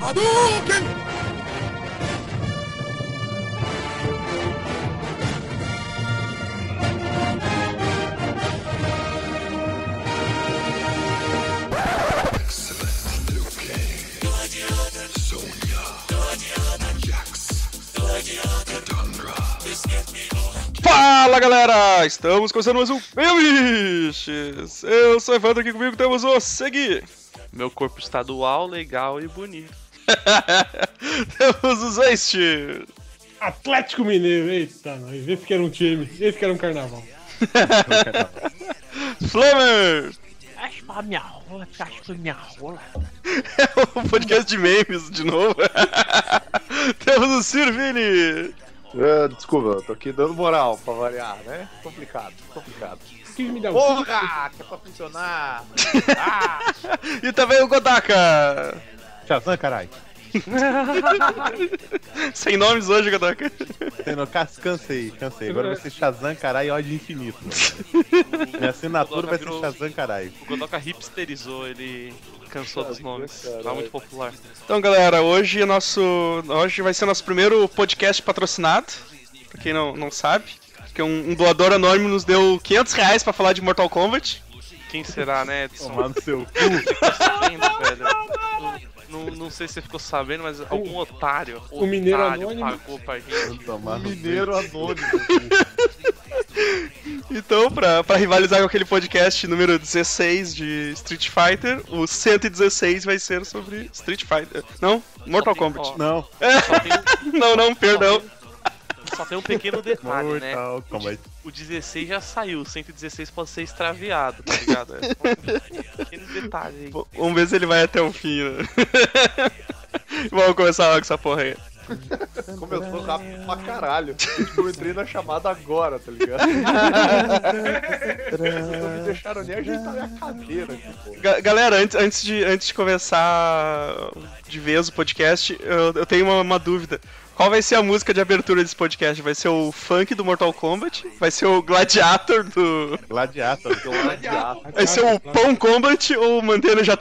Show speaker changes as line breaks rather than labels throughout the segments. Hadouken!
Fala galera, estamos começando mais um Mimiches! Eu sou o Evandro, aqui comigo temos o Segui,
Meu corpo estadual, legal e bonito.
temos o Zeist,
Atlético Mineiro, eita, nós. Esse que era um time, esse que era um carnaval.
Flamer!
Caspa minha rola, caspa minha rola.
É um podcast de memes de novo. temos o Sirvini!
É, desculpa, eu tô aqui dando moral pra variar, né? Complicado, complicado.
Quis me dar um
Porra, que é pra funcionar.
E também o Godaka!
Shazam, caralho.
Sem nomes hoje, Godaka.
Não, cas- Cansei, cansei. Agora vai ser Shazam, caralho, e ódio infinito. Minha assinatura vai ser Shazam, caralho.
O Godoka hipsterizou, ele cansou dos nomes. Tá muito popular.
Então galera, hoje é nosso. Hoje vai ser nosso primeiro podcast patrocinado, pra quem não, não sabe. Que um, um doador anônimo nos deu 500 reais pra falar de Mortal Kombat.
Quem será, né, Edson?
Tomar no seu cu.
Sabendo, velho. Não, não- não sei se você ficou sabendo, mas algum otário,
o Mineiro
otário
Anônimo.
pagou pra gente.
Tomar no Mineiro anônimo.
Então, pra, pra rivalizar com aquele podcast número 16 de Street Fighter, o 116 vai ser sobre Street Fighter. Não, Mortal
tem-
Kombat.
ó,
Não,
Só tem,
Não, não, perdão.
só tem um pequeno
É,
detalhe, né?
Mortal Kombat.
O 16 já saiu, o 116 pode ser extraviado, tá ligado? É só um pequeno detalhe aí.
V- Vamos ver se ele vai até o fim, né? Vamos começar logo essa porra aí.
Começou rápido pra caralho. Tipo, eu entrei na chamada agora, tá ligado? Vocês não me deixaram nem ajeitar minha cadeira aqui, pô.
Ga- galera, antes, antes, de, antes de começar de vez o podcast, eu, eu tenho uma, uma dúvida. Qual vai ser a música de abertura desse podcast? Vai ser o funk do Mortal Kombat? Vai ser o Gladiator do.
Gladiator. Gladiator.
Vai ser o Pão Combat ou Mantendo JP?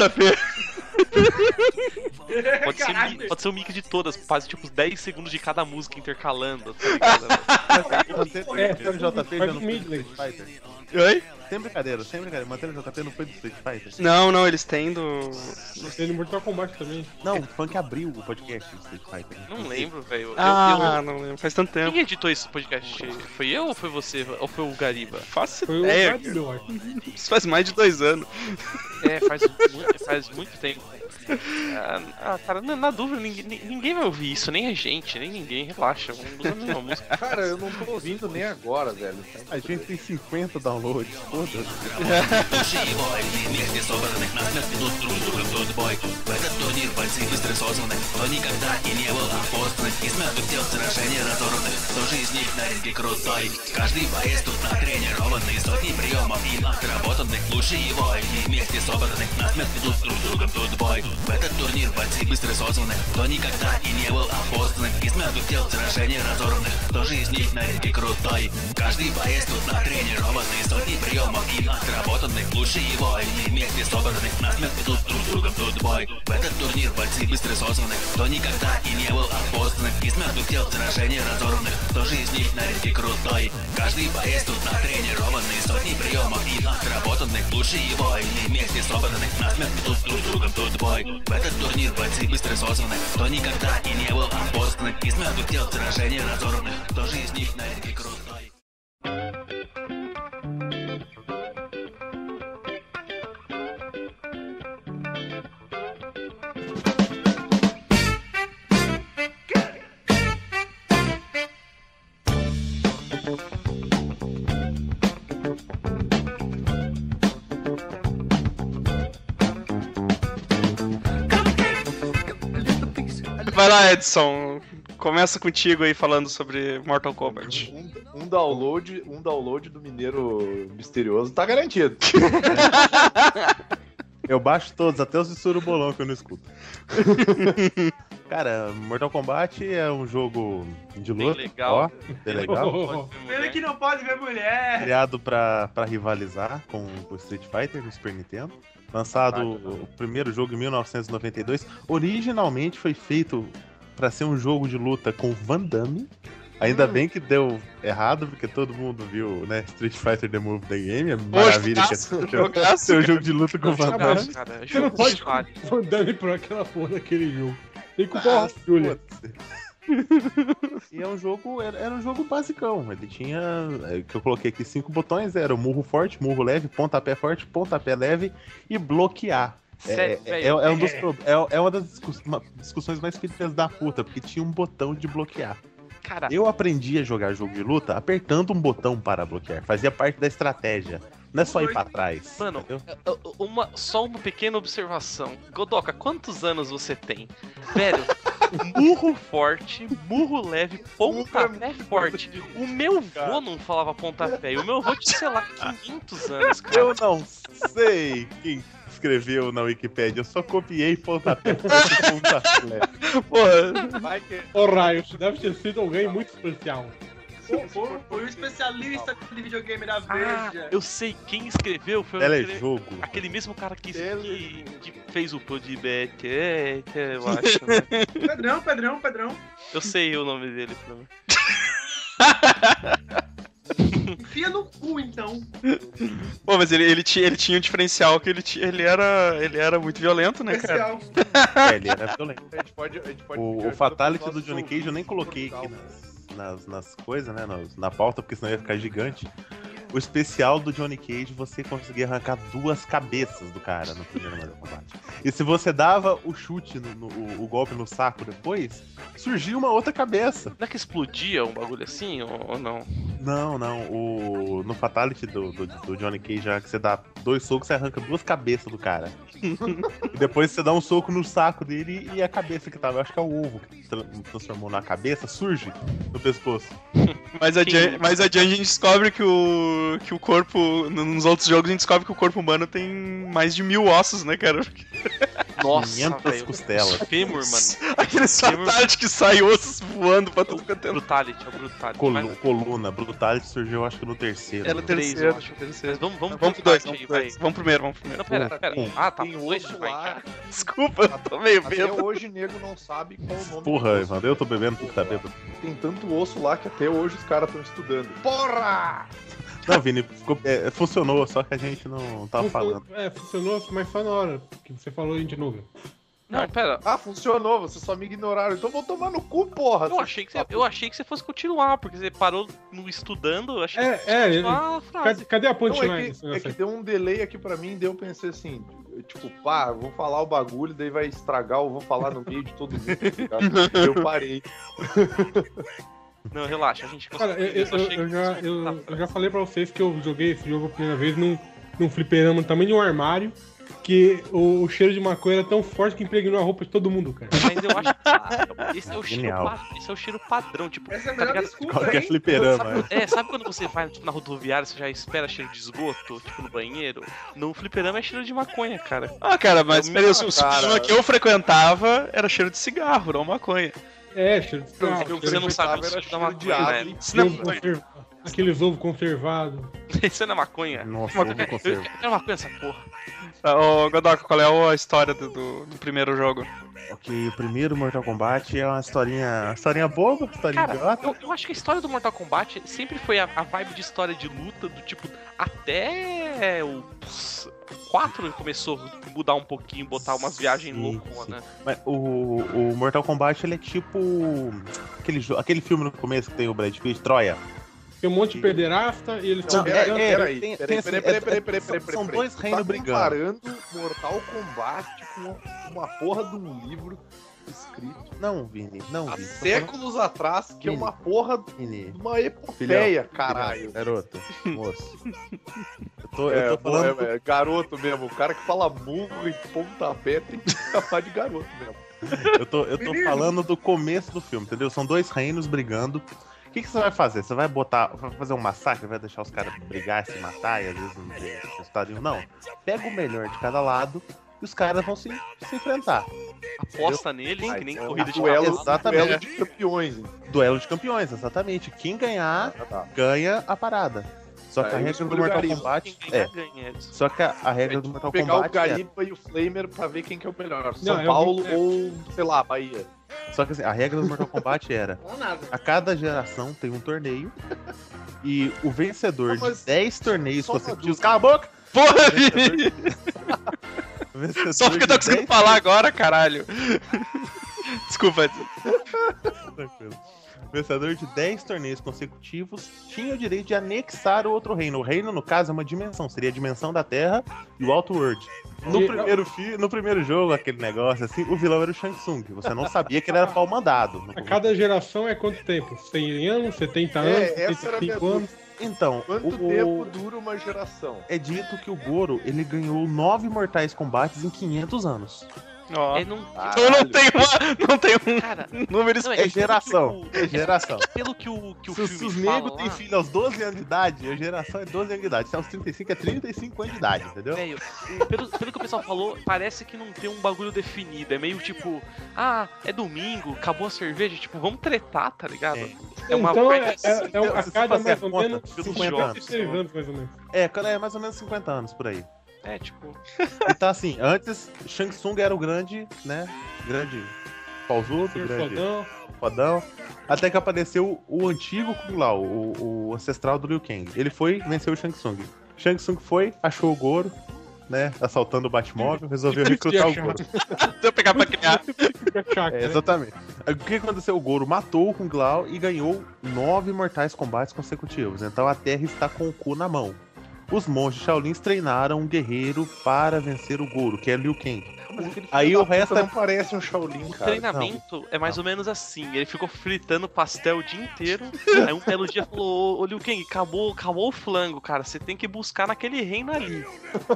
Pode ser, um mi- pode ser um mix de todas, faz tipo uns 10 segundos de cada música intercalando, tá ligado?
É,
Mantendo o JP
faz
já não
um
foi do
medley.
Street Fighter.
Oi?
Sem brincadeira, sem brincadeira. Mantendo o JP não foi do Street Fighter.
Não, não, eles têm do.
Você no Mortal Kombat também.
Não, o Funk abriu o podcast do Street Fighter.
Não lembro, velho. Eu-
Ah,
eu-
não lembro, faz tanto tempo.
Quem editou esse podcast? Foi eu ou foi você? Ou foi o Gariba?
Faço
Foi o
É,
ideia,
Gabi, eu acho.
cara. isso faz mais de dois anos.
É, faz muito, faz muito tempo. Ah, ah, cara, na, na dúvida, ninguém, ni- ninguém vai ouvir isso, nem a gente, nem ninguém, relaxa. um Vamos usar a mesma música.
Cara, eu não tô ouvindo nem agora, velho.
A gente tem 50 downloads, foda-se.
Vai lá, Edson. Começa contigo aí falando sobre Mortal Kombat.
Um, um download, um download do Mineiro Misterioso tá garantido.
Eu baixo todos, até os de surubolão que eu não escuto. Cara, Mortal Kombat é um jogo de
Bem
luta.
legal.
Ó, bem legal.
Oh,
Ele que não.
Criado pra, pra rivalizar com o Street Fighter no Super Nintendo. Lançado
Vai,
o primeiro jogo em 1992. Originalmente foi feito pra ser um jogo de luta com Van Damme. Ainda
Hum.
bem que deu errado, porque todo mundo viu, né? Street Fighter The Move The Game, a maravilha
jogaço,
que é esse jogo.
jogaço,
Seu jogo de luta com
Não,
Van
jogaço,
Damme.
cara.
Você não
Jogo
pode-
vale.
Van Damme por aquela porra daquele jogo. Tem que culpar o
Ah,
Raul Julia.
foda-se. E é um jogo, era, era um jogo basicão. Ele tinha, é, que eu coloquei aqui, cinco botões, era o murro forte, murro leve, pontapé forte, pontapé leve e bloquear. É,
Sério,
é,
velho.
é- é um dos pro- é- é uma das discuss- uma- discussões mais filhas da puta, porque tinha um botão de bloquear.
Cara,
um- Eu aprendi a jogar jogo de luta apertando um botão para bloquear. Fazia parte da estratégia. Não é só ir pra trás.
Mano,
entendeu?
uma, só uma pequena observação. Godoka, quantos anos você tem? Velho, murro forte, murro leve, pontapé forte. O meu vô não falava pontapé. E o meu vô tinha, sei lá, 500 anos, cara.
eu não sei quem escreveu na Wikipédia, eu só copiei pontapé. pontapé.
Porra,
Vai que.
Ô, Raio, deve ter sido alguém muito especial.
Foi, foi o especialista de videogame da
Ah,
Veja.
eu sei quem escreveu foi
é
aquele,
Telejogo.
aquele mesmo cara que,
Tele-
que, que fez o Podback. É, que eu acho, né?
Pedrão, Pedrão, Pedrão.
Eu sei o nome dele. pelo menos.
Enfia no cu, então.
Pô, mas ele, ele, tinha, ele tinha um diferencial que ele, ti- ele, era, ele era muito violento, né, cara?
Especial.
É, ele era violento.
A gente pode. A gente pode pedir
O, o
ajuda
Fatality
pros
do
nossos
Johnny Cage eu nem coloquei
Portugal. né?
aqui né? nas, nas, nas coisas, né? nas- na pauta, porque senão ia ficar gigante. O especial do Johnny Cage, você conseguia arrancar duas cabeças do cara no primeiro Mortal Kombat. E se você dava o chute, no, no- o, o golpe no saco depois, surgia uma outra cabeça.
Não é que explodia um bagulho assim ou, ou não?
Não, não. O, no Fatality do, do, do Johnny Cage, já que você dá dois socos, você arranca duas cabeças do cara. e depois você dá um soco no saco dele e a cabeça que tava, eu acho que é o ovo que tra- transformou na cabeça, surge no pescoço.
Mas adiante,
Sim.
mais adiante a gente descobre que o, que o corpo. Nos outros jogos a gente descobre que o corpo humano tem mais de mil ossos, né, cara?
Nossa,
500
velho.
costelas.
Fêmur, mano.
Aqueles fatality que sai ossos voando pra tudo quanto é lado.
Brutality, é o Brutality.
Colu- coluna, brutality surgiu, acho que no terceiro.
Era o
né?
É terceiro,
eu acho. Mas
terceiro.
vamos, vamos,
Vamos pro
por
dois,
parte
vamos
aí,
pro dois.
vai.
Vamos primeiro, vamos primeiro.
Não, pera, pera.
Tem-
Ah, tá.
tem
por dois,
osso
vai,
lá.
cara.
Desculpa, eu tô meio
Até
bêbado.
hoje o nego não sabe qual o nome.
Porra,
do osso.
Evandro, eu tô bebendo porque tá bêbado.
Tem tanto osso lá que até hoje os caras estão estudando. Porra!
Não, Vini, ficou- é, funcionou, só que a gente não tava
Funcionou-
falando.
É, funcionou, mas só na hora que você falou em de novo.
Não, pera.
Ah, funcionou, vocês só me ignoraram. Então vou tomar no cu, porra.
Eu achei, que você, eu achei que você fosse continuar, porque você parou no estudando, eu achei que
É,
você
é,
ia continuar a
Cadê,
frase.
cadê a
Não,
punchline?
é
desse
que, é
negócio
que
aí?
deu um delay aqui pra mim, daí eu pensei assim, eu, tipo, pá, eu vou falar o bagulho, daí vai estragar, eu vou falar no meio de todo mundo, tá ligado? Eu parei.
Não, relaxa, a gente
Cara,
conseguiu.
eu, eu-
só achei
eu
que
já,
você
eu,
ia
eu
continuar a
já falei pra vocês que eu joguei esse jogo a primeira vez num, num fliperama no tamanho de um armário, que o, o cheiro de maconha era tão forte que impregnou a roupa de todo mundo, cara.
frase. Mas eu
Ah,
acho que esse é o cheiro,
Genial.
pa- esse é o cheiro padrão, tipo,
Essa é a
tá
melhor
ligado?
desculpa,
Qualquer
hein?
fliperama. né?
Sabe, é, sabe quando você vai tipo, na rodoviária, você já espera cheiro de esgoto, tipo no banheiro? No fliperama é cheiro de maconha, cara.
Ah, cara, mas
Eu-
peraí, o
Ah,
cinema
cara.
que eu frequentava era cheiro de cigarro, não maconha.
É, cheiro de
Eu-
cigarro,
eu
cheiro
Então, Você não
de-
sabe o
frequentava, era
cheiro da
cheiro de
maconha,
ave.
né?
Isso não é
ovo
maconha.
conserva- Aqueles ovos conservados.
Isso não é maconha.
Nossa, eu não consigo.
É maconha essa porra.
Tá, Ô, Godoka, qual é a história do, do- do primeiro jogo?
Ok, o primeiro Mortal Kombat é uma historinha. uma historinha boba, uma
Tá
historinha
Cara,
idiota.
Eu, eu acho que a história do Mortal Kombat sempre foi a, a vibe de história de luta, do tipo, até o 4 começou a mudar um pouquinho, botar umas viagens
Sim,
loucas,
sim.
né?
Mas o, o Mortal Kombat ele é tipo. Aquele, jo- aquele filme no começo que tem o Brad Pitt, Troia.
Tem um monte de pederasta e eles
Não,
estão
é-
brigando.
é- peraí,
tem- tem
peraí, peraí,
assim,
peraí,
é-
peraí,
é-
peraí,
são-
peraí,
São
peraí.
dois reinos
tá
brigando.
comparando Mortal Kombat com uma porra de um livro escrito
Não, Vini, não,
há
Vini. Tô
séculos atrás, que é uma porra de
falando, Vini.
uma epopeia,
Filhão,
caralho.
Garoto, moço. Eu tô,
É,
eu tô falando.
pô, é, é, garoto mesmo, o cara que fala murro e pontapé tem que escapar de garoto mesmo.
Eu tô, eu tô falando do começo do filme, entendeu? São dois reinos brigando. O que, que você vai fazer? Você vai botar. Vai fazer um massacre? Vai deixar os caras brigar, se matar e às vezes não ter resultado nenhum? Não. Pega o melhor de cada lado e os caras vão se, se enfrentar.
Aposta neles, que nem
É um
corrida de
duelo,
cavalo.
exatamente.
duelo de campeões. então. hein?
Duelo de campeões, exatamente. Quem ganhar,
Ah, tá.
ganha a parada. Só que a
Aí
regra
escolhe
do
o
Mortal
garimpo.
Kombat
Quem
é.
ganhar, ganha.
Só que a, a regra do Mortal
pegar o
Kombat é.
Garimpa e o Flamer pra ver quem que é o melhor. São
Não, eu-
Paulo
é.
ou, sei lá, Bahia.
Só que assim, a regra do Mortal Kombat era:
Ou nada.
a cada geração tem um torneio. E o vencedor
Não, mas
de 10 torneios
só uma
consecutivos.
dúvida.
Cala a boca!
Porra,
Vencedor- Vencedor
só porque eu tô
de 10
conseguindo falar agora, caralho. Desculpa.
Tranquilo. O vencedor de 10 torneios consecutivos tinha o direito de anexar o outro reino. O reino, no caso, é uma dimensão. Seria a dimensão da Terra e o Outworld. No
E-
primeiro, fi- no primeiro jogo, aquele negócio assim, o vilão era o Shang Tsung. Você não sabia que ele era pau mandado.
A cada geração é quanto tempo? 100 anos, 70 anos,
É, essa era a minha
75 anos?
Então,
Quanto
o- o-
tempo dura uma geração?
é dito que o Goro ele ganhou 9 mortais combates em 500 anos.
Ó.
É, não,
Então eu não tenho, uma, não tenho
cara,
um número
não,
específico.
É
que
geração,
pelo que o-
é geração.
Pelo que o, que o
Se,
filme
se os
fala
negros têm
lá,
filho aos 12 anos de idade, a geração é 12 anos de idade. Se é aos 35, é 35 anos de idade, entendeu?
Velho, pelo, pelo que o pessoal falou, parece que não tem um bagulho definido. É meio tipo, ah, é domingo, acabou a cerveja, tipo, vamos tretar, tá ligado?
É.
É uma
então é,
parte-
é- é um- a
Se
cada
fazer a
mais ou
conta,
menos
50
56
anos.
anos, mais ou menos.
É, quando é mais ou menos 50 anos por aí.
é, tipo,
Então assim, antes Shang Tsung era o grande, né? Grande pausudo, grande
Fodão.
fodão. Até que apareceu o antigo Kung Lao, o, o ancestral do Liu Kang. Ele foi venceu o Shang Tsung. Shang Tsung foi, achou o Goro, né? Assaltando o Batmóvel, resolveu
Que triste
recrutar o
achar.
Goro.
Deixa eu pegar pra criar.
Chaka,
É,
né?
exatamente. Aí, O que aconteceu? O Goro matou o Kung Lao e ganhou nove mortais combates consecutivos. Então a Terra está com o cu na mão. Os monges Shaolins treinaram um guerreiro para vencer o Goro, que é Liu Kang. Aí o resto é
não parece um Shaolin,
o
cara.
treinamento é mais ou menos assim. Ele ficou fritando pastel o dia inteiro. aí um belo dia falou, ô ô, Liu Kang, acabou, acabou o flango, cara. Você tem que buscar naquele reino ali.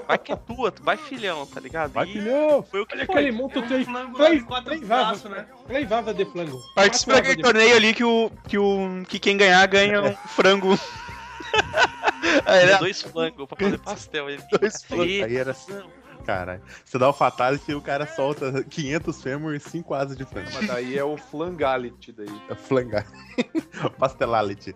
Vai que é tua, tu- vai filhão, tá ligado?
Vai,
E
filhão!
foi o que
Olha
foi.
aquele monte
um
de
flango lá de
Três-
quatro
três vavas.
braços, né?
Três vavas de flango.
Participa
Quatro
daquele
vavas de-
torneio ali que o que, o, que quem ganhar ganha um frango. Aí, né?
Dois flangos pra fazer pastel. Ele,
Aí era assim, cara. Você dá o fatality e o cara solta 500 fêmur e 5 asas de frango.
Mas daí é o flangality daí.
É Flangar. Pastelality.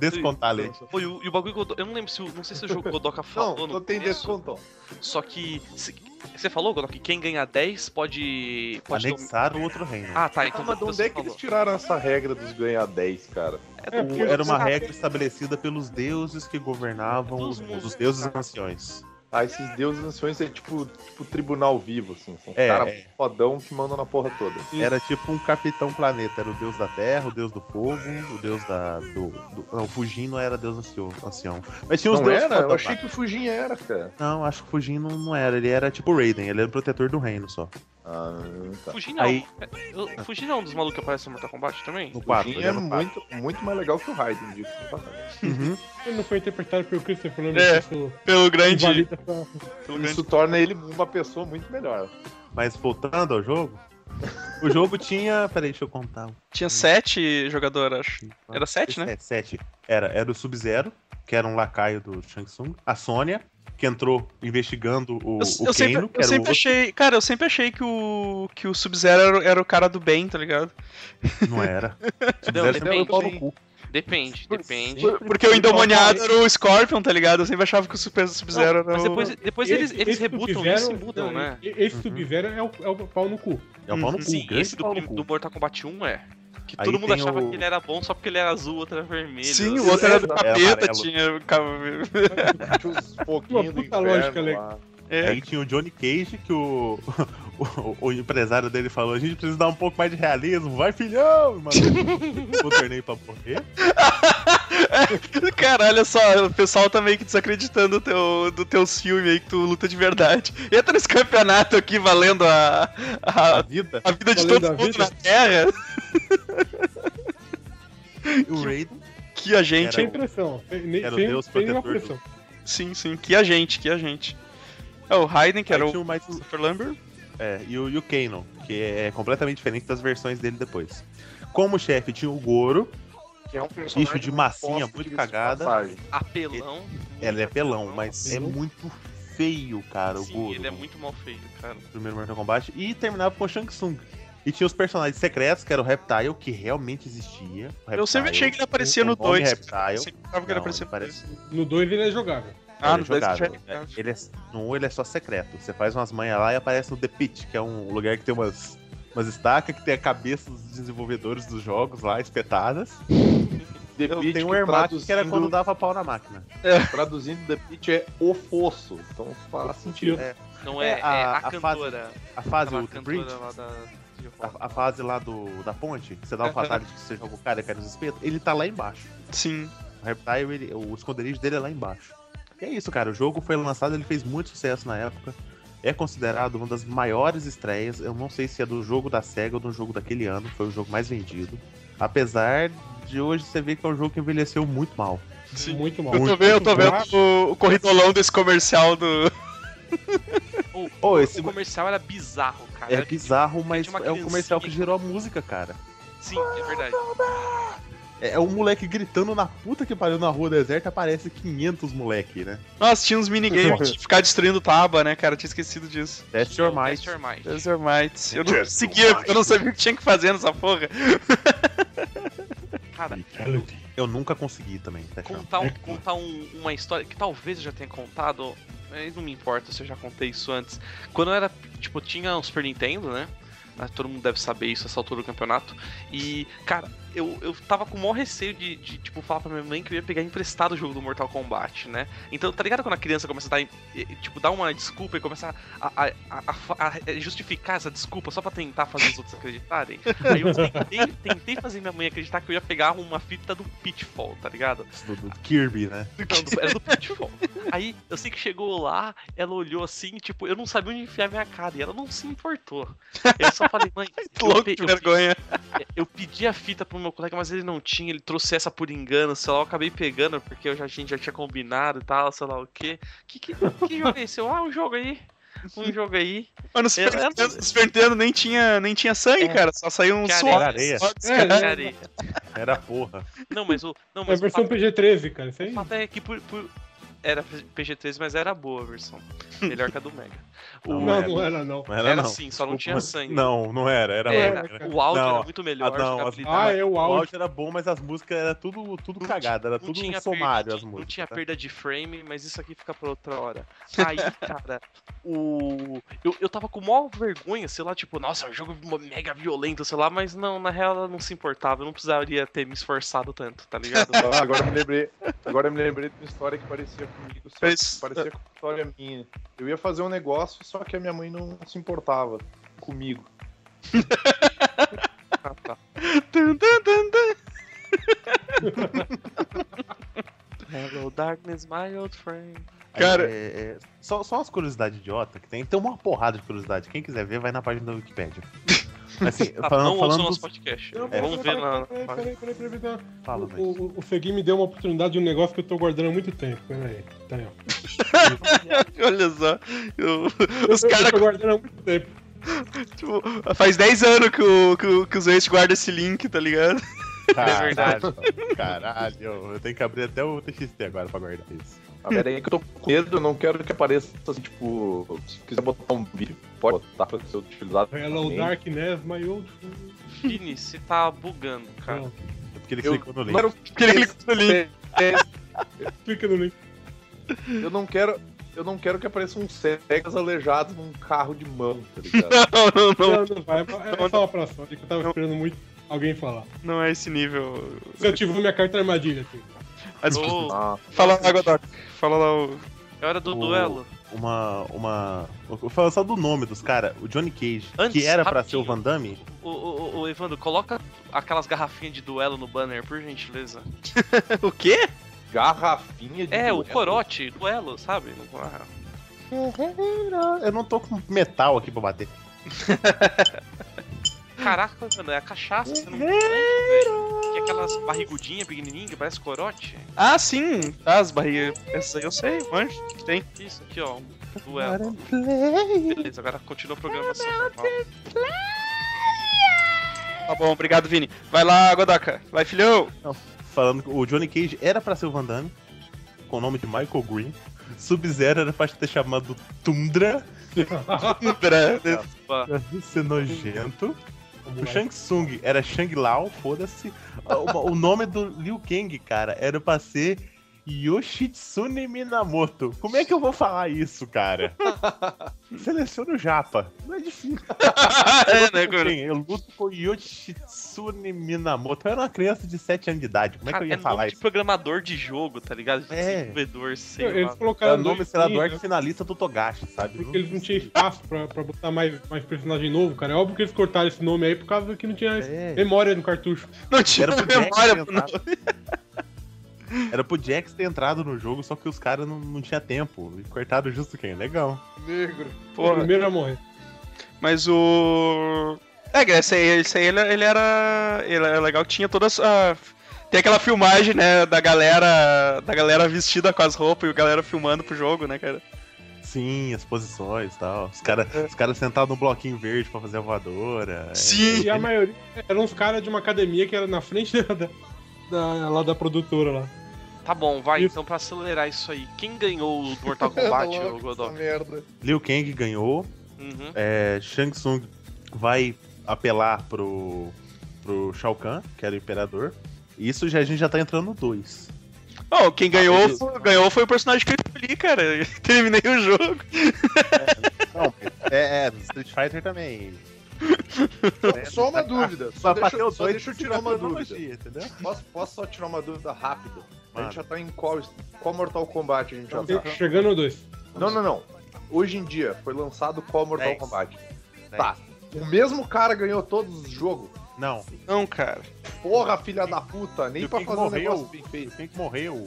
Descontality.
Pô, e o, e o bagulho Godoka, eu não lembro se, o- não sei se o jogo Godoka
Não,
falou
só
no
tem
começo,
descontão.
só que se- você falou, Godoka, que quem ganhar 10 pode pode dom-
Anexar o outro reino.
Ah, tá,
Ah,
então
mas de onde
você
é que
falou.
eles tiraram essa regra dos ganhar 10, cara?
É,
O-
porque
era uma
você-
regra estabelecida pelos deuses que governavam os mundos, os deuses anciões.
Ah, esses deuses anciões é tipo, tipo tribunal vivo, assim. São
É,
cara
é.
fodão que manda na porra toda.
Era tipo um capitão planeta, era o deus da terra, o deus do fogo, o deus da. Do, do- não, o Fujin não era deus ancião. ancião. Mas tinha os
Não
deuses.
era? Eu
fodão
achei
lá.
que o Fujin era, cara.
Não, acho que o Fujin não, não era. Ele era tipo o Raiden, ele era o protetor do reino só.
Ah, tá.
Fugir não.
Aí- Ah.
Eu- Fugir não é um dos malucos que aparece no Mortal Kombat também?
No 4.
Fujin
Ele
é
era no quatro.
muito, muito mais legal que o Raiden, digo.
Uhum.
Ele não foi interpretado pelo Christopher Lambert.
É.
Isso
Pelo grande.
invalida pra-
Pelo grande.
Isso torna ele uma pessoa muito melhor.
Mas voltando ao jogo. O jogo tinha. Peraí, deixa eu contar.
Tinha sete jogadores, acho. Era sete, né?
É, sete. Era, era o Sub-Zero, que era um lacaio do Shang Tsung. A Sônia, que entrou investigando o,
Eu,
o
eu sempre,
Kano, que
eu
era o
sempre
outro.
achei. Cara, eu sempre achei que o, que o Sub-Zero era, o- era o cara do bem, tá ligado?
Não era.
Não,
é
Sub-Zero
depende,
era o pau no cu.
depende, depende.
Porque o endemoniado era o Scorpion, tá ligado? Eu sempre achava que o Super Sub-Zero era
Mas
o.
depois, depois eles, eles rebutam
Sub-Zero-
isso e mudam,
não,
né?
e- Esse Sub-Zero é, o, é o pau no cu.
É o pau no cu.
Sim,
grande
esse do,
pau no
prim-
cu.
do Mortal Kombat 1 é. Que
Aí
todo mundo
tem
achava
o-
que ele era bom só porque ele era azul, outro era vermelho.
Sim, o outro era do
Era
capeta,
É amarelo.
tinha.
Tinha uns foguinhos do
puta
inferno
lógica,
lá.
É.
Aí tinha o Johnny Cage, que o, o, o empresário dele falou: a gente precisa dar um pouco mais de realismo, vai filhão! E mandou o torneio pra morrer.
Caralho, olha só, o pessoal tá meio que desacreditando do teu, do teus filmes aí que tu luta de verdade. Entra nesse campeonato aqui valendo a,
A
a,
vida.
a vida de
Valendo
todo
a
mundo
vida.
na Terra.
O Raiden
Que a gente,
Era
Sem pressão. Nem,
era o
sem,
Deus
sem nenhuma
protetor
pressão.
do-
sim, sim, que a gente, que a gente. É o Raiden, que
Aí
era
tinha
o
o mais.
Super Lumber.
É, e o, e o Kano, que é completamente diferente das versões dele depois. Como chefe tinha o Goro,
Que é um
bicho de massinha
bosta,
muito
diga-se de
cagada.
passagem.
Apelão.
Ela é pelão, mas é
Sim.
muito feio, cara, o
Sim,
Goro.
ele é muito mal feito, cara.
do Primeiro Mortal Kombat. E terminava com o Shang Tsung. E tinha os personagens secretos, que era o Reptile, que realmente existia. o
Eu sempre
Reptile.
achei que ele aparecia no
o nome
2.
Reptile.
Sempre achava que ele
Não,
aparecia
ele
no
parece-
2.
No 2 ele é jogável.
Ah,
ele
no
é
2 já
jogável.
é.
Ele é- no 1 ele é só secreto. Você faz umas manhas lá e aparece no The Pit, que é um lugar que tem umas, umas estacas que tem a cabeça dos desenvolvedores dos jogos lá, espetadas.
The
Eu
Pit
tenho um
que
Ermac que era
traduzindo-
quando dava pau na máquina.
Traduzindo The Pit é o fosso. Então faz sentido.
Não é,
É,
é
a-
a,
a fase-
cantora.
A fase
Aquela
Ultra Bridge,
cantora lá da. de rock.
a, a fase lá do, da ponte, que você dá um fatality, que você joga o cara e cai nos espetos, ele tá lá embaixo.
Sim.
O Reptile, ele- o esconderijo dele é lá embaixo. E é isso, cara. O jogo foi lançado, ele fez muito sucesso na época. É considerado uma das maiores estreias. Eu não sei se é do jogo da SEGA ou do jogo daquele ano. Foi o jogo mais vendido. Apesar de hoje você ver que é um jogo que envelheceu muito mal.
Sim.
Muito mal.
Eu tô vendo, eu tô vendo o, o corridolão desse comercial do.
O-
Ô,
o-
esse-
O comercial era bizarro, cara.
É
Era-
bizarro, mas
tinha uma
é um comercial que
criancinha.
gerou a música, cara.
Sim, é verdade.
É é um moleque gritando na puta que pariu na rua deserta, aparece 500 moleque, né?
Nossa, tinha uns minigames de ficar destruindo tábua, né, cara? Eu tinha esquecido disso.
Test Your
Então,
Might.
Test Your Might.
Deus your might. Eu não seguia, porque eu não sabia o que tinha que fazer nessa porra.
É.
Cara,
Eu nunca consegui também, tá Test Your Might.
contar, um- contar um- uma história que talvez eu já tenha contado, mas não me importa se eu já contei isso antes. Quando eu era, tipo, tinha um Super Nintendo, né? Ah, Todo mundo deve saber isso essa altura do campeonato. E, cara, eu, eu tava com o maior receio de, de, tipo, falar pra minha mãe que eu ia pegar emprestado o jogo do Mortal Kombat, né? Então, tá ligado quando a criança começa a dar, em- e- e, tipo, dar uma desculpa e começa a, a- a- a fa- a justificar essa desculpa só pra tentar fazer os outros acreditarem? Aí eu tentei, tentei fazer minha mãe acreditar que eu ia pegar uma fita do Pitfall, tá ligado?
Do, do Kirby, né?
Não, do- era do Pitfall. Aí eu sei que chegou lá, ela olhou assim, tipo, eu não sabia onde enfiar minha cara e ela não se importou. Eu só falei, mãe, eu,
Louco
pe-
de
eu,
vergonha.
pe- eu pedi a fita pro meu colega, mas ele não tinha, ele trouxe essa por engano, sei lá, eu acabei pegando porque eu já, a gente já tinha combinado e tal, sei lá o quê. Que, que, que jogo é esse? Eu, ah, um jogo aí. Um jogo aí.
Mas no Super,
Eu- eu-
Nintendo, no Super Nintendo nem tinha, nem tinha sangue,
É.
cara. Só saiu um
Cara,
suor.
era areia.
suor dos
É,
caras.
Cara, e-
Era porra.
não, mas o. Não,
É a
mas o
versão
fato-
PG-13, cara. Isso aí.
O fato é que por, por- era PG-13, mas era boa a versão. Melhor que a do Mega. O-
Não,
Não,
era.
não era, não.
Não
Era,
não.
sim, só não tinha sangue.
Não, não era, era
Era,
porra,
cara.
o áudio
Não,
era muito melhor,
ah, não,
a
as-
Ah,
jogabilidade.
é o
O
áudio.
áudio era bom, mas as músicas era tudo, tudo
Não
cagada, era
não
tudo
tinha
um somário
perda,
as
de-
músicas.
Não tinha
tá?
perda de frame, mas isso aqui fica pra outra hora. Aí, cara, o. Eu, eu tava com maior vergonha, sei lá, tipo, nossa, é um jogo mega violento, sei lá, mas não, na real ela não se importava, eu não precisaria ter me esforçado tanto, tá ligado?
Ah, agora eu me lembrei. Agora eu me lembrei de uma história que parecia comigo. Só
Fez-
que parecia com uma história minha. Eu ia fazer um negócio, só que a minha mãe não se importava comigo.
Ah, tá.
Tum, tum, tum, tum.
Hello, darkness, my old friend.
Aí,
Cara-
é, é, só, só umas curiosidades idiota que tem. Tem uma porrada de curiosidade. Quem quiser ver, vai na página da Wikipédia. Assim,
Ah,
falando,
não ouça o
falando
nosso
dos...
podcast.
Não,
Vamos ver
peraí,
na.
peraí, peraí, peraí, peraí, peraí.
Fala,
O,
velho.
o, o Segui me deu uma oportunidade de um negócio que eu tô guardando há muito tempo. Pera aí. Tá aí, ó.
é.
Olha só. Eu- os
Eu
caras.
tô guardando há muito tempo.
Tipo, faz 10 anos que, o, que, o- que os ex guardam esse link, tá ligado?
Caralho,
É verdade.
Caralho, eu tenho que abrir até o TXT agora pra guardar isso.
Ah, pera aí que eu tô com medo, eu não quero que apareça assim, tipo, se quiser botar um vídeo, pode botar pra ser utilizado.
Hello,
também.
Darkness, my old friend.
Vini, você tá bugando, cara.
Não,
É porque ele
Eu
clicou no link.
Quero-
Porque ele clica no link.
Clica no link.
Eu não quero. Eu não quero que apareça um cegas aleijado num carro de mão, tá ligado?
Não, não, não.
Não, não vai. É só uma próxima. que eu tava esperando muito alguém falar.
Não é esse nível.
Se eu tiver minha carta armadilha assim. aqui.
Mas,
Ô,
Ah,
Fala lá, Godoc. Fala lá o.
é hora do
O-
duelo.
Uma. uma... eu Vou falar só do nome dos caras, o Johnny Cage,
Antes,
que era pra ser o
rapidinho.
Van Damme.
Ô, ô, ô, ô, Evandro, coloca aquelas garrafinhas de duelo no banner, por gentileza.
O quê?
garrafinha de.
É, o
duelo.
corote, duelo, sabe? Ah,
Eu não tô com metal aqui pra bater.
Caraca, mano, é a cachaça, você não entende, velho. Que é aquelas barrigudinhas pequenininhas que parece corote.
Ah, sim. Ah, as barrigas. Essa aí eu sei, manjo. Tem.
Isso aqui, ó, um duelo. Beleza, agora continua a programação
É
normal.
Tá bom, obrigado, Vini. Vai lá, Godoka. Vai, filhão.
Falando que o Johnny Cage era pra ser o Van Damme, com o nome de Michael Green. Sub-Zero era pra ter chamado Tundra,
Tundra.
Opa,
pra ser nojento. O Shang Tsung era Shang Lao, foda-se. O, o nome do Liu Kang, cara, era pra ser Yoshitsune Minamoto. Como é que eu vou falar isso, cara? Seleciona o japa. Não é difícil.
é, né, cara?
Sim, eu luto com Yoshitsune Minamoto. Eu era uma criança de 7 anos de idade. Como é que eu
Cara,
ia
é
falar
nome de
isso?
programador de jogo, tá ligado? De
É.
desenvolvedor, sei lá.
Eles
Era
colocaram
o nome,
dois
sei lá,
filhos,
do arco
né?
finalista do Togashi, sabe?
Porque eles não tinham espaço pra, pra botar mais, mais personagem novo, cara. É óbvio que eles cortaram esse nome aí por causa que não tinha
É.
memória no cartucho.
Não tinha
Era pro
memória.
Jax ter
não.
entrado. Era pro Jax ter entrado no jogo, só que os caras não, não tinham tempo. E cortaram justo quem? Legal.
Negro.
O
Porra.
primeiro a morrer.
Mas o. É, cara, esse aí, esse aí ele, ele era. Ele era legal que tinha toda a. Tem aquela filmagem, né, da galera. Da galera vestida com as roupas e o galera filmando pro jogo, né, cara?
Sim, as posições e tal. Os caras os cara sentados no bloquinho verde pra fazer a voadora. É,
Sim.
E a maioria eram uns caras de uma academia que era na frente da, da- da- lá da produtora lá.
Tá bom, vai,
Isso.
então pra acelerar isso aí. Quem ganhou o Mortal Kombat, o
essa
Godok?
merda.
Liu Kang ganhou.
Uhum.
É, Shang Tsung vai apelar pro, pro Shao Kahn, que era o imperador. E Isso já, a gente já tá entrando no 2.
Bom, quem ganhou,
Ah, beleza.
foi- ganhou foi o personagem que eu escolhi, cara. Eu terminei o jogo.
Não, é, é, Street Fighter também. É, tá
Só uma dúvida. Só
Pra
deixa,
bater os
só
dois,
deixa eu
tem que
tirar
ser
uma
cronologia,
dúvida.
Entendeu?
Posso, posso só tirar uma dúvida rápida? A
Mano.
gente já tá em qual, qual Mortal Kombat a gente já tá?
Chegando no dois.
Não, não, não. Hoje em dia foi lançado qual Mortal
Dez.
Kombat? Tá. O mesmo cara ganhou todos os jogos.
Não,
assim.
Não, cara.
Porra, filha da puta, nem
E o
pra
King
fazer um
morreu.
negócio bem feito.
o Pink morreu.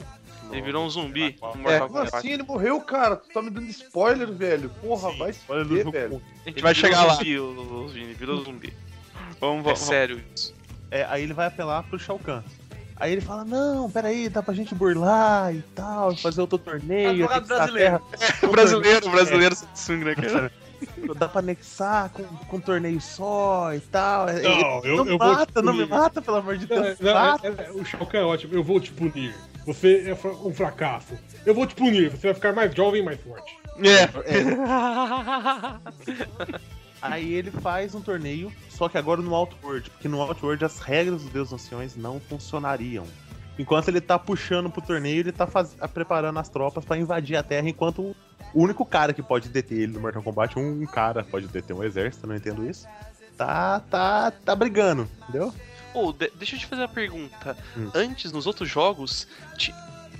Ele virou um zumbi
Não.
no Mortal
Como
Kombat.
assim? Ele morreu, cara? Tu tá me dando spoiler, velho. Porra,
Sim,
vai se
spoiler do
fuder,
jogo.
um velho.
A gente um
vai chegar lá.
Zumbi, o, o Vini, virou zumbi.
Vamos,
É
vamos.
sério isso.
É, aí ele vai apelar pro Shao Kahn. Aí ele fala, não, peraí, dá pra gente burlar e tal, fazer outro torneio.
Advogado
anexar a
brasileiro.
terra-
É,
O brasileiro, o
é.
brasileiro Samsung, né, cara?
Dá pra anexar com, com um torneio só e tal. Não,
eu-
não
eu vou
mata, não me
punir.
mata, pelo amor de
Não,
Deus.
não,
mata.
é- é- o Shao Kahn é ótimo. Eu vou te punir. Você é fra- um fracasso. Eu vou te punir. Você vai ficar mais jovem e mais forte.
É.
Aí ele faz um torneio, só que agora no Outward, porque no Outward as regras dos deuses anciões não funcionariam. Enquanto ele tá puxando pro torneio, ele tá faz- preparando as tropas pra invadir a Terra, enquanto o único cara que pode deter ele no Mortal Kombat, um cara pode deter um exército, eu não entendo isso. Tá, tá, tá brigando, entendeu?
Ô, de- deixa eu te fazer uma pergunta.
Hum.
Antes, nos outros jogos, ti-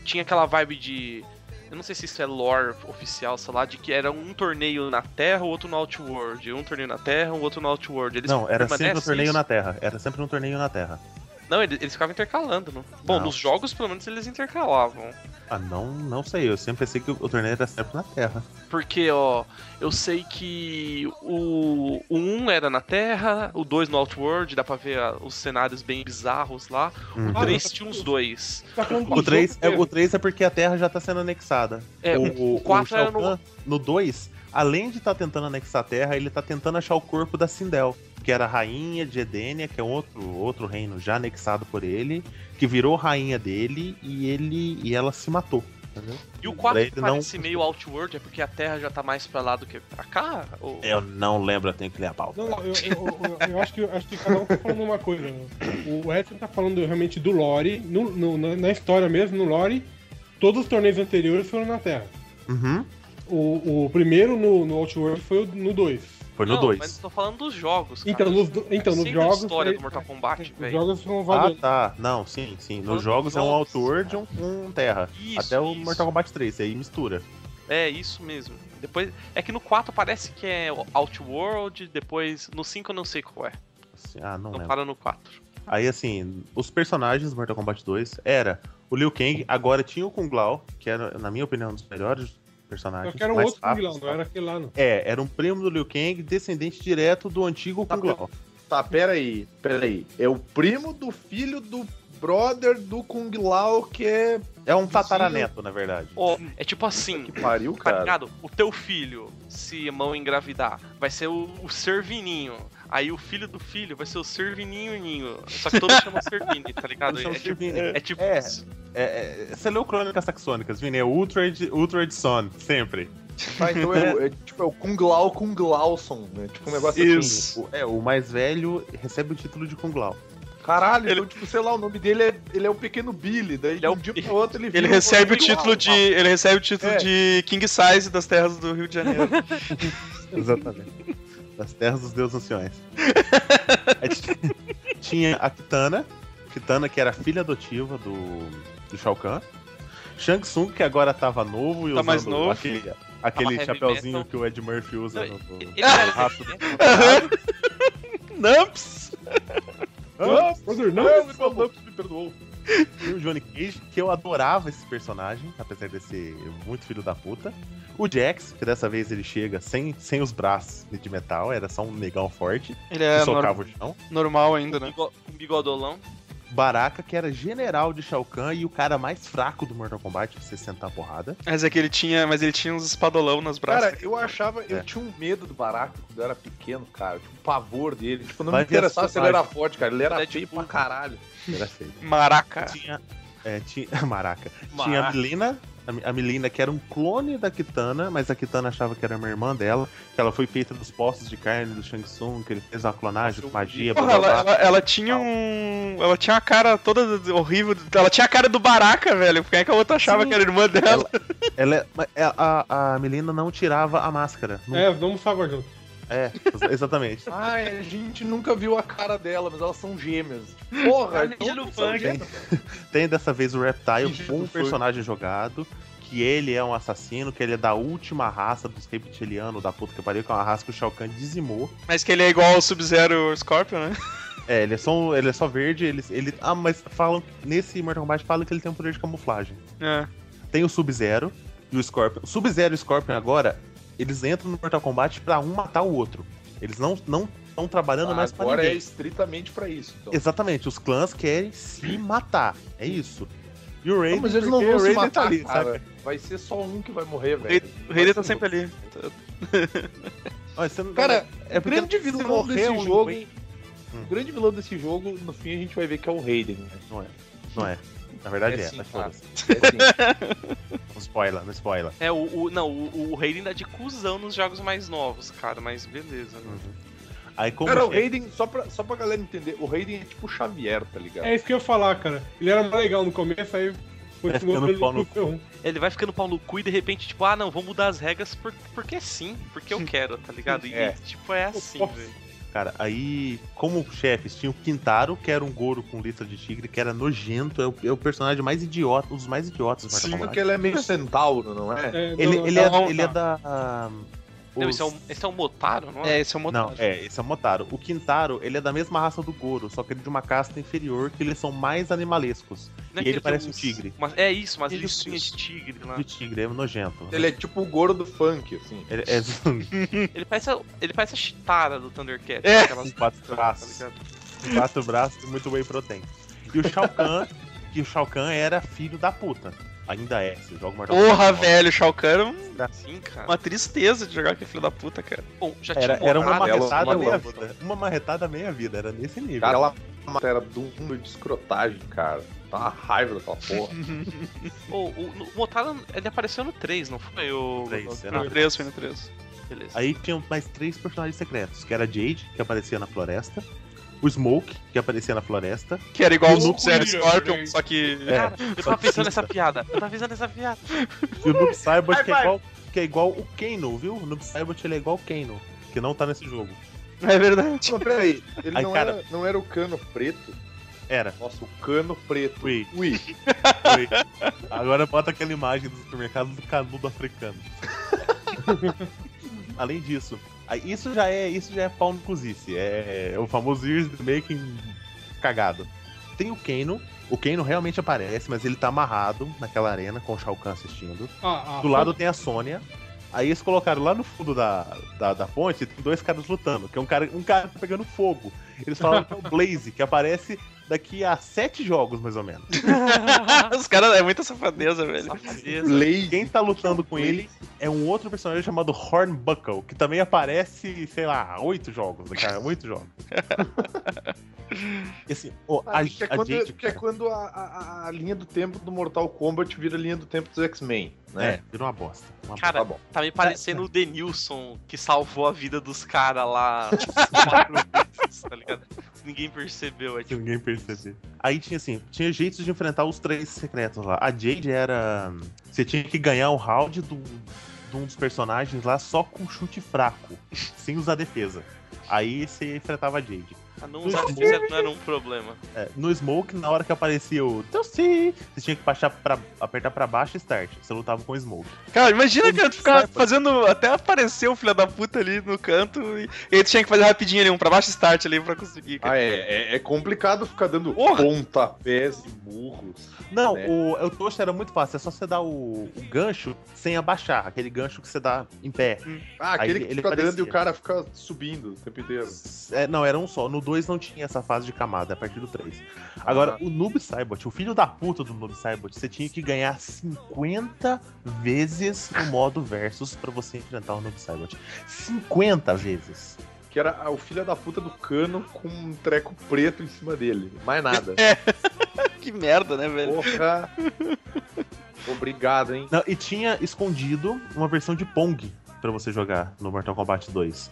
tinha aquela vibe de. Eu não sei se isso é lore oficial, sei lá, de que era um torneio na Terra, o outro no Outworld. Um torneio na Terra, o outro no Outworld. Eles
não, era sempre um
permanecem
torneio
isso?
na Terra. Era sempre um torneio na Terra.
Não, eles, eles ficavam intercalando. Não? Bom,
Não.
nos jogos, pelo menos, eles intercalavam.
Ah, não, não sei. Eu sempre pensei que o torneio era sempre na Terra.
Porque, ó, eu sei que o, o 1 era na Terra, o 2 no Outworld, dá pra ver ah, os cenários bem bizarros lá.
Uhum.
O 3 tinha uns dois.
Tá falando do
O 3,
jogo
é, o
mesmo.
3 é porque a Terra já tá sendo anexada.
É, o,
o,
quatro
Shao
era no-
Kahn, no 2, além de tá tentando anexar a Terra, ele tá tentando achar o corpo da Sindel, que era a rainha de Edenia, que é outro, outro reino já anexado por ele, que virou rainha dele e ele e ela se matou. entendeu?
e o 4
Blade
que
não-
parece meio Outworld, é porque a Terra já tá mais pra lá do que pra cá? Ou...
Eu não lembro, eu tenho que ler a pauta.
Não, não, eu, eu- eu- eu acho, que, acho que cada um tá falando uma coisa. O Edson tá falando realmente do lore, no- no- na, na história mesmo, no lore, todos os torneios anteriores foram na Terra.
Uhum,
O, o primeiro no, no Outworld foi o- no 2.
foi no
Não, mas
2.
eu tô falando dos jogos, cara.
Então, nos, do- então, nos
Sei da
jogos.
história
é-
do Mortal Kombat,
Os
velho.
jogos são
Ah,
valores.
tá. Não, sim, sim.
Falando
Nos jogos é um
dos
autor de um, um Terra.
Isso,
Até o
isso.
Mortal Kombat 3, aí mistura.
É, isso mesmo. Depois, é que no 4 parece que é Outworld, depois no 5 eu não sei qual é.
Assim, Ah, não
Não
lembro.
para no 4.
Aí, assim, os personagens do Mortal Kombat 2 era o Liu Kang, agora tinha o Kung Lao, que era, na minha opinião, um dos melhores personagens.
Só que era um
Ah, tá. mais
outro Kung
rápidos,
Lao, não
tá?
era aquele lá, não.
É, era um primo do Liu Kang, descendente direto do antigo
Tá
Kung Lao.
Tá, pera aí, pera aí. É o primo do filho do brother do Kung Lao que é...
É um tataraneto, na verdade.
Ó, é tipo assim,
Que pariu,
Tá
cara.
ligado? O teu filho, se a mão engravidar, vai ser o, o Servininho. Aí o filho do filho vai ser o Servininho-ninho. Só que todos chamam Servini, tá ligado?
Eles são
É tipo,
Servini.
é tipo
É.
isso.
É, é, você leu Crônicas Saxônicas, Vini? É Ultra Ultra Son, sempre.
Ah, então é, o- é tipo é o Kung Lao Kung Lauson, né? Tipo um negócio
Isso.
O- é, o mais velho recebe o título de Kung Lao.
assim. Caralho,
Ele-
então, tipo, sei lá, o nome dele é. Ele é o pequeno Billy. Daí de
é
um
o
dia
Billy.
pro outro ele
Ele
vira
recebe o
Kung Lao.
título de. Ele recebe o título
É.
de King Size das terras do Rio de Janeiro.
Exatamente. Das terras dos deuses anciões. Aí ti- Tinha a Kitana. Kitana, que era a filha adotiva do, do Shao Kahn. Shang Tsung, que agora tava novo e
Tá
usando
mais novo.
aquele, aquele
heavy
chapeuzinho
metal.
que o Ed Murphy usa
Não,
no, no,
Ele era
rato.
Numps!
Ah, brother, não,
Ah, meu Deus, me perdoou.
E o Johnny Cage, que eu adorava esse personagem, apesar de ser muito filho da puta. O Jax, que dessa vez ele chega sem, sem os braços de metal, era só um negão forte,
Ele
que
é nor-
socava o chão.
normal ainda, né?
bigo- um bigodolão.
Baraka, que era general de Shao Kahn e o cara mais fraco do Mortal Kombat, pra você sentar a porrada.
Mas é que ele tinha. Mas ele tinha uns espadolão nos braços.
Cara, eu achava. Eu
É.
tinha um medo do Baraka quando eu era pequeno, cara. Tipo, um pavor dele. Tipo, não
Vai
me
ver
interessava
as
se ele era forte, cara. Ele era
Deadpool.
feio pra caralho.
Era feio.
Maraca.
Tinha. É, tinha. Maraca. Tinha a
Maraca.
Melina. a Mi- A Melina, que era um clone da Kitana, mas a Kitana achava que era uma irmã dela, que ela foi feita dos postos de carne do Shang Tsung, que ele fez uma clonagem com magia, blá
Porra,
blá
ela,
blá.
ela- ela tinha um. Ela tinha uma cara toda do- horrível. Ela tinha a cara do Baraca, velho. Quem é que a outra achava
Sim.
que era irmã dela?
Ela, é- mas é- a, a Melina não tirava a máscara. Não-
É, vamos salvar junto.
É, exatamente.
Ah, a gente nunca viu a cara dela, mas elas são gêmeas. Porra,
Além
então
do
são
funk.
gêmeas.
Tem dessa vez o Reptile,
Ixi,
um
tu foi.
personagem jogado, que ele é um assassino, que ele é da última raça dos reptilianos, da puta que pariu, que é uma raça que o Shao Kahn dizimou.
Mas que ele é igual ao Sub-Zero Scorpion, né?
É, ele é só, um- ele é só verde, ele, ele... Ah, mas falam, nesse Mortal Kombat falam que ele tem um poder de camuflagem.
É.
Tem o Sub-Zero e o Scorpion. O Sub-Zero e o Scorpion agora, eles entram no Mortal Kombat pra um matar o outro. Eles não estão trabalhando mais pra
Agora
ninguém.
é estritamente pra isso. então.
Exatamente, os clãs querem se matar. É isso. E o Raiden.
Não, mas eles não
porque
vão
o
se
Raiden
matar,
tá ali,
cara.
sabe?
Vai ser só um que vai morrer,
O rei-
velho. Assim,
O Rei tá sempre ali.
Ó, você não-
Cara,
é
O grande
se
vilão
morrer
desse
um
jogo...
Wayne- Hum.
O grande vilão desse jogo, no fim, a gente vai ver que é o Raiden. né?
Não é. Não é. Na verdade é,
É sim,
mas
cara.
foda-se.
É assim,
Não spoiler, não spoiler.
É, o, o- não, o, o Raiden dá de cuzão nos jogos mais novos, cara, mas beleza. Né?
Uhum. Aí como.
cara, o
chega-
Raiden, só pra, só pra galera entender, o Raiden é tipo o Xavier, tá ligado?
É isso que eu ia falar, cara. Ele era mais legal no começo, aí continuou um.
ficando pau tá no
pelo ferro.
Ele vai ficando pau no cu e de repente, tipo, ah, não, vou mudar as regras por- porque sim, porque eu quero, tá ligado? E,
É.
tipo, é assim,
Nossa.
velho.
Cara, aí, como chefes, tinha o Quintaro, que era um Goro com letra de tigre, que era nojento, é o, é o personagem mais idiota, um dos mais idiotas do Mortal
Sim,
Kombat.
porque ele é meio centauro, não é?
É,
Ele,
não,
ele,
não,
é,
não,
ele é
tá.
da. ah,
um Não,
os-
esse, é um, esse é um Motaro, não é?
É, esse é o
Não, é, esse é o Motaro. O Quintaro, ele é da mesma raça do Goro, só que ele é de uma casta inferior, que eles são mais animalescos.
Não é
e ele
aquele
parece
que
um
tem
tigre.
umas- é isso, mas
Isso,
listinha
isso.
de tigre lá.
De tigre, é nojento.
Ele é tipo o Goro do funk, assim.
Ele é com
Ele parece, a, ele parece a Chitara do Thundercat.
É.
aquelas-
um quatro braços.
Tá ligado?
quatro braços e muito whey protein. E o Shao Kahn, que o Shao Kahn era filho da puta. Ainda é, você joga Mortal
Porra,
Kombat.
velho, o Shao Kahn era um-
Sim, cara.
uma tristeza de jogar com filho da puta, cara.
Bom, já
Era,
tinha
era uma
Motaro,
marretada
uma
meia
lâmpada.
vida. Uma marretada meia vida, era nesse nível.
Cara, ela era do mundo de escrotagem, cara. Tá uma raiva daquela porra.
Ô, o, no- o Motaro, ele apareceu no 3, não foi? O...
Três, era-
Foi no 3, foi no 3.
Beleza.
Aí tinham mais três personagens secretos, que era a Jade, que aparecia na floresta, o Smoke, que aparecia na floresta,
Que era igual o
Loucura,
Sub-Zero Scorpion,
velho.
só que.
Cara, eu
só
tava
que
pensando
sim,
nessa
cara.
piada. Eu tava pensando nessa piada.
e o Noob Saibot,
Vai,
que, é
vai.
igual- que é igual o Kano, viu? O Noob Saibot ele é igual o Kano, que não tá nesse jogo.
É verdade.
Mas peraí, ele
Ai,
não,
cara.
era, não era o cano preto?
Era.
Nossa, o cano preto.
Ui,
Ui,
ui. Agora bota aquela imagem do supermercado do canudo africano. Além disso, aí isso já é isso já é pau no cozice. É o famoso Years in the Making cagado. Tem o Kano, o Kano realmente aparece, mas ele tá amarrado naquela arena com o Shao Kahn assistindo.
Ah, ah,
Do lado tem a Sônia. Aí eles colocaram lá no fundo da, da, da ponte, tem dois caras lutando, que é um cara, um cara tá pegando fogo. Eles falaram que é o Blaze, que aparece daqui a sete jogos, mais ou menos.
Os caras, é muita safadeza, velho.
Lei.
Quem tá lutando com ele é um outro personagem chamado Hornbuckle, que também aparece, sei lá, oito jogos, né, cara, oito jogos. e assim, ô, a,
Ah, que é
a
quando,
gente,
que é
cara,
quando a, a- a- a linha do tempo do Mortal Kombat vira a linha do tempo dos X-Men,
né,
né?
virou uma bosta. Uma
Cara,
Tá bom.
Tá me parecendo o Denilson que salvou a vida dos caras lá tipo, quatro vezes, tá ligado? Ninguém percebeu. É
que
tipo,
ninguém percebeu. Aí tinha assim, tinha jeitos de enfrentar os três secretos lá. A Jade era. Você tinha que ganhar um round do, de um dos personagens lá só com chute fraco, sem usar defesa. Aí você enfrentava a Jade.
ah, não usar defesa não era um problema.
É, no Smoke, na hora que aparecia o Teu sim, você tinha que baixar pra, apertar pra baixo e start. Você lutava com o Smoke.
Cara, imagina, cara, tu ficar fazendo. Até aparecer o filho da puta ali no canto e, e aí tu tinha que fazer rapidinho ali, um pra baixo start ali pra conseguir. cara.
Ah, é, é, é complicado ficar dando
Porra!
pontapés e burros.
Não,
Né?
o, o Toast era muito fácil. É só você dar o, o gancho sem abaixar. Aquele gancho que você dá em pé.
Ah,
Aí
aquele que
ele
fica dando e
parecia.
o cara fica subindo o tempo inteiro.
É, não, era um só. No 2 não tinha essa fase de camada, é a partir do 3. Agora, o Noob Saibot, o filho da puta do Noob Saibot, você tinha que ganhar 50 vezes no modo versus pra você enfrentar o Noob Saibot. 50 vezes.
Que era o filho da puta do cano com um treco preto em cima dele. Mais nada.
É.
Que merda, né, velho?
Porra. Obrigado, hein?
Não, e tinha escondido uma versão de Pong pra você jogar no Mortal Kombat 2.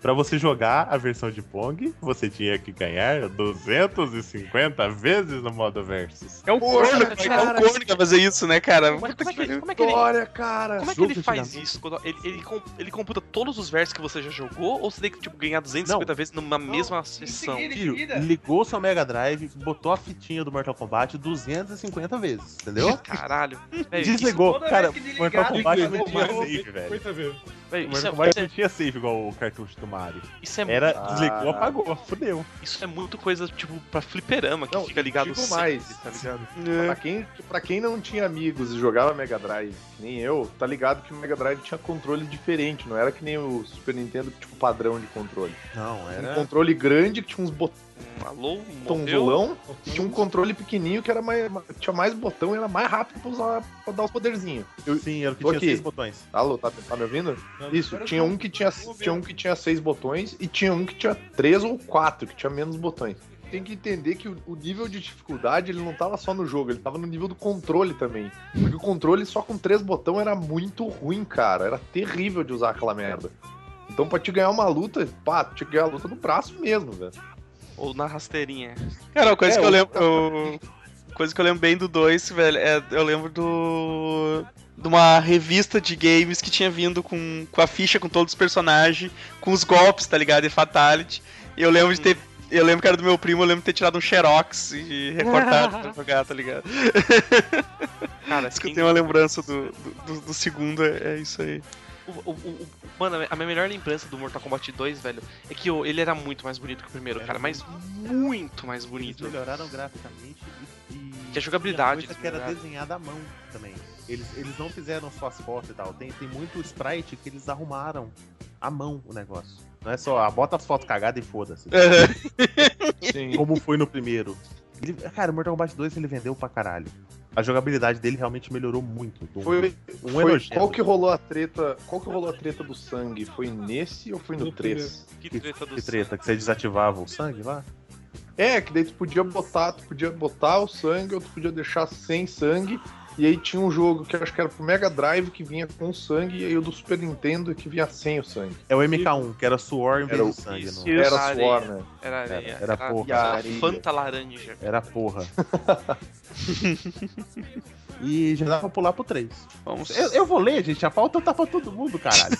Pra você jogar a versão de Pong, você tinha que ganhar 250 vezes no modo versus.
É um
Porra,
corno, cara, É um
cara.
corno que vai fazer isso, né, cara?
Mas como é que, como é que ele.
Vitória, cara!
Como é que ele
Jogo
faz
finalmente.
isso? Quando ele, ele, com- ele computa todos os versos que você já jogou ou você tem que tipo, ganhar 250 vezes numa mesma sessão?
seguida.
Filho, ligou seu Mega Drive, botou a fitinha do Mortal Kombat 250 vezes, entendeu?
Caralho. Velho, é isso-
Desligou.
toda
Cara,
vez que
Mortal
desligar,
Ah,
Kombat
desliga.
não tinha
Desliga.
save, velho.
é né? Coisa a ver.
velho, isso,
Mortal
é, isso,
Kombat não
é,
tinha save igual o cartucho do Mario.
isso, é,
Era,
Ah.
desligou, apagou, fudeu.
isso é muito coisa, tipo, pra fliperama que
Não,
fica ligado
digo mais. É.
sempre, tá ligado?
Tipo, Pra quem, pra quem não tinha amigos e jogava Mega Drive, que nem eu, tá ligado que o Mega Drive tinha controle diferente, não era que nem o Super Nintendo, tipo, padrão de controle.
Não,
Um controle grande que tinha uns
Hum, Alô, morreu?
botãozulão, e tinha um controle pequenininho que era mais, ma- tinha mais botão e era mais rápido pra, usar, pra dar os poderzinhos.
Sim, era o que
Tô
tinha
aqui.
seis botões.
Alô, tá, tá me ouvindo? Isso,
Agora
tinha
eu
um, que tinha,
tô ouvindo.
tinha um que tinha seis botões e tinha um que tinha três ou quatro, que tinha menos botões. Tem que entender que o, o nível de dificuldade ele não tava só no jogo, ele tava no nível do controle também. Porque o controle só com três botões era muito ruim, cara. Era terrível de usar tá aquela merda. Então pra te ganhar uma luta, pá, tu tinha que ganhar a luta no braço mesmo, velho.
Ou na rasteirinha.
Cara, uma coisa
É,
que eu
o-
lembro. eu- Coisa que eu lembro bem do 2, velho, é, eu lembro do. de uma revista de games que tinha vindo com, com a ficha com todos os personagens, com os golpes, tá ligado? E Fatality. E eu lembro de ter. Eu lembro que era do meu primo, eu lembro de ter tirado um Xerox e recortado pra jogar, tá ligado?
Cara,
Isso que eu
quem-
tenho uma lembrança do, do, do- do segundo, é é isso aí.
O- o- o- o- mano, a minha melhor lembrança do Mortal Kombat 2, velho, é que o- ele era muito mais bonito que o primeiro,
Era
cara, mas muito mais bonito.
Eles melhoraram graficamente e. e
Que a jogabilidade
tinha coisa que era
melhoraram.
desenhada à mão também. Eles, eles não fizeram só as fotos e tal. Tem, tem muito sprite que eles arrumaram à mão o negócio. Não é só, ah, bota as fotos cagadas e foda-se.
Sim.
Como foi no primeiro. Ele- cara, o Mortal Kombat 2 ele vendeu pra caralho. A jogabilidade dele realmente melhorou muito. Do-
Foi,
um
foi-
elogio.
qual que rolou a treta? Qual que rolou a treta do sangue? Foi nesse ou foi no
No
3?
Que
que,
treta do
que treta, que você desativava o sangue lá?
É, que daí tu podia botar, tu podia botar o sangue ou tu podia deixar sem sangue. E aí tinha um jogo que eu acho que era pro Mega Drive que vinha com sangue e aí o do Super Nintendo que vinha sem o sangue.
É o MK1, que era suor em vez de
Era o-
sangue.
isso.
não.
Isso.
Era
Areia.
suor, né?
Era areia.
Era- era porra.
Areia.
Fanta laranja.
Era porra. e já dá pra pular pro 3.
Vamos.
Eu, eu vou ler, gente. A pauta tá pra todo mundo, caralho.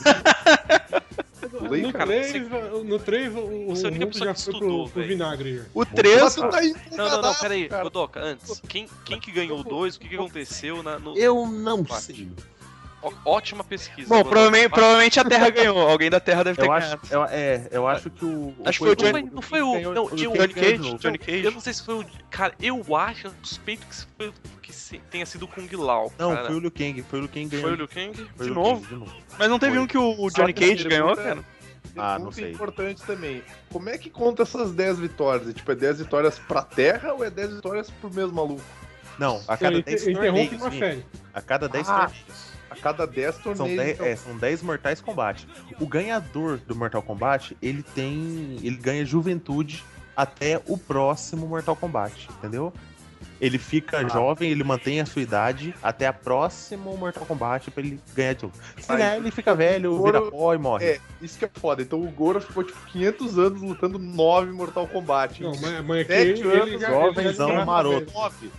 Lei,
No
cara,
3, no 3 o, o
Você é a única
mundo
pessoa
já
que
foi
estudou,
pro, pro
velho.
vinagre.
O 3.
tu tá
Não, não, não, peraí,
cara.
Godoka, antes. Quem, quem que ganhou o 2? O que, que aconteceu? na- no-
Eu não
Quatro.
sei.
ó- Ótima pesquisa.
Bom,
Godoka.
provavelmente, provavelmente a Terra ganhou. Alguém da Terra deve ter
Eu
ganhado.
acho, eu, é, eu acho que o.
Acho
foi
que foi o
Johnny- não foi o-
ganhou-
não,
o
tinha o
Johnny
É Johnny
Cage.
Johnny Cage.
Eu não sei se foi o. Cara, eu acho, eu suspeito que, se foi, que se- tenha sido o Kung Lao.
Não,
cara.
foi o Liu Kang. Foi o Liu Kang
Foi o
ganhando.
Liu Kang?
Foi o
de
Liu Kang, de novo.
Mas não teve
Foi.
um que o Johnny
que a
Cage ganhou,
pergunta é-
cara?
Ah,
Defunto
não sei.
é importante também. Como é que conta essas 10 vitórias? É, tipo, é 10 vitórias pra terra ou é 10 vitórias pro mesmo maluco?
Não, a cada
Ele-
10
ele interrompe
torneios.
uma
Vini.
série.
A cada 10
Ah,
torneios.
A cada 10
São
torneios.
10,
então,
é, são 10 mortais combate. O ganhador do Mortal Kombat, ele tem. ele ganha juventude até o próximo Mortal Kombat, entendeu? Ele fica jovem, ele mantém a sua idade até a próximo Mortal Kombat pra ele ganhar de novo. Se
Ah,
ganhar, ele fica velho,
Goro-
vira pó e morre.
É, isso que é foda. Então o Goro ficou, tipo, 500 anos lutando 9 Mortal Kombat.
Não, mas, mas é que
Sete
ele,
anos,
ele já,
jovenzão
ele já-
maroto.
Nove.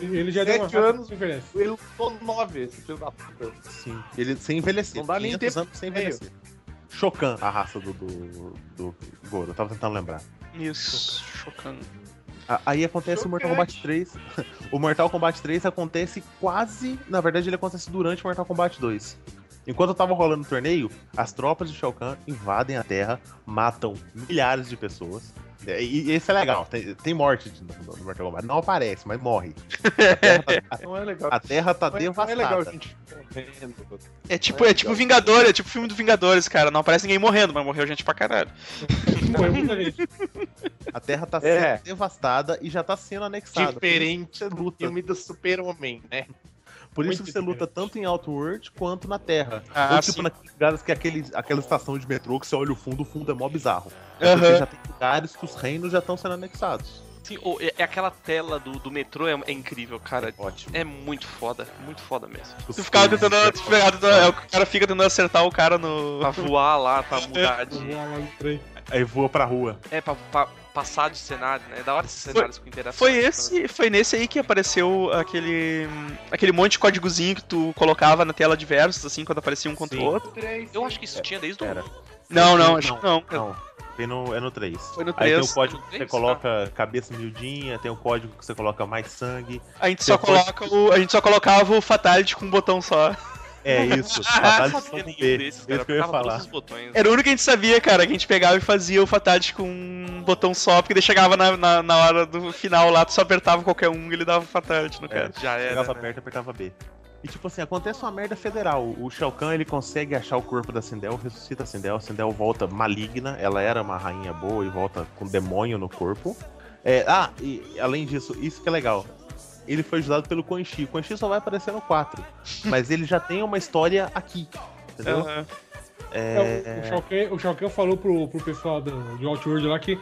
Ele já deu uma
Sete
rata
anos.
que envelhece.
Ele lutou 9, esse filho da puta.
Sim. Ele sem envelhecer.
Não dá nem
500
tempo
anos sem
de meio.
envelhecer. Chocan, a raça do, do, do Goro. Eu tava tentando lembrar.
Isso. Chocando.
A- Aí acontece o Mortal Kombat 3. O Mortal Kombat 3 acontece quase. Na verdade, ele acontece durante o Mortal Kombat 2. Enquanto tava rolando o torneio, as tropas de Shao Kahn invadem a Terra, matam milhares de pessoas. É, E, e isso é legal, tem, tem morte de- no, no Mortal Kombat. Não aparece, mas morre. A Terra tá,
Não é legal.
a terra tá
Não é- não
devastada.
é legal, gente. morrendo.
É tipo, é tipo Vingadores, é tipo filme do Vingadores, cara. Não aparece ninguém morrendo, mas morreu gente pra caralho.
Morreu muita gente.
A Terra tá sendo
É.
devastada e já tá sendo anexada.
Diferente
Por isso que você
do
luta,
filme do Super-Homem, né?
por isso que
muito
você luta tanto em Outworld quanto na Terra.
Ah,
Ou tipo
sim.
naqueles lugares que é aquele, aquela estação de metrô que você olha o fundo, o fundo é mó bizarro. É
Aham.
Porque já tem lugares que os reinos já estão sendo anexados.
Sim, ou é, é aquela tela do, do metrô é, é incrível, cara.
Ótimo. Tipo,
É muito foda, muito foda mesmo.
Os
Tu ficava
reinos-
tentando. Tu ficava tentando é, o cara fica tentando acertar o cara no.
Pra voar lá, pra mudar
Uhum.
de.
Lá, lá no trem.
Aí voa pra rua.
É, pra, pra passar de cenário, né? É da hora esses
Foi-
cenários com interação. né,
Foi esse, foi nesse aí que apareceu aquele aquele monte de códigozinho que tu colocava na tela de versos assim quando aparecia um contra o
Sim.
outro.
Eu acho que isso tinha desde o
Era.
Não, não, acho que não.
Não. Tem no, é no 3.
Foi no
Aí tem
3.
o código
No
que você
3?
coloca cabeça miudinha, tem o código que você coloca mais sangue.
A gente só
Depois-
coloca o a gente só colocava o fatality com um botão só.
É isso.
Eu
batalha
não
de
sabia
São
nenhum
P.
desses,
Isso
cara.
que eu ia
apertava
falar.
todos os botões. né?
Era o único que a gente sabia, cara, que a gente pegava e fazia o fatality com um botão só, porque daí chegava na, na, na hora do final lá, tu só apertava qualquer um e ele dava o fatality no cara.
Já era.
Chegava
né?
perto e apertava B. E tipo assim, acontece uma merda federal. O Shao Kahn ele consegue achar o corpo da Sindel, ressuscita a Sindel, a Sindel volta maligna, ela era uma rainha boa e volta com demônio no corpo. É, ah, e além disso, isso que é legal. Ele foi ajudado pelo Quan Chi. O Quan Chi só vai aparecer no 4. mas ele já tem uma história aqui. Entendeu?
Aham.
É, o- o, Shao Kahn, o Shao Kahn falou pro, pro pessoal do, de Outworld lá que,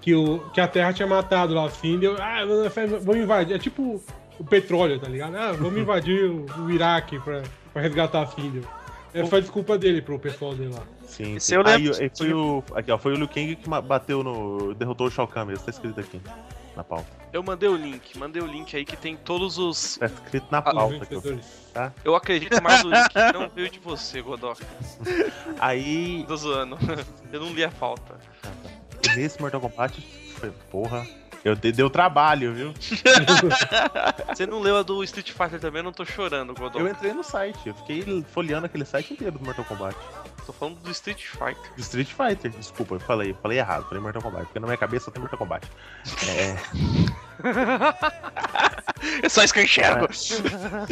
que, o, que a Terra tinha matado lá, assim, deu, ah, vamos vamos invadir. É tipo o petróleo, tá ligado? Ah, vamos invadir o, o Iraque pra, pra resgatar a Findel. É, foi a desculpa dele pro pessoal dele lá.
Sim.
Esse
sim.
eu lembro.
Aí, aí foi o, aqui, ó, foi o Liu Kang que ma- bateu no. derrotou o Shao Kahn mesmo. Tá escrito aqui. Na pauta.
Eu mandei o link, mandei o link aí que tem todos os.
Tá escrito
Ah,
na
Os
pauta aqui. ó.
vencedores.
Eu acredito mais no link que não veio de você, Godoka.
Aí
Tô zoando. Eu não li a pauta.
Nesse Mortal Kombat, foi, porra, eu de- deu trabalho, viu?
Você não leu a do Street Fighter também, eu não tô chorando,
Eu
Godoka.
entrei no site, eu fiquei folheando aquele site inteiro do Mortal Kombat.
Tô falando do Street Fighter.
Do Street Fighter, desculpa, eu falei, eu falei errado, falei Mortal Kombat, porque na minha cabeça só tem Mortal Kombat. É,
É só isso que eu enxergo.
Né?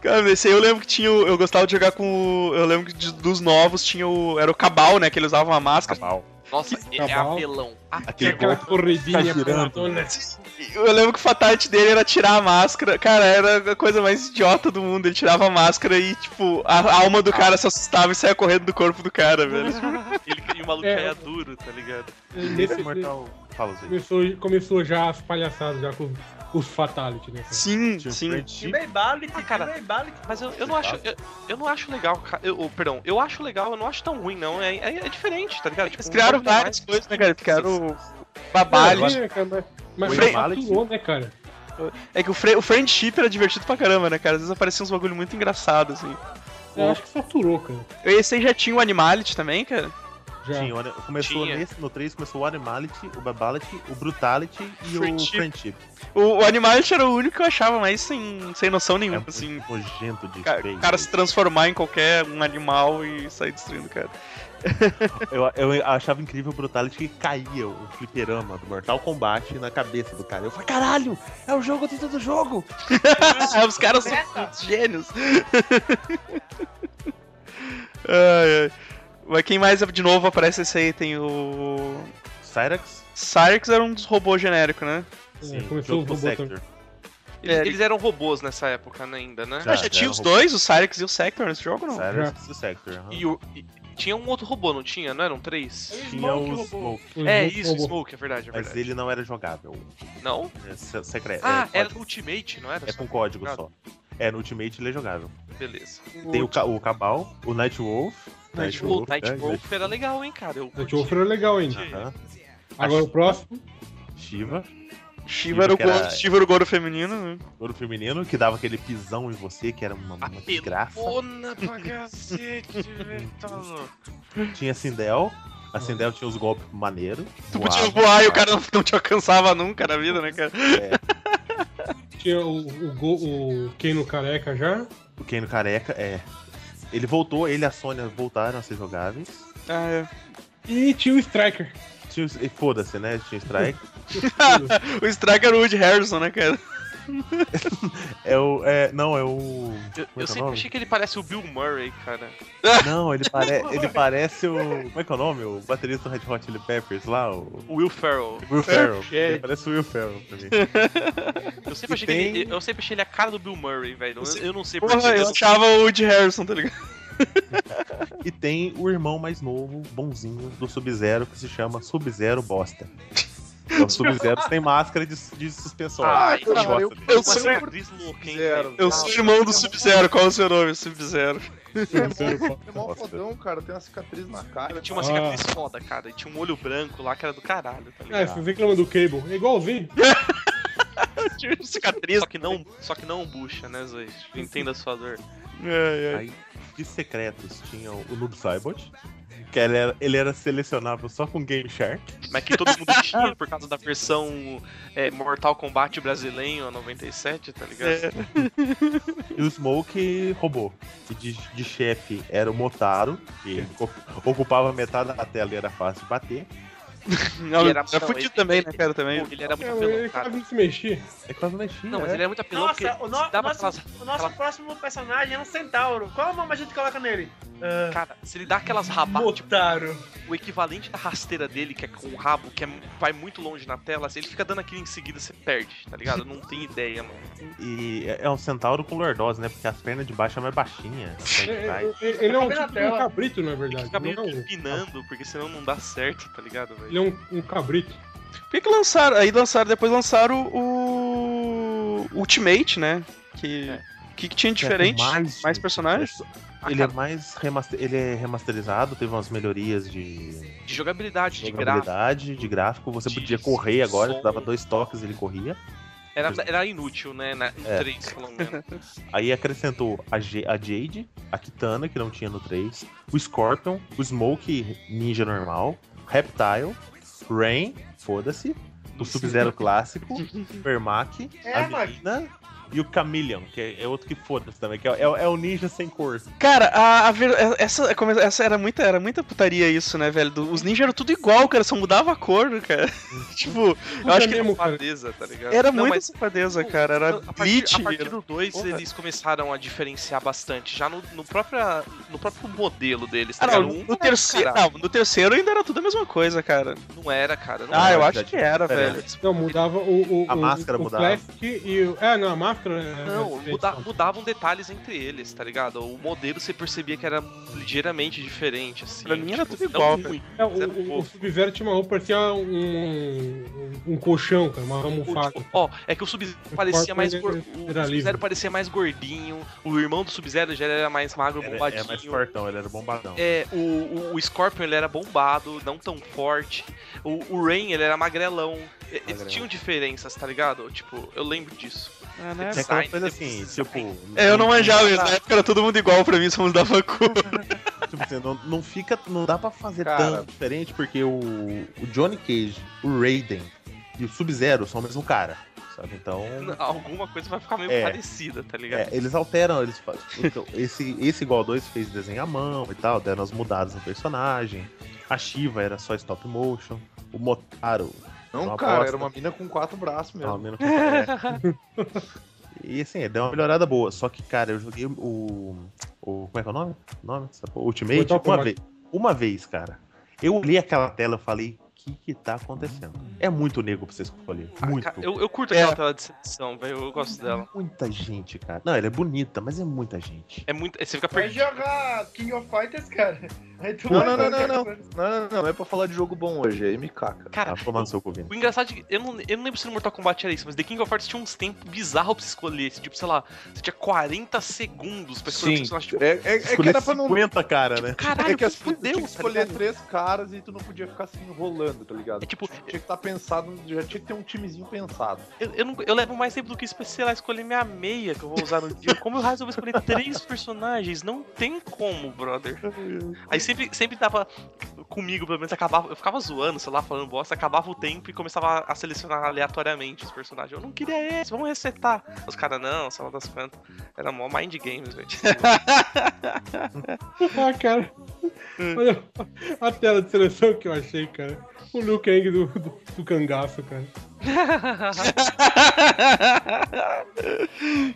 Cara, esse aí eu lembro que tinha. o- Eu gostava de jogar com. o- Eu lembro que de- dos novos tinha o. Era o Cabal, né? Que ele usava uma máscara.
cabal.
Nossa, é
Cabal.
apelão.
Aquele
Aquela
golpe
corridinha
girando.
maratona.
Eu lembro que o fatality dele era tirar a máscara. Cara, era a coisa mais idiota do mundo. Ele tirava a máscara e, tipo, a alma do cara se assustava e saia correndo do corpo do cara, velho.
Ele, e o maluco
É.
caia duro, tá ligado?
Nesse
Nesse,
Mortal. Fala, gente.
começou, começou já as palhaçadas já com com os Fatality, né? cara?
Sim,
Tinha o
sim.
Fred
Team
Chip,
Beyblade,
Ah, cara.
Team Beyblade.
Mas eu, eu não acho. Eu, eu não acho legal, cara. Eu, oh, perdão, eu acho legal, eu não acho tão ruim, não. É, é, é diferente, tá ligado? Tipo,
Eles criaram
não dá
várias
mais.
coisas, né, cara? Eles criaram o babalho.
É, cara, mas- Mas
Foi
foi
Malek.
atuou, né, cara?
É que o, fri- o friendship era divertido pra caramba, né, cara? Às vezes apareciam uns bagulho muito engraçado, assim.
Eu acho que saturou, cara.
Esse aí já tinha o Animality também, cara?
Já.
Tinha, olha, começou
Tinha.
nesse, no 3, começou o Animality, o Babality, o Brutality e o
Friendship.
Friendship.
O, o Animality era o único que eu achava mais sem, sem noção
É
nenhuma,
muito
assim.
nojento de
O ca-
feio.
o cara se transformar em qualquer um animal e sair destruindo o cara.
eu, eu achava incrível o Brutality que caía o fliperama do Mortal Kombat na cabeça do cara. Eu falei, caralho, é o jogo dentro do jogo!
Os caras são uns gênios. ai, ai. Mas quem mais de novo aparece esse aí? Tem o.
Cyrax?
Cyrix era um dos robôs genéricos, né?
É, começou o
junto com
robô também.
Sector.
Eles,
É,
eles eram robôs nessa época né, ainda, né?
Já,
Ah, já
já
tinha
era
os
robô.
dois, o Cyrix e o Sector nesse jogo, não?
Cyrax e o Sector. aham.
E, o- e- tinha um outro robô, não tinha? Não eram três?
Tinha
Smoke
o
robô.
Smoke,
Os
É
robôs-
isso,
robôs.
Smoke, é verdade, é
mas
verdade.
ele não era jogável.
Não?
É se- secreto.
Ah,
é,
era
código-
Ultimate, não era?
é com código só. É, no Ultimate ele é jogável.
Beleza.
Tem o, Ca- o Cabal, o Nightwolf.
O Night
né,
Wolf era legal, hein, cara? Eu
Night
curti.
Wolf era é legal ainda.
Aham.
Agora o próximo.
Shiva,
Shiva era o
que era-
Goro- Shiva era o Goro feminino, né?
ouro feminino, que dava aquele pisão em você, que era uma, é uma desgraça.
Apelona pra cacete, velho. tá louco.
Tinha a Sindel. A Sindel tinha os golpes maneiro.
Tu
voava,
podia voar e o cara não, não te alcançava nunca na vida, né, cara?
Tinha o, o, Go- o Kano careca já.
O Kano careca, é. Ele voltou, ele e a Sônia voltaram a ser jogáveis.
Ah, é.
E tinha o Striker.
Tinha, os- e foda-se, né? Tinha o Strike.
O Striker era o Woody Harrison, né, cara?
É o. É, não, é o. Como é
Eu,
que é
eu
o
sempre
nome?
achei que ele parece o Bill Murray, cara.
Não, ele, pare... ele parece o. Como é que é o nome? O baterista do Red Hot Chili Peppers lá, o.
O Will Ferrell.
Will Ferrell. Ele parece o Will Ferrell pra mim.
Eu sempre, achei
tem-
que ele, eu sempre achei ele a cara do Bill Murray, velho. Eu, eu não sei por
Porra,
que.
eu achava o Woody Harrison, tá ligado?
E tem o irmão mais novo, bonzinho, do Sub-Zero, que se chama Sub-Zero Bosta. É o Sub-Zero sem máscara de, de suspensão.
Ai,
Eu gosto
cara, Ah, então, eu-
dele.
Eu
Mas
sou,
é um Chris Loken,
Zero.
velho.
eu sou irmão do Sub-Zero, qual é o seu nome? Sub-Zero.
É mó fodão, cara. Tem uma cicatriz na cara.
Ele
Ah.
tinha uma cicatriz foda, cara. E tinha um olho branco lá que era do caralho,
É,
tá ligado?
você reclama do Cable. É igualzinho.
Tinha cicatriz.
Só que não, só que não bucha, né, Zoe? Entenda a sua dor.
Ai, ai.
Aí, de secretos, tinha o Noob Saibot, que ele era, ele era selecionável só com Game Shark.
Mas que todo mundo tinha por causa da versão é, Mortal Kombat brasileiro 97, tá ligado?
É.
E o Smoke roubou. E de, de chefe era o Motaro, que co- ocupava metade da tela e era fácil de bater.
Não,
Ele
era,
era- não,
fudido
ele-
também,
ele-
né, cara, também.
Pô, ele era muito
É, Ele
apelão, cara.
acaba de se mexer.
É quase não mexia.
Não, mas ele era muito apelão porque
Nossa, o, no-
se dava
nosso,
aquelas,
o nosso
aquela-
próximo personagem é um centauro. Qual é o nome a gente coloca nele? Ah,
cara, se ele dá aquelas rabadas, tipo,
Motaro.
o equivalente da rasteira dele, que é com o rabo, que é, vai muito longe na tela, se ele fica dando aquilo em seguida, você perde, tá ligado? Não tem ideia, mano.
E é é um centauro com lordose, né? Porque as pernas de baixo é mais baixinha.
É, é,
Vai.
é, Ele é um
Tá na
tipo de um
tela.
cabrito, na
Ele
verdade.
fica meio
Não é
que
um-
empinando, porque senão não dá certo, tá ligado,
Ele
velho?
é um, um cabrito.
Por que, que lançaram? Aí lançaram, depois lançaram o. o Ultimate, né? Que. O que, que tinha de diferente?
É, com
mais, personagens?
Ah,
Ele é
cara,
mais remaster... ele é remasterizado, teve umas melhorias de
de jogabilidade, de gráfico,
jogabilidade, de gráfico. Você
de
podia correr agora,
som.
dava dois toques ele corria.
era, era inútil, né? Na, no
É.
3, pelo menos.
Aí acrescentou a, J- a Jade, a Kitana, que não tinha no 3, o Scorpion, o Smoke Ninja normal, Reptile, Rain, foda-se, o Sub-Zero clássico, Fermac,
É,
a menina e o Chameleon, que é, é outro que foda-se também, que é, é, o- é o ninja sem cor.
Cara, a, a ver- é, essa, como- essa era muita era muita putaria isso, né, velho? Do- Os ninjas eram tudo igual, cara, só mudava a cor, cara. tipo, eu acho que
é mesmo, cara.
Beleza, tá ligado?
era
Não,
muito
mas-
safadeza, cara. Era
a
Bleach.
partir, a partir
era-
do 2
Porra.
eles começaram a diferenciar bastante, já no, no, própria, no próprio modelo deles.
Ah,
tá
não,
ligado?
no,
Um
no
era,
terceiro,
caralho,
não, no terceiro ainda era tudo a mesma coisa, cara.
não era, cara. Não é
ah,
era.
eu
já
acho que
tinha
era,
diferença.
velho.
Não, mudava o. o
A
o-
máscara
o
mudava.
plastic e o. É, não, a máscara. é-
Não,
é-
muda- mudavam detalhes entre eles, tá ligado? O modelo você percebia que era ligeiramente diferente, assim.
Pra mim era
tipo,
tudo
não
igual,
muito,
É, o,
mas era
o, o
pouco.
Sub-Zero tinha uma roupa, parecia um, um, um colchão, cara, uma almofada.
Tipo, ó, é que o Sub parecia
corpo
mais
era-
gor-
era
o
livre.
Sub-Zero parecia mais gordinho, o irmão do Sub-Zero já era mais magro,
Era,
bombadinho.
era é, mais fortão, ele era bombadão.
É, o, o, o Scorpion ele era bombado, não tão forte. O, o Rain ele era magrelão. E- Eles
Magrelão.
tinham diferenças, tá ligado? Tipo, eu lembro disso.
É, né?
Tinha aquela
design,
coisa
design.
assim, tipo...
É, eu não manjava isso, na época era todo mundo igual pra mim, só mudava a cor.
tipo, tipo assim, não, não fica. Não dá pra fazer
Cara.
tanto diferente, porque o, o Johnny Cage, o Raiden e o Sub-Zero são o mesmo cara. Sabe? Então.
Alguma coisa vai ficar meio
É.
parecida, tá ligado?
É, eles alteram, eles fazem. Então, esse, esse igual 2 fez desenho à mão e tal, deram as mudadas no personagem. A Shiva era só stop motion. O Motaro,
Não,
Uma
cara,
bosta.
era uma Ah, mina com quatro braços
pelo menos.
mesmo.
é. E assim, deu uma melhorada boa. Só que, cara, eu joguei o. o como é que é o nome? O nome? dessa porra? Ultimate?
Mortal
Uma
Kombat.
vez. Uma vez, cara. Eu olhei aquela tela e falei, o que que tá acontecendo? É muito nego pra você escolher.
Ah,
Muito. Uhum. É
Ca- Eu, eu curto
É.
aquela tela de seleção, velho. Eu gosto dela.
Muita gente, cara. Não, ela é bonita, mas é muita gente.
É muito. Você fica
Vai
perdido.
jogar King of Fighters, cara. Aí tu
Não,
vai
não, não,
jogar
não,
coisa.
Não, não, não, não é pra falar de jogo bom hoje, é aí me caca.
Cara,
tá tomando seu Covid.
O engraçado é que eu não, eu não lembro se no Mortal Kombat era isso, mas The King of Hearts tinha uns tempos bizarros pra você escolher. Tipo, sei lá, você tinha 40 segundos pra escolher o
Sim.
personagem. Tipo,
É, é, é que era pra não.
50, cara, né?
caralho,
é que as
fudeu,
tinha que
tá
escolher
ligado?
três caras e tu não podia ficar assim enrolando, tá ligado?
É tipo,
Tinha que estar pensado, já tinha que ter um timezinho pensado.
eu, eu, não- eu levo mais tempo do que isso pra, sei lá, escolher minha meia que eu vou usar no dia. Como eu resolvo escolher três personagens? Não tem como, brother. Aí sempre, sempre dava comigo, pelo menos, acabava, eu ficava zoando, sei lá, falando bosta, acabava o tempo e começava a selecionar aleatoriamente os personagens. Eu não queria esse, vamos resetar. Os caras, não, sei lá das quantas. Era mó mind games, velho.
Ah, cara. Olha a tela de seleção que eu achei, cara. O Liu Kang do, do, do cangaço, cara.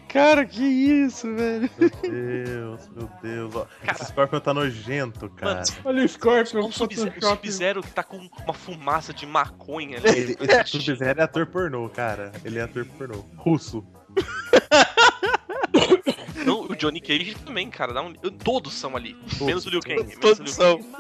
Cara, que isso, velho.
Meu Deus, meu Deus. Ó. Esse Scorpion tá nojento, cara.
Mano,
Olha o Scorpion,
Um Sub-Zero
Photoshop.
Sub-Zero que tá com uma fumaça de maconha ali.
Ele- esse Sub-Zero é ator pornô, cara. Ele é ator pornô. Russo.
Não, o Johnny Cage também, cara. Dá um... Todos são ali. Menos o Liu Kang. Menos o
Todos
Liu
são.
Kang.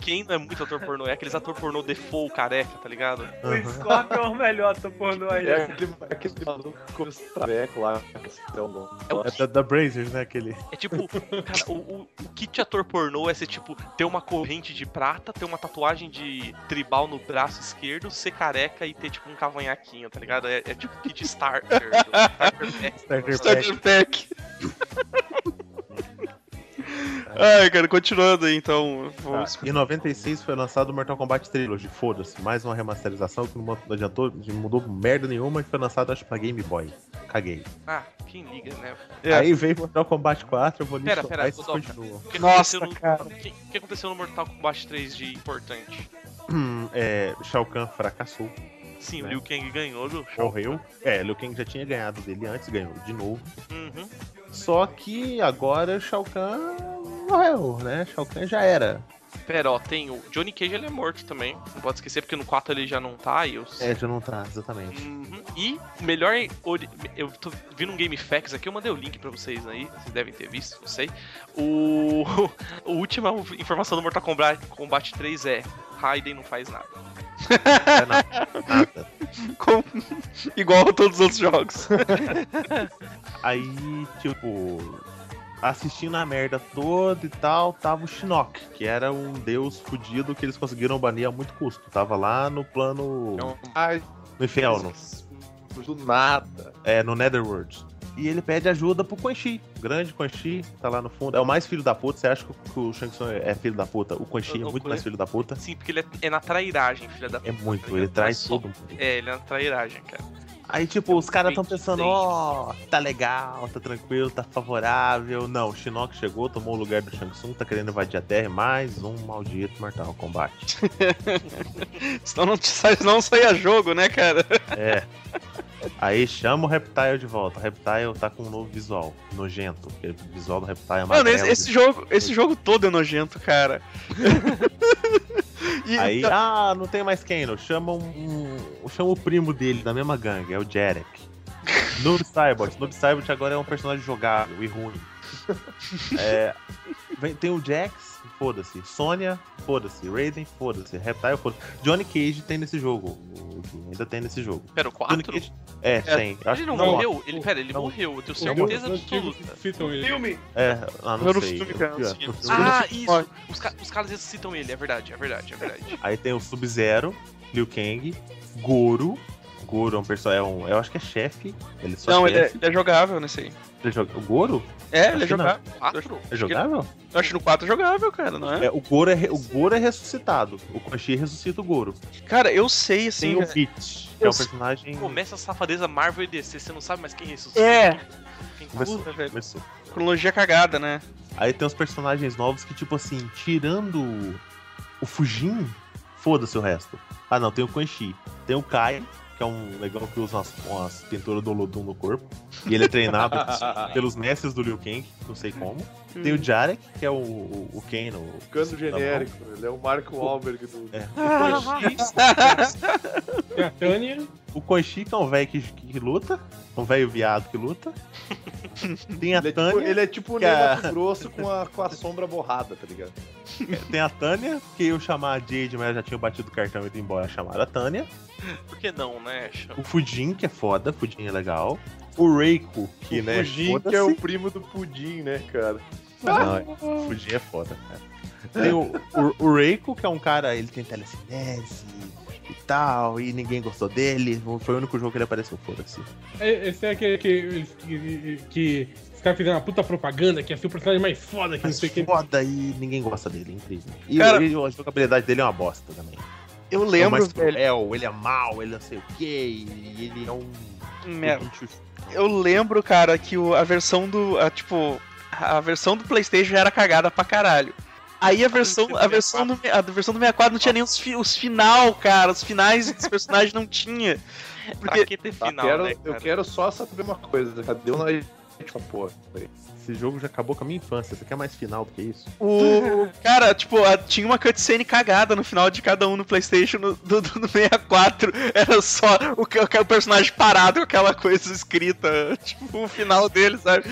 Quem não é muito ator pornô? É aqueles ator pornô default careca, tá ligado?
O Scorpion é o melhor, tô pornô aí.
É aquele, é aquele maluco com os travecos lá. que se dão bom.
É da, da Brazers, né? Aquele.
É tipo, cara, o, o, o kit ator pornô é ser tipo, ter uma corrente de prata, ter uma tatuagem de tribal no braço esquerdo, ser careca e ter tipo um cavanhaquinho, tá ligado? É, é tipo kit starter. do Starter Pack.
Starter Pack.
Starter Pack. Ai, cara, continuando aí, então.
Tá.
Vamos...
Em 96 foi lançado o Mortal Kombat Trilogy. Foda-se. Mais uma remasterização que não adiantou, não mudou merda nenhuma e foi lançado, acho, pra Game Boy. Caguei.
Ah, quem liga, né?
É.
Aí veio Mortal Kombat 4, eu vou
Pera,
lixar,
pera,
mas
Godoka.
continua.
O que
Nossa,
aconteceu no-
cara.
O que, o que aconteceu no Mortal Kombat 3 de importante?
Hum, é, Shao Kahn fracassou.
Sim,
Né?
o Liu Kang ganhou do Shao
Morreu. É, Liu Kang já tinha ganhado dele antes, ganhou de novo.
Uhum.
Só que agora Shao Kahn morreu, né? Shao Kahn já era.
Pera, ó, tem o Johnny Cage, ele é morto também. Não pode esquecer, porque no 4 ele já não tá. E eu...
É, já não tá, exatamente.
Uhum. E o melhor. ori- Eu tô vendo um Game Facts aqui, eu mandei o link pra vocês aí, vocês devem ter visto, não sei. O. A última informação do Mortal Kombat, Kombat 3 é: Raiden não faz nada. É
Nada.
Como- Igual a todos os outros jogos.
Aí, tipo, assistindo a merda toda e tal, tava o Shinnok, que era um deus fudido que eles conseguiram banir a muito custo. Tava lá no plano.
Então, ai,
No inferno.
do nada.
É, no Netherworld. E ele pede ajuda pro Quan Chi. O grande Quan Chi, tá lá no fundo. É o mais filho da puta. Você acha que o- que o Shang Tsung é filho da puta? O Quan Chi é
Eu não
muito
conheço.
mais filho da puta.
Sim, porque ele é, é na trairagem, filha da.
É muito, ele traz
Só-
todo mundo.
É, ele é na trairagem, cara.
Aí, tipo, os caras tão pensando,
Gente.
ó, tá legal, tá tranquilo, tá favorável. Não, o Shinnok chegou, tomou o lugar do Shang Tsung, tá querendo invadir a Terra e mais um maldito Mortal Kombat.
Senão não, te sai- não saia jogo, né, cara?
é. Aí chama o Reptile de volta. O Reptile tá com um novo visual, nojento. porque O visual do Reptile é
Mano,
amarelo.
esse, esse jogo, esse jogo todo é nojento, cara. E- então,
Aí, ah, não tem mais Kano. Chama um, um- Chama o primo dele, da mesma gangue, é o Jarek. Noob Saibot. Noob Saibot agora é um personagem jogável e ruim. É, vem- tem o Jax, foda-se. Sonya, foda-se. Raiden, foda-se. Reptile, foda-se. Johnny Cage tem nesse jogo. O- o- Ainda tem nesse jogo.
Pera, o
Johnny
4?
Cage- É, tem. Eu acho
Ele não,
que não,
morreu? Ele, pera, ele
Não.
morreu, eu tenho
Os deuses
certeza
antigos
é absoluta.
citam ele.
Filme,
É, ah, não
Eu não
sei.
filme, cara, eu não assisti.
No filme-
Ah, isso! Os, ca os caras ressuscitam ele, é verdade, é verdade, é verdade.
Aí tem o Sub-Zero, Liu Kang, Goro, Goro é um personagem. É um, eu acho que é chefe. Ele só
Não, ele é,
chefe.
ele é jogável nesse aí.
Ele joga- O Goro?
É, ele é
Acho que não.
jogável.
Quatro?
É jogável?
Eu acho no 4 jogável, cara, não é?
É, o, Goro é re- o Goro é ressuscitado. O Koshi ressuscita o Goro.
Cara, eu sei,
É. Tem
assim.
o
velho.
Beat, que é
Eu
um
sei.
personagem.
Começa a safadeza Marvel e DC, você não sabe mais quem ressuscita.
É,
Quem
Começou,
Puta, velho.
começou.
cronologia cagada, né?
Aí tem os personagens novos que, tipo assim, tirando o- o Fujin, foda-se o resto. Ah, não, tem o Kanshi, tem o Kai, que é um legal que usa umas, umas pinturas do Olodum no corpo. E ele é treinado pelos mestres do Liu Kang, não sei como. Tem o Jarek, que é o, o, o Ken, o
Canto genérico, ele é o Marco Wahlberg do.
É.
Tem É a Tânia.
O Kanshi, que é um velho que, que luta, um velho viado que luta. Tem a
Ele é tipo,
Tânia.
ele é tipo o
que a-
Ney Mato Grosso com a, com a sombra borrada, tá ligado?
Tem a Tânia, que eu chamar a Jade, mas ela já tinha batido o cartão e ido embora, chamaram a Tânia.
Por que não, né?
O Fujin, que é foda, Fujin é legal. O Reiko, que,
o
né,
Pudim, que
foda-se.
é o primo do Pudim, né, cara?
Não, é- Fujin é foda, cara. Tem o, o, o Reiko, que é um cara, ele tem telecinese e tal, e ninguém gostou dele. Foi o único jogo que ele apareceu, foda-se.
É, Esse é aquele que, eles- que, que, os caras fizeram uma puta propaganda que ia ser o personagem mais foda que não
Mas
sei o que.
foda e ninguém gosta dele, é incrível. E,
Cara-
e a jogabilidade dele é uma bosta também.
Eu
é o
lembro,
mais
velho.
cruel, ele é mau, ele não sei o quê, e ele é um...
merda.
um bicho
Eu lembro, cara, que o- a versão do. a, tipo, a versão do Playstation já era cagada pra caralho. Aí a versão, a versão, do, a versão do 64 não tinha nem os, fi- os final, cara. Os finais dos personagens não tinha.
Pra
Porque
que ter
Eu
final,
quero-
né,
eu
cara?
quero só saber uma coisa, cadê o Night essa porra?
Esse jogo já acabou com a minha infância. Você quer mais final do que isso?
o. Cara, tipo, a- tinha uma cutscene cagada no final de cada um no Playstation no, do, do- do 64. Era só o, ca- o personagem parado com aquela coisa escrita. Tipo, o final dele, sabe?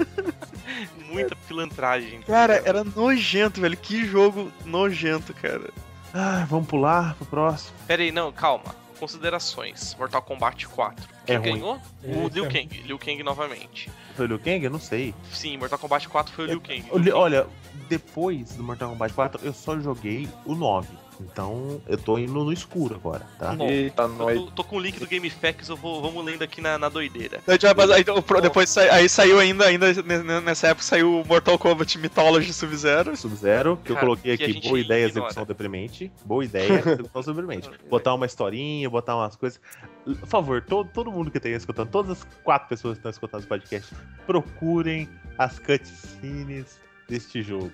É Muita pilantragem.
Cara, era nojento, velho. Que jogo nojento, cara.
Ah, vamos pular pro próximo.
Pera aí, não, calma. Considerações. Mortal Kombat 4.
É
Quem
ruim.
ganhou?
É,
O Liu
é
Kang. Liu Kang novamente.
Foi o Liu Kang? Eu não sei.
Sim, Mortal Kombat 4 foi o Liu Kang.
O Li- Olha, depois do Mortal Kombat 4, eu só joguei o 9. Então, eu tô indo no escuro agora, tá?
Bom,
Eita,
Eu
nós.
tô, tô com o link do GameFAQs, eu vou, vamos lendo aqui na, na doideira.
Então, já, mas aí, o pro- depois sai- aí saiu ainda, ainda ne- ne- nessa época saiu o Mortal Kombat Mythology Sub-Zero.
Sub-Zero, que eu
Cara,
coloquei
que a
aqui,
gente
boa ideia,
ignora.
execução deprimente. Boa ideia, execução deprimente. Botar uma historinha, botar umas coisas. Por favor, todo, todo mundo que tá aí escutando, todas as quatro pessoas que estão escutando esse podcast, procurem as cutscenes deste jogo.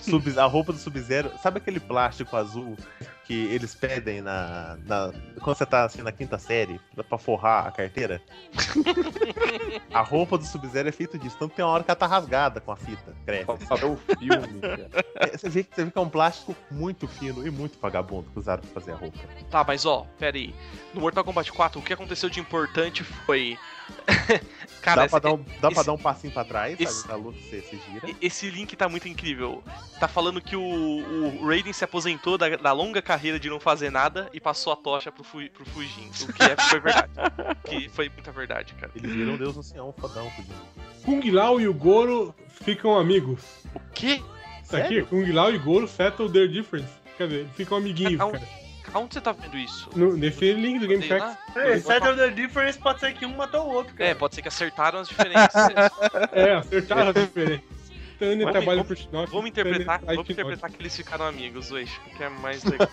Sub- a roupa do Sub-Zero, sabe aquele plástico azul que eles pedem na, na- quando você tá assim na quinta série, pra- pra forrar a carteira? a roupa do Sub-Zero é feita disso, tanto que tem uma hora que ela tá rasgada com a fita, crepe.
Fazer o filme, cara.
É, você, vê, que- você vê que é um plástico muito fino e muito vagabundo que usaram pra fazer a roupa.
Tá, mas ó, pera aí. No Mortal Kombat 4, o que aconteceu de importante foi. Cara,
dá pra,
essa-
dar, um, dá pra
esse-
dar um passinho pra trás,
esse-
sabe? Na luta você, você gira.
Esse link tá muito incrível. Tá falando que o, o Raiden se aposentou da, da longa carreira de não fazer nada e passou a tocha pro, Fu, pro Fujin. O que é, foi verdade. O que foi muita verdade, cara.
Ele vira um deus ancião, fodão, fudido.
Kung Lao e o Goro ficam amigos.
O quê?
Isso aqui, Kung Lao e Goro settle their difference. Quer dizer, ficam amiguinhos,
Cada um-
cara.
Aonde você tá vendo isso?
No- nesse link do
Tem lá?
GameFAQs.
É, Saturday Difference pode ser que um matou o outro, cara.
É, pode ser que acertaram as diferenças.
É, acertaram a diferença. Tânia
Vamos-
trabalha
vamos-
pro Shinobi.
vamos interpretar,
Tânia faz
vamos
Shinobi.
interpretar que eles ficaram amigos, o que é mais legal.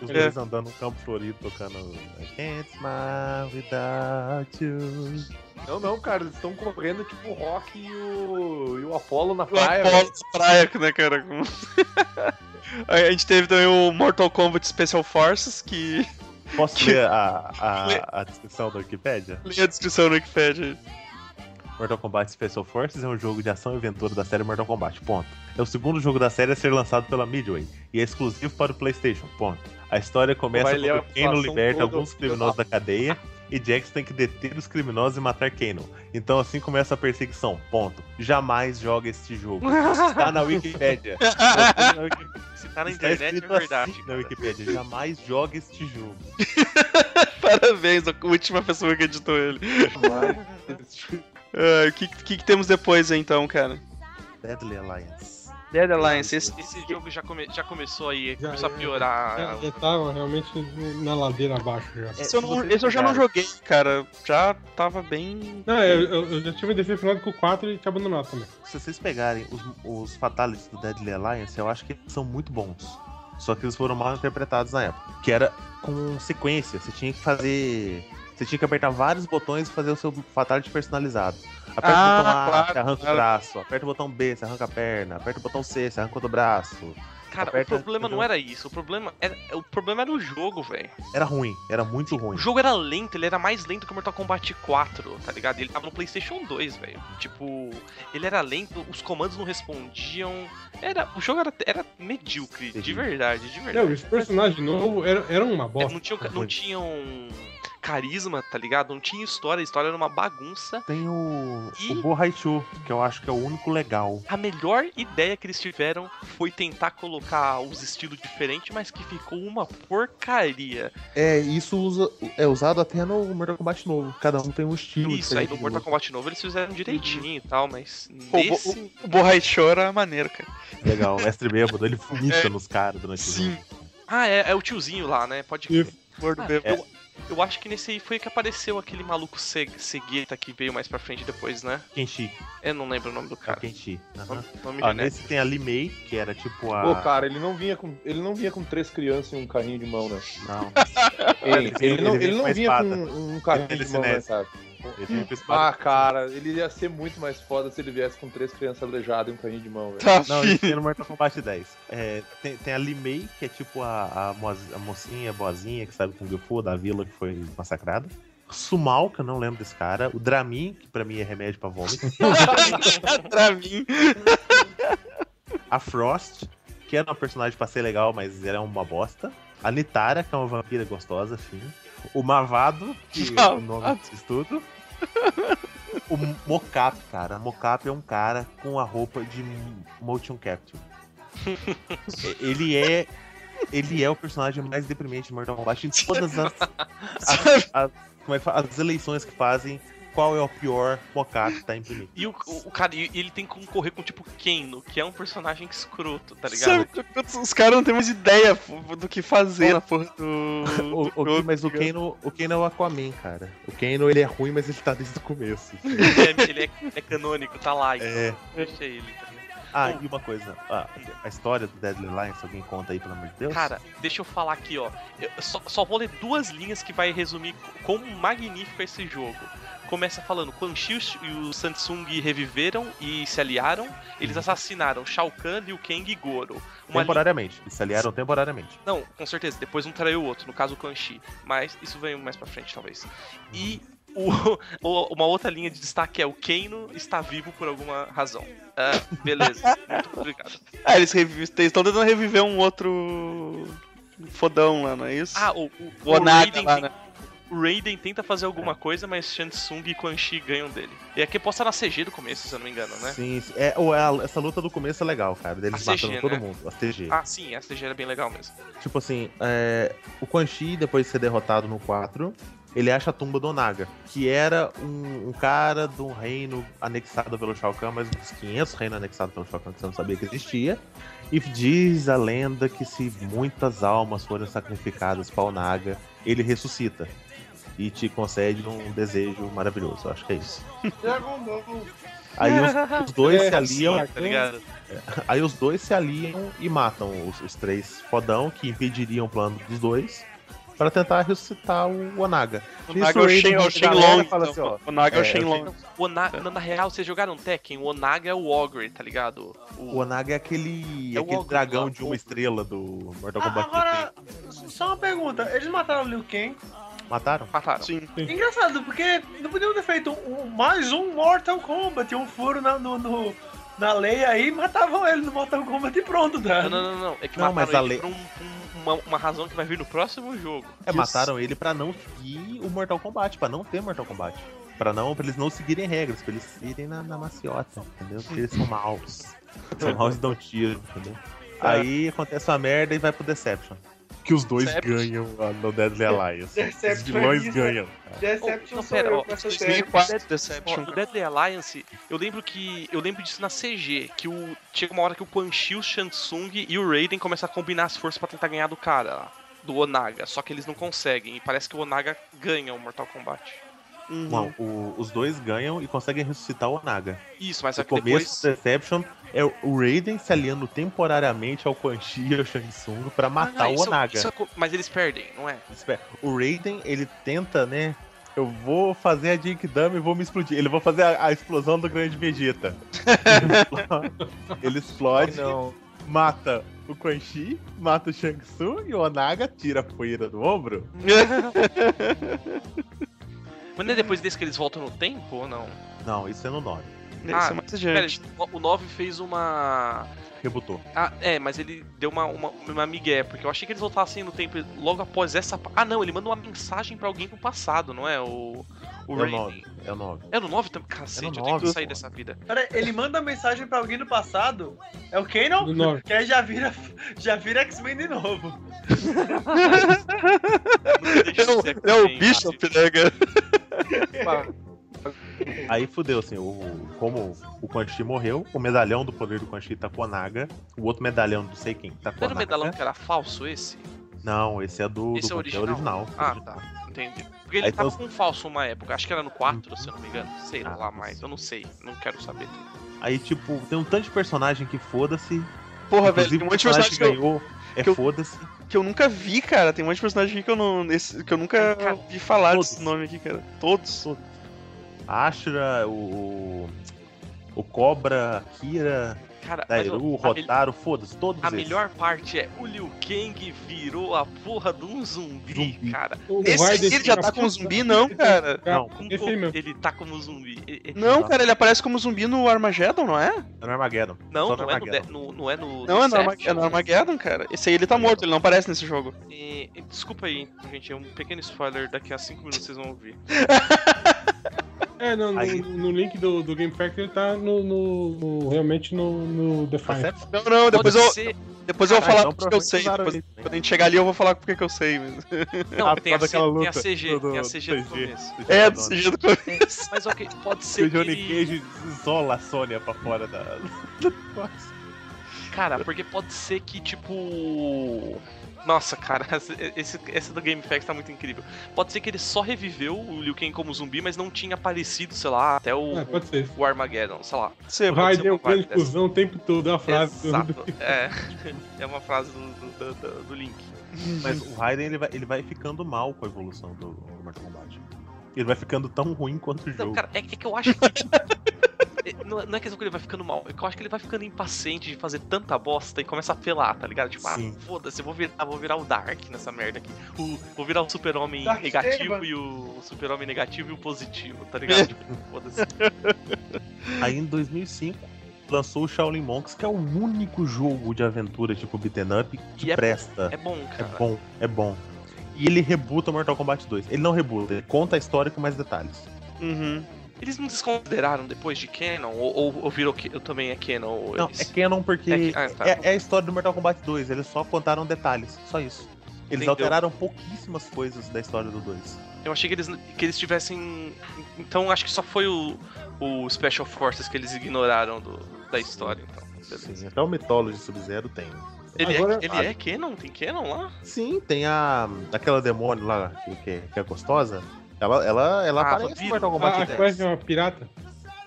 Os
É.
dois andando no campo florido, tocando I can't smile without you.
Não, não, cara, eles estão correndo tipo o Rock e o, e o Apollo na
O
praia.
Apollo na praia, né, cara? Com- Aí a gente teve também o Mortal Kombat Special Forces, que
Posso ler a, a, a descrição da Wikipédia?
lê a descrição no Wikipedia.
Mortal Kombat Special Forces é um jogo de ação e aventura da série Mortal Kombat. Ponto. É o segundo jogo da série a ser lançado pela Midway e é exclusivo para o PlayStation. Ponto. A história começa
Vai ler a
quando Kano
situação
liberta
toda,
alguns criminosos da cadeia e Jax tem que deter os criminosos e matar Kano. Então assim começa a perseguição. Ponto. Jamais joga este jogo. Está na Wikipédia. Está na Wikipédia.
Se tá na
Está
internet, é
escrito
verdade.
assim na
cara.
Wikipédia. Jamais joga este jogo.
Parabéns, a última pessoa que editou ele. É, Ah, O que, que, que temos depois, então, cara?
Deadly Alliance.
Dead Alliance, esse,
Esse jogo já, come- já começou aí,
Já-
começou a
já-
piorar.
Já, é. já tava realmente na ladeira abaixo já.
esse eu,
É, se
não-
vocês
esse eu já não
jogarem.
joguei, cara. Já tava bem.
Não, eu, eu- eu já tive decepcionado com o 4 e tinha abandonado também.
Se vocês pegarem os, os fatalities do Deadly Alliance, eu acho que eles são muito bons. Só que eles foram mal interpretados na época. Que era com sequência. Você tinha que fazer. Você tinha que apertar vários botões e fazer o seu fatality personalizado. Aperta
Ah,
o botão A,
claro,
você arranca
claro.
o braço. Aperta o botão B, você arranca a perna. Aperta o botão C, você arranca o do braço.
Cara,
aperta-
o problema não era isso, o problema era o, problema era o jogo, velho.
Era ruim, era muito ruim.
O jogo era lento, ele era mais lento que o Mortal Kombat 4, tá ligado? Ele tava no PlayStation 2, velho. Tipo, ele era lento, os comandos não respondiam. Era, o jogo era, era medíocre, de
Terrível.
verdade, de
Não,
verdade.
esse personagem novo era, era uma
É,
bosta.
Não tinham, não tinham carisma, tá ligado? Não tinha história, a história era uma bagunça.
Tem o.
E-
O Bo Haichu, que eu acho que é o único legal.
A melhor ideia que eles tiveram foi tentar colocar os estilos diferentes, mas que ficou uma porcaria.
É, isso usa- é usado até no Mortal Kombat novo. Cada um tem um estilo.
Isso aí
diferente
no
de
Mortal
luta.
Kombat novo eles fizeram direitinho e tal, mas
Pô,
nesse
O borrachou era maneiro, cara.
Legal, o mestre bêbado, ele vomita nos caras durante o
Sim,
jogo.
Ah, é, é o tiozinho lá, né? Pode
E-
crer.
gordo
Ah,
bêbado.
eu, eu acho que nesse aí foi que apareceu aquele maluco ce- cegueta que veio mais pra frente depois, né?
Kenshi,
Eu não lembro o nome do
é o
cara.
Kenshi.
Não,
Aham.
não me
Ó,
renego.
Ah, nesse tem a Limei, que era tipo a.
Pô, cara, ele não vinha com, ele não vinha com três crianças e um carrinho de mão, né?
Não,
Ele,
Ele
ele não,
vinha
ele
com
não
a
vinha com
espada.
um, um carrinho
Ele
de mão, né,
sinestro.
cara?
ele tem uma espada.
Ah, cara, ele ia ser muito mais foda se ele viesse com três crianças aleijadas e um carrinho de mão, velho.
Tá,
Não,
filho.
isso tem no Mortal Kombat 10. É, tem, tem a Limei, que é tipo a, a, moz- a mocinha, a boazinha, que sabe Kung Fu, da vila que foi massacrada. Sumal, que eu não lembro desse cara. O Dramin, que pra mim é remédio pra vômito.
pra mim.
A Frost, que era uma personagem pra ser legal, mas era uma bosta. A Nitara, que é uma vampira gostosa, assim. O Mavado, que é o nome do estudo. O Mocap, cara. Mocap é um cara com a roupa de motion capture. E- Ele é... Ele é o personagem mais deprimente de Mortal Kombat em todas as,
Ah,
as, as- como é que fala? as eleições que fazem qual é o pior mocap que tá imprimido.
E o, o- o cara, e ele tem que concorrer com tipo Keno, que é um personagem escroto, tá ligado?
Sabe, os caras não têm mais ideia pô, do que fazer na porra do.
O,
do
o-
jogo,
mas o
tá ligado?
Kano, o Kano é o Aquaman, cara. O Kano, ele é ruim, mas ele tá desde o começo.
Ele, é, ele é- é canônico, tá lá. então
É.
Deixa ele. tá ligado?
Ah, e uma coisa. ah, a história do Deadly Alliance, alguém conta aí, pelo amor de Deus?
Cara, deixa eu falar aqui, ó. Eu só, só vou ler duas linhas que vai resumir como magnífico é esse jogo. Começa falando, quando Shi e o Sansung reviveram e se aliaram, eles assassinaram Shao Kahn, Liu Kang e Goro. Uma linha-
temporariamente. Eles se aliaram temporariamente.
Não, com certeza. Depois um traiu o outro, no caso o Kanshi. Mas isso vem mais pra frente, talvez. E o- o- uma outra linha de destaque é o Kano está vivo por alguma razão. Ah, beleza. Muito complicado.
Ah, eles revi- eles estão tentando reviver um outro. fodão lá, não é isso?
Ah, o, o,
o Onaga
Raiden
lá,
tem-
né?
o Raiden tenta fazer alguma coisa, mas Shansung e Quan Chi ganham dele. E aqui posta na CG do começo, se eu não me engano, né?
Sim, sim. É, ou é, essa luta do começo é legal, cara. Deles
A CG,
matando todo
né?
mundo. A CG.
Ah, sim, a CG era bem legal mesmo.
Tipo assim, é, o Quan Chi, depois de ser derrotado no 4, ele acha a tumba do Onaga, que era um, um cara de um reino anexado pelo Shao Kahn, mas uns 500 reinos anexados pelo Shao Kahn que você não sabia que existia. E diz a lenda que se muitas almas forem sacrificadas para Onaga, ele ressuscita. E te concede um desejo maravilhoso, eu acho que é isso.
Dragon Ball.
Aí os, os dois
É,
se aliam
tá ligado?
Aí os dois se aliam e matam os, os três fodão que impediriam o plano dos dois para tentar ressuscitar o Onaga.
O
isso
Naga é o
aí
Shen- é
da
o Shenlong.
galera fala
então,
assim,
O Naga é o
é,
Shenlong.
O Onaga, na, na real, vocês jogaram Tekken, o Onaga é o Ogre, tá ligado?
O Onaga é aquele,
É o
aquele
Ogre,
dragão
lá,
de uma
Ogre.
estrela do Mortal
Ah,
Kombat.
agora, só uma pergunta. Eles mataram o Liu Kang.
Mataram?
Mataram.
Sim.
Engraçado, porque não podiam ter feito um- mais um Mortal Kombat, um furo na, no, no- na lei aí, matavam ele no Mortal Kombat e pronto, tá?
Não, não, não, não. É que
Não,
mataram
mas a
ele
lei-
por um- um- uma, uma razão que vai vir no próximo jogo.
É, mataram ele para não seguir o Mortal Kombat, para não ter Mortal Kombat. Pra, não, pra eles não seguirem regras, pra eles irem na, na maciota, entendeu? Porque eles são maus. São maus e dão tiro, entendeu? Aí acontece uma merda e vai pro Deception. É. que os dois
Deception.
ganham lá no Deadly Alliance. os
Deception
vilões
é isso,
ganham.
Deception
não,
sou
pera,
eu
ó,
com essa série.
2004
Ó,
Deception.
O Deadly Alliance, eu lembro que. Eu lembro disso na CG, que o. Chega uma hora que o Quan Chi, o Shansung e o Raiden começam a combinar as forças pra tentar ganhar do cara lá, do Onaga. Só que eles não conseguem. E parece que o Onaga ganha o Mortal Kombat.
Uhum. Não, o- os dois ganham e conseguem ressuscitar o Onaga.
Isso, mas só
O
que depois.
começo do Deception é o Raiden se aliando temporariamente ao Quan Chi e ao Shang Tsung pra matar
Ah,
o
isso-
Onaga.
isso é co- mas eles perdem, não é?
Espera, O Raiden, ele tenta, né? Eu vou fazer a Jink Dama e vou me explodir. Ele vai fazer a, a explosão do grande Vegeta. ele explode, mata o Quan Chi, mata o Shang Tsung e o Onaga tira a poeira do ombro.
Ah,
Mas não é depois desse que eles voltam no tempo ou não?
Não, isso é no 9.
Isso é mais
Pera,
adiante.
o 9 fez uma.
Rebutou.
Ah, é, mas ele deu uma, uma, uma migué, porque eu achei que eles voltassem no tempo logo após essa. pa- Ah, não, ele manda uma mensagem pra alguém pro passado, não é? O, o
É o
Raiden.
9. É o 9.
É no 9 também? Cacete, eu tenho
nove,
que sair
pô.
dessa vida.
Pera, ele manda mensagem pra alguém do passado. É o Kanon?
Do nove.
Que aí já vira, já vira X-Men de novo.
Deixa eu ser
É o
X-Men,
Bishop,
cacete.
né, cara?
Aí fudeu, assim, o, como o Quan Chi morreu, o medalhão do poder do Quan Chi tá com o Onaga, o outro medalhão do sei quem tá com
Não
o
era o
Onaga.
medalhão que era falso esse?
Não, esse é do,
Esse
do
é o
Quan Chi, é
original?
original.
Ah, tá. Entendi. Porque ele
Aí
tava
tem
com um falso uma época, acho que era no 4, se eu não me engano. Sei
Ah,
lá
não
mais,
sei.
eu não sei, não quero saber.
Aí, tipo, tem um tanto de personagem que foda-se.
Porra, velho,
Inclusive,
tem um monte de
o
personagem
personagem que
que eu,
ganhou é
que eu-
foda-se.
que eu nunca vi, cara. Tem um monte de personagem aqui que eu, não, esse- que eu nunca
Cara,
vi falar
todos.
desse nome aqui, cara. Todos.
A Ashra, o, o- o Cobra, a Kira,
Cara, mas
Dairu,
o-
o
a mel-
Rotaro, foda-se, todos
A
eles.
melhor parte é o Liu Kang virou a porra de um zumbi,
Zumbi.
cara.
O
Esse
Vai
aqui, ele
desse
já tá
capítulo-
com zumbi, não, cara.
Não,
Com-
Esse aí mesmo.
ele tá como zumbi. E- e-
Não, cara, ele aparece como zumbi no Armageddon, não é?
é no Armageddon.
Não,
só
tá
não
no
é, no,
Armageddon.
de- no- não é no.
Não, é no, Arma-
Deception.
é no Armageddon, cara. Esse aí ele tá morto, ele não aparece nesse jogo.
E- e- desculpa aí, gente, é um pequeno spoiler. Daqui a 5 minutos vocês vão ouvir.
É, no, no-
Aí.
no link do, do Game Factory tá no, no- no- realmente no, no
Tá
Defiant.
certo?
Não, não, depois Ah,
Pode
então eu,
ser.
depois eu vou
Ah,
falar
então
porque que eu sei.
aproveitaram
Depois,
ele, né?
quando a gente chegar ali, eu vou falar porque que eu sei. Mas...
Não,
Ah, por
tem, a
causa daquela
C- tem a
luta
CG,
do-
tem a
do
CG do
3G.
começo.
É, do CG do começo.
Mas ok, pode
Que o
ser que
né? Johnny
ele...
Cage isola a Sônia pra fora da.
Cara, porque pode ser que, tipo... Nossa, cara, esse, esse do Game Facts tá muito incrível. Pode ser que ele só reviveu o Liu Kang como zumbi, mas não tinha aparecido, sei lá, até o,
É, pode ser.
o Armageddon, sei lá.
Você,
O
pode
Raiden
ser
é um
uma
grande
parte dessa.
cuzão o tempo todo, a frase.
Exato. É, é uma frase do, do, do- do Link.
Mas o Raiden ele vai, ele vai ficando mal com a evolução do, do Mortal Kombat. Ele vai ficando tão ruim quanto o
Não,
jogo.
cara, é, é que eu acho que. É, Não é não é questão que ele vai ficando mal, é que eu acho que ele vai ficando impaciente de fazer tanta bosta e começa a pelar, tá ligado? Tipo,
Sim.
ah, foda-se, eu vou virar, vou virar o Dark nessa merda aqui. O- vou virar o super-homem
Dark
negativo
Saber.
e o, o super-homem negativo e o positivo, tá ligado? Tipo, foda-se.
Aí em 2005 lançou o Shaolin Monks, que é o único jogo de aventura tipo beat'em up que
E é-
presta.
É bom,
É
cara.
bom, é bom. E ele rebuta Mortal Kombat 2. Ele não rebuta, ele conta a história com mais detalhes.
Uhum.
Eles não desconsideraram depois de Canon? Ou, ou, ou virou que eu também é Canon? ou
Não,
eles-
é canon porque
É que- ah, tá.
é, é a história do Mortal Kombat 2, eles só contaram detalhes, só isso. Eles
Entendeu.
alteraram pouquíssimas coisas da história do 2.
Eu achei que eles, que eles tivessem. Então acho que só foi o, o Special Forces que eles ignoraram do, da história, então. Beleza.
Sim, até o Mythology Sub-Zero tem.
Ele,
Agora-
é, ele é Canon? Tem Canon lá?
Sim, tem a aquela demônio lá que, que, que é gostosa. Ela, ela, ela
Ah,
aparece
vampiro.
no Mortal
A,
Kombat
a
10.
quest é uma pirata?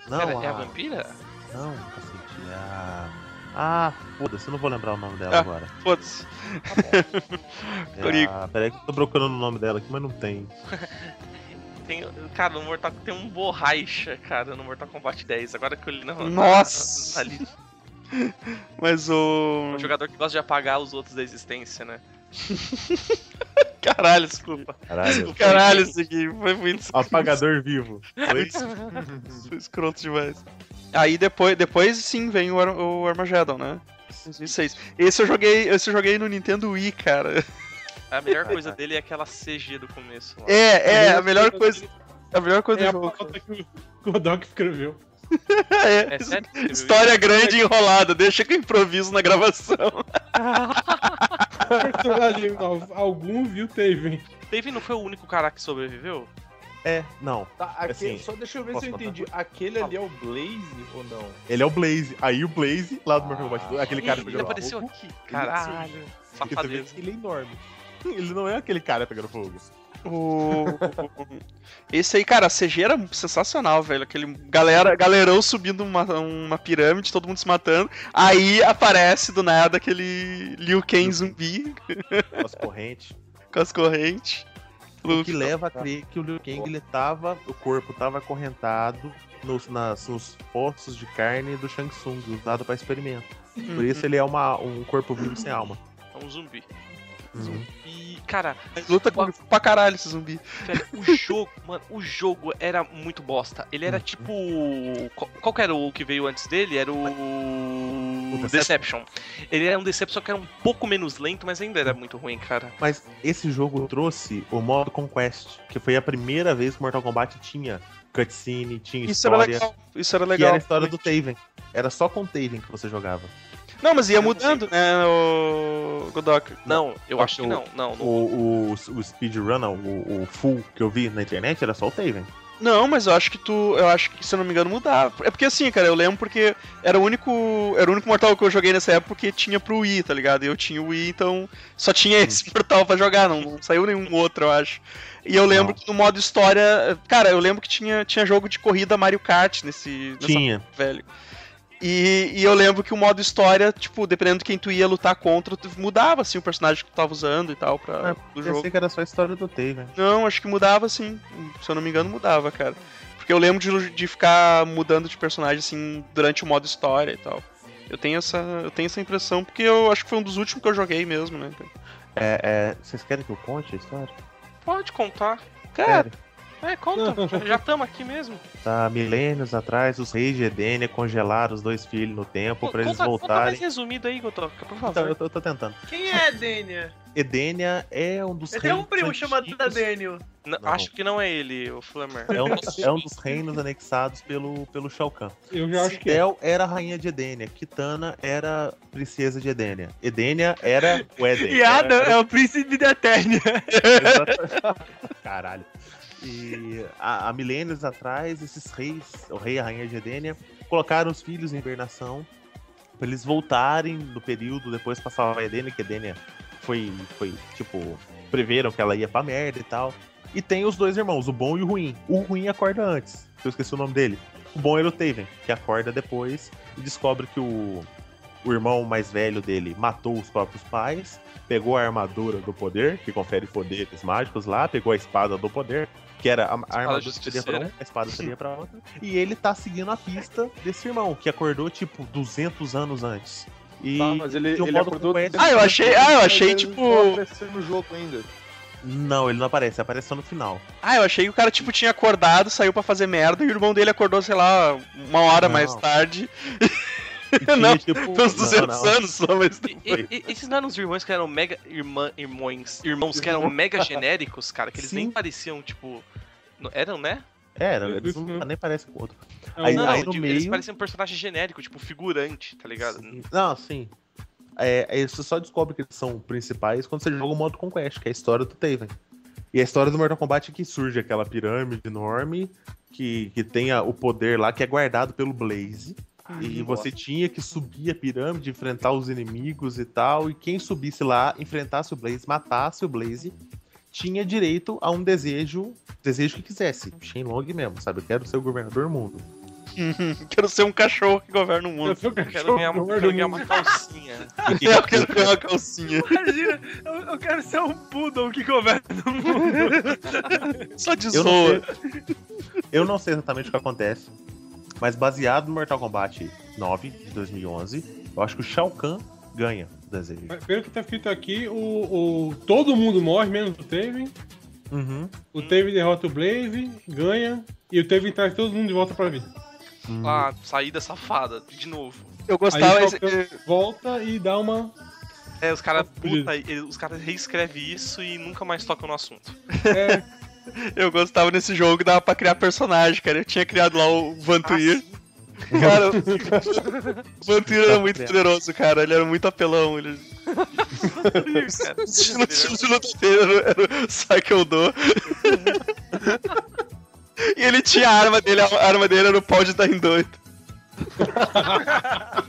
Não,
Pera, é a
a-
vampira?
Não, cacete. é A... Ah, foda-se, eu não vou lembrar o nome dela
Ah.
agora.
Foda-se.
É
Corico.
a... Peraí que eu tô procurando o nome dela aqui, mas não tem.
Tem, cara, no Mortal tem um borracha, cara, no Mortal Kombat 10. Agora que eu li na, na-
Nossa!
na lista.
Mas o.
Um jogador que gosta de apagar os outros da existência, né?
Caralho, desculpa.
Caralho.
Caralho, isso aqui foi muito
Apagador vivo. Foi? Uhum.
Foi escroto demais. Aí depois, depois sim vem o, Ar o Armageddon, né? 2006. Esse eu joguei, esse eu joguei no Nintendo Wii, cara.
A melhor coisa dele é aquela CG do começo lá.
É, é a melhor coisa, a melhor coisa
É a
do jogo.
pauta que o Godok escreveu.
É,
É sério? que você viu
história grande e enrolada, deixa que eu improviso na gravação.
personagem al- algum viu teve, hein?
Dave não foi o único cara que sobreviveu?
É, não.
Tá, aquele-
Assim,
só deixa eu ver
posso
se eu
contar?
entendi. Aquele ali é o Blaze ou não?
Ele é o Blaze. Aí o Blaze, lá do Mortal
Ah.
Kombat 2, aquele cara
Ih,
pegando
ele apareceu
fogo.
aqui. Caralho. Safadeza.
Ele é enorme.
Ele não é aquele cara pegando fogo.
O... Esse aí, cara, a CG era sensacional, velho. Aquele galera, galerão subindo uma, uma pirâmide, todo mundo se matando. Aí aparece do nada aquele Liu Kang zumbi
Com as correntes.
com as correntes.
O que leva
tá
a crer que o Liu Kang, ele tava, o corpo tava acorrentado nos, nas, nos poços de carne do Shang Tsung, usado pra experimento.
Uhum.
Por isso ele é uma, um corpo vivo sem alma.
É um zumbi.
Uhum.
E, cara,
Luta com pra caralho esse zumbi.
velho, o jogo, mano, o jogo era muito bosta. Ele
Hum.
era tipo. Qual, qual que era o que veio antes dele? Era o.
O
Deception. Ele era um Deception, só que era um pouco menos lento, mas ainda era muito ruim, cara.
Mas esse jogo trouxe o modo Conquest, que foi a primeira vez que Mortal Kombat tinha cutscene, tinha
Isso era
história.
legal. Isso era
Que
legal.
era a história do Taven. Era só com o Taven que você jogava.
Não, mas ia mudando, né, o Godok.
Não, eu
Só
acho
que
que
o-
não. Não, não.
O, o, o speedrunner, o, o full que eu vi na internet, era só o Taven.
Não, mas eu acho que tu. Eu acho que, se eu não me engano, mudava. É porque assim, cara, eu lembro porque era o único. Era o único Mortal que eu joguei nessa época que tinha pro Wii, tá ligado? E eu tinha o Wii, então só tinha esse Mortal pra jogar, não, não saiu nenhum outro, eu acho. E eu lembro
Não.
que no modo história. Cara, eu lembro que tinha, tinha jogo de corrida Mario Kart nesse. nessa
Tinha.
velho. E, e eu lembro que o modo história, tipo, dependendo de quem tu ia lutar contra, tu mudava, assim, o personagem que tu tava usando e tal pra,
Ah,
do
Eu
jogo.
sei que era só a história do Taven.
Não, acho que mudava, sim. Se eu não me engano, mudava, cara. Porque eu lembro de, de ficar mudando de personagem, assim, durante o modo história e tal. Eu tenho essa, eu tenho essa impressão, porque eu acho que foi um dos últimos que eu joguei mesmo, né? cara?
É, é, vocês querem que eu conte a história?
Pode contar.
Cara,
É, conta. já- já estamos aqui mesmo.
Tá, milênios atrás, os reis de Edênia congelaram os dois filhos no tempo pra eles
conta, conta mais
voltarem.
resumido aí, Gotoka, por favor.
Então, eu tô, eu tô tentando.
Quem é Daniel?
Edênia é um dos
Eu tenho um primo
antigos-
chamado Daniel.
N-
não.
Acho que não é ele, o Flammer.
É um, dos- é um dos reinos anexados pelo, pelo Shao Kahn.
Eu já acho que é.
Sidel era a rainha de Edênia, Kitana era a princesa de Edênia. Edênia era o Éden.
É,
Era-
o príncipe da Eternia.
Caralho. E há, há milênios atrás, esses reis, o rei e a rainha de Edênia, colocaram os filhos em hibernação pra eles voltarem no período depois pra salvar a Edênia, que a Edênia foi, foi, tipo, preveram que ela ia pra merda e tal. E tem os dois irmãos, o bom e o ruim. O ruim acorda antes, que eu esqueci o nome dele. O bom era o Taven, que acorda depois e descobre que o, o irmão mais velho dele matou os próprios pais pegou a armadura do poder, que confere poderes mágicos lá, pegou a espada do poder, que era a, a armadura seria pra
justiceira.
um, a espada seria pra outra, e ele tá seguindo a pista desse irmão, que acordou tipo 200 anos antes. E
Tá, mas ele,
de um
ele
modo
acordou...
conhecido.
Ah, eu achei- ah, eu achei,
Ele
tipo-
não apareceu no jogo ainda.
não, ele não aparece, aparece só no final.
Ah, eu achei que o cara, tipo, tinha acordado, saiu pra fazer merda, e o irmão dele acordou, sei lá, uma hora
Não.
mais tarde.
E tinha,
Não,
tipo,
Uns
não,
200
não.
anos só, mas...
E- e- e- esses não eram os irmãos que eram mega irmã, irmões, irmãos que eram mega genéricos, cara, que eles nem
Sim.
pareciam, tipo. não- Eram, né?
É, Era, eles não, nem parece com o outro.
é um-
Aí-
não,
aí no
de- eles
meio-
pareciam um personagem genérico, tipo figurante, tá ligado?
Sim. Não, sim. É, aí você só descobre que eles são principais quando você joga o modo Conquest, que é a história do Taven. E a história do Mortal Kombat é que surge aquela pirâmide enorme que, que tem a- o poder lá que é guardado pelo Blaze. e você tinha que subir a pirâmide, enfrentar os inimigos e tal. E quem subisse lá, enfrentasse o Blaze, matasse o Blaze, tinha direito a um desejo, desejo que quisesse. Shenlong mesmo, sabe? Eu quero ser o governador do mundo.
Quero ser um cachorro que governa o
Eu
mundo.
sou né?
Eu quero ganhar, uma- eu quero ganhar uma calcinha.
Eu quero ganhar uma calcinha.
Imagina, eu, eu quero ser um poodle que governa o mundo.
Só de
Eu não,
zoa.
sei, eu não sei exatamente o que acontece, mas baseado no Mortal Kombat 9 de 2011, eu acho que o Shao Kahn ganha o desejo.
Mas Pelo que tá escrito aqui, o, o- todo mundo morre, menos o Taven.
Uhum.
O Taven derrota o Blaze, ganha. E o Taven traz todo mundo de volta pra vida.
Ah, saída safada, de novo.
Eu
Aí
gostava.
o
esse-
Falcão volta e dá uma...
É, os caras puta, eles- os caras reescrevem isso e nunca mais tocam no assunto.
É,
Eu gostava nesse jogo, dava pra criar personagem, cara. Eu tinha criado lá o Vantuir. Tá cara, o Vantuir era muito poderoso, cara. Ele era muito apelão. Ele...
Desvair, cara.
O estilo estilo de luta dele era, era o Saikoudo. e ele tinha a arma dele, a arma dele era o pau de Daindoito.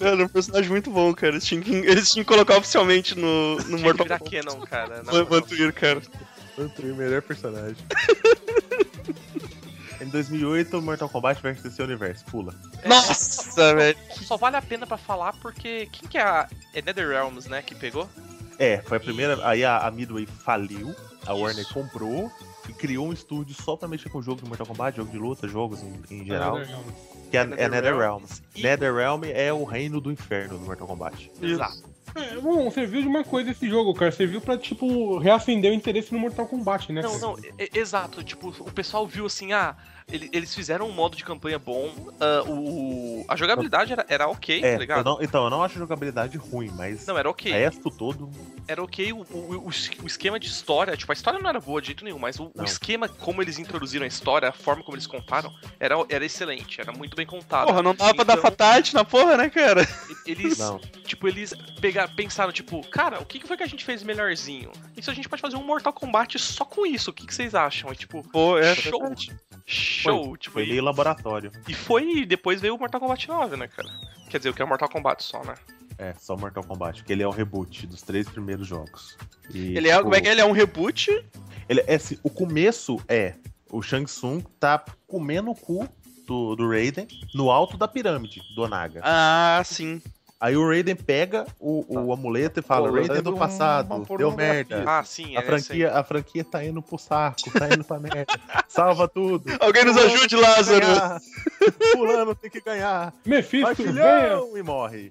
Era um personagem muito bom, cara. Eles tinham que, eles tinham que colocar oficialmente no, no
Tinha que
Mortal
virar né?
Kombat.
Canon, cara.
Van-
na moral.
Van Tuir, cara.
Antônio, melhor personagem. em 2008, Mortal Kombat vs DC Universe. Pula.
É,
Nossa, velho.
Só vale a pena pra falar porque. Quem que é a. É NetherRealms, né? Que pegou?
É, foi a primeira. Aí a, a Midway faliu, a Warner comprou e criou um estúdio só pra mexer com o jogo de Mortal Kombat, jogo de luta, jogos em, em geral. que é, é
Netherrealm.
Netherrealms.
E-
Netherrealm é o reino do inferno do Mortal Kombat.
Exato.
É, bom, serviu de uma coisa esse jogo, cara. Serviu pra, tipo, reacender o interesse no Mortal Kombat, né?
Não,
cara?
não, e- e- exato. Tipo, o pessoal viu assim, ah, ele- eles fizeram um modo de campanha bom, ah, o, o- a jogabilidade era, era ok,
É,
tá ligado?
eu não- então, eu não acho a jogabilidade ruim, mas
Não, era
o
ok.
resto todo.
Era ok o, o- o es- o esquema de história. Tipo, a história não era boa de jeito nenhum, mas o, o
Não.
esquema, como eles introduziram a história, a forma como eles contaram, era, era excelente, era muito bem contado.
Porra, não dava pra dar
Então,
fatality na porra, né, cara?
Eles,
Não.
tipo, eles pegar, pensaram, tipo, cara, o que que foi que a gente fez melhorzinho? Isso a gente pode fazer um Mortal Kombat só com isso, o que, que vocês acham? E, tipo,
Pô, é.
show, show, tipo,
Foi
e-
meio laboratório.
E foi, depois veio o Mortal Kombat 9, né, cara? Quer dizer, o que é o Mortal Kombat só, né?
É, só Mortal Kombat, que ele é um reboot dos três primeiros jogos. E,
Ele é,
tipo,
como é que é? ele é um reboot?
Ele, é assim, o começo é o Shang Tsung tá comendo o cu do, do Raiden no alto da pirâmide do Onaga.
Ah, sim.
Aí o Raiden pega o, o amuleto e fala:
Pô,
Raiden
é
do
uma
passado, deu
pornografia.
merda.
Ah, sim,
A
é esse aí.
franquia, a franquia tá indo pro saco, tá indo pra merda. Salva tudo.
Alguém nos
Fulano
ajude,
tem que
Lázaro.
ganhar. Fulano tem que ganhar. Vai,
Mephisto, venha!
filhão! E morre.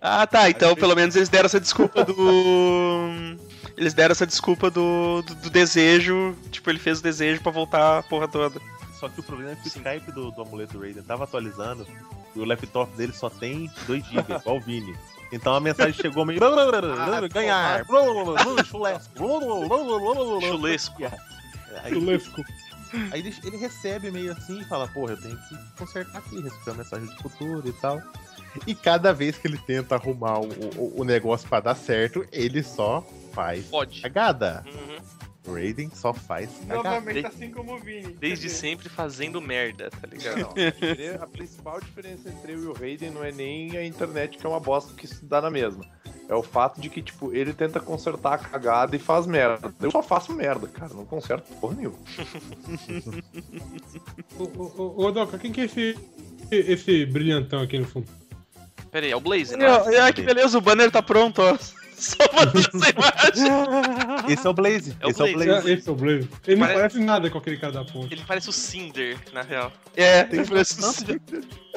Ah, tá. Então, pelo menos eles deram essa desculpa do. Eles deram essa desculpa do, do, do desejo. Tipo, ele fez o desejo pra voltar a porra toda.
Só que o problema é que o Skype do, do amuleto do Raiden tava atualizando e o laptop dele só tem 2 GB, igual o Vini. Então a mensagem chegou meio.
Ah,
ganhar! Chulesco!
Chulesco.
Aí,
Chulesco.
aí ele, ele recebe meio assim e fala: Porra, eu tenho que consertar aqui, receber uma mensagem do futuro e tal. E cada vez que ele tenta arrumar o, o- o negócio pra dar certo, ele só faz
Fode.
cagada.
Uhum.
O Raiden só faz cagada.
Desde-
Novamente, assim como o Vini.
Desde
Quer
sempre fazendo merda, tá ligado?
Não, a diferen- é a principal diferença entre eu e o Raiden não é nem a internet, que é uma bosta que se dá na mesma. É o fato de que, tipo, ele tenta consertar a cagada e faz merda. Eu só faço merda, cara. Não conserto porra nenhuma.
Ô, ô, ô, ô, Doca, quem que é esse, esse brilhantão aqui no fundo?
Pera aí, é o Blaze, né?
Olha que beleza, o banner tá pronto, ó. Só mandou essa imagem.
Esse é o Blaze.
É o
esse é o
Blaze.
Blaze.
É, Esse é o Blaze. Ele não
Parece-
parece nada com aquele cara da ponta.
Ele parece o Cinder, na real.
É, tem preço.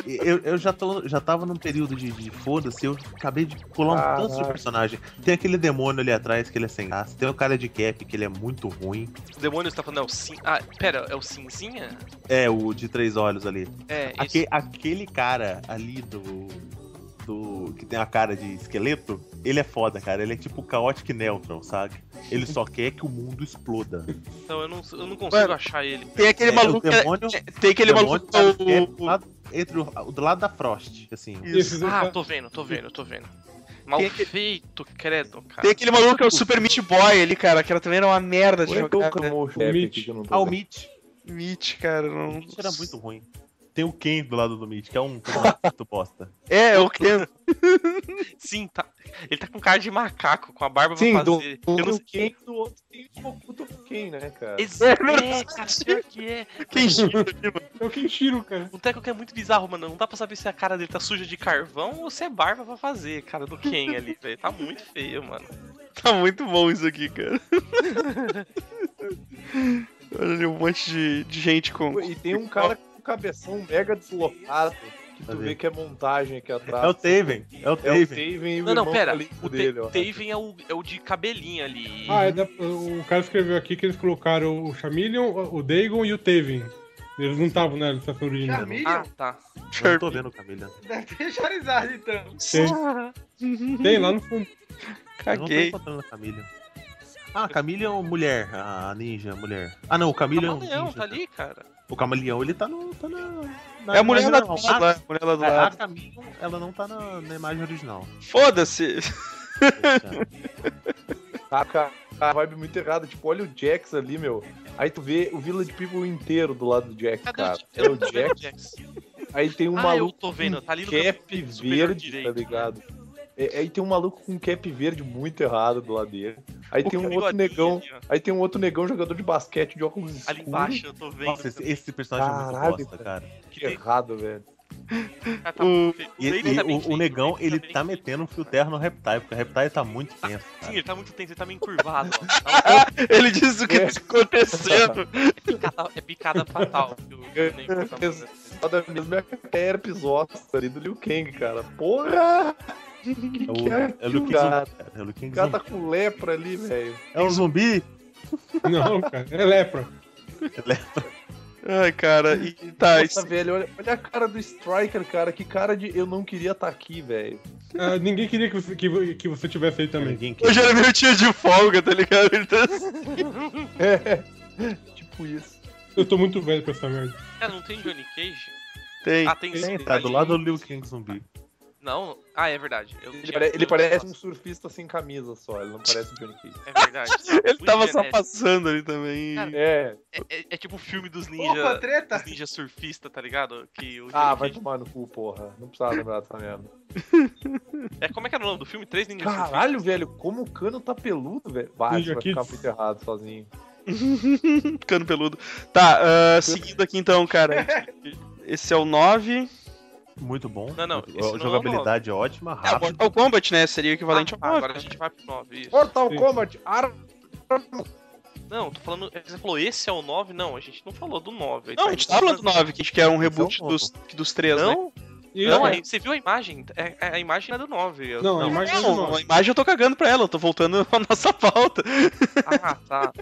Eu, eu já, tô, já tava num período de, de foda-se, eu acabei de pular um
Caraca.
tanto de personagem. Tem aquele demônio ali atrás que ele é sem graça, tem o cara de cap que ele é muito ruim.
O demônio tá falando, é o Cin... Ah, pera, é o Cinzinha?
É, o de três olhos ali.
É, isso.
Aque- aquele cara ali do. do. que tem a cara de esqueleto, ele é foda, cara. Ele é tipo Chaotic Neutron, sabe? Ele só quer que o mundo exploda.
Então eu não, eu não consigo
Mano.
achar ele.
Tem aquele
É,
maluco.
o
que-
demônio,
Tem aquele
o
maluco.
demônio
que
tá
é
no cap
o-
lá entre o, do lado da Frost, assim.
Esse-
Ah, tô vendo, tô vendo, tô vendo. Mal feito, credo, cara.
Tem aquele maluco que é o Super Meat Boy ali, cara, que ela também era uma merda de
Ué,
então
jogar.
como
né?
o chefe
Mitch.
aqui que eu não tô
Ah, o
vendo.
Mitch.
Meat, cara.
O
Não...
Mitch era muito ruim. Tem o Ken do lado do Mitch, que é um muito bosta.
É, eu quero.
Sim, tá. Ele tá com cara de macaco, com a barba
Sim,
pra
do,
fazer. eu
do,
um
não
do
sei.
Ken do outro tem o é puto Ken, né, cara?
Ex- É, cara, pior que é.
Quem
É o Kenshiro, cara.
Um técnico que é muito bizarro, mano. Não dá pra saber se a cara dele tá suja de carvão ou se é barba pra fazer, cara, do Ken ali, velho. Tá muito feio, mano.
Tá muito bom isso aqui, cara. Olha ali um monte de, de gente com.
E tem um cara com um cabeção mega deslocado, que tu
Cadê?
vê que é montagem aqui atrás.
É o Taven, é o
É o
Taven.
Taven e o
Não, não,
irmão
pera.
palito
O
dele, ó.
Ta- Taven é o, é o de cabelinho ali.
Ah, é da- o cara escreveu aqui que eles colocaram o Chameleon, o Dagon e o Taven. Eles não estavam na estação
dizer,
original. não.
Ah,
Charmeleon?
tá.
Eu não tô vendo o cabelo.
Deve ter Charizard, então.
Tem, tem lá no fundo.
Eu não tô
Caguei.
encontrando a família. Ah, Camillion, mulher. A ninja, mulher. Ah, não, o Camillion.
Camaleão,
ninja.
tá ali, cara.
O Camaleão, ele tá no. Tá na, na
É a mulher
imagem
lá do
original.
lado, lá, a mulher lá do
Ah, A,
lado.
Camillion, ela não tá na, na imagem original.
Foda-se.
Tá com a- a vibe muito errada. Tipo, olha o Jax ali, meu. Aí tu vê o Village People inteiro do lado do Jax,
Cadê
cara.
o
É o
Jax?
Jack,
Jax?
aí tem um
ah, eu
maluco
tô vendo, tá ali no
com um cap
canto superior
verde, tá
direito. né?
ligado? É, aí tem um maluco com cap verde muito errado do lado dele. Aí tem um outro
bigodinho
negão.
é ali, ó.
Aí tem um outro negão jogador de basquete de óculos escuros.
Ali embaixo, eu tô vendo.
Nossa, esse, esse personagem é
Caralho,
muito bosta, cara.
que
Que
tem-
errado, velho.
cara tá
o-
feio.
E,
Leite
e
tá bem
o,
feio,
o negão,
Leite
ele
bem
tá
feio.
metendo um fio terra no Reptile, porque o Reptile tá muito tenso,
Sim,
cara.
ele tá muito tenso, ele tá meio encurvado. ó. Tá-
Ele diz o que tá acontecendo.
É picada, é picada fatal. que o negão tá fazendo.
Foda mesmo é a herpes óssea ali do Liu Kang, cara. Porra!
É
que
o,
é
é o Liu Kang
cara?
zumbi, cara. É o Liu Kang
O cara
zumbi.
tá com lepra ali, velho.
É um zumbi?
Não, cara, é lepra.
Ai, cara, e tá.
Nossa,
Isso,
velho, olha, olha a cara do Striker, cara. Que cara de eu não queria estar aqui, velho.
Ah, ninguém queria que você, que, vo- que você tivesse aí também.
Ninguém quer.
hoje era meu tio de folga, tá ligado? Ele tá assim.
Tipo isso.
Eu tô muito velho pra essa merda.
Cara, não tem Johnny Cage?
Tem.
Ah, tem
Tem,
sim,
tá
ali.
do lado do Liu Kang zumbi.
Não, ah, é verdade. Eu
Ele,
tinha-
pare- ele
eu-
parece um surfista sem camisa só. Ele não parece o Johnny Cage.
É verdade.
um Ele
Muito
tava só
genérico.
passando ali também.
Cara,
É.
É, é- é tipo o filme dos
Opa,
ninja,
treta!
dos ninja surfista, tá ligado? Que o
Ah,
Johnny
vai
Cage-
tomar no cu, porra. Não precisava lembrar dessa merda.
É, como é que era o nome do filme? Três ninjas
Caralho, velho, como o cano tá peludo, velho. Vai,
Ninja
vai ficar
Kids.
muito errado sozinho.
Cano peludo. Tá, ah, seguindo aqui então, cara. Esse é o 9.
Muito bom.
Não, não,
Muito-
esse não é o
A jogabilidade é ótima,
É, o
rápido.
Mortal Kombat, né? Seria equivalente
surfistas.
ao
Ah,
9.
agora a gente vai pro 9.
Oh.
isso.
Mortal
Sim.
Kombat, ar...
Não, tô falando. Você falou esse é o 9? Não, a gente não falou do 9.
Não, a gente tá falando do 9, que a gente quer um reboot
Esse é o
dos, dos três, né?
Não,
E,
não
é,
aí, você viu a imagem? É, é- a imagem é do 9. eu-
Não, a imagem é do
Não,
9.
a imagem eu tô cagando pra ela, eu tô voltando à nossa pauta.
Ah, tá.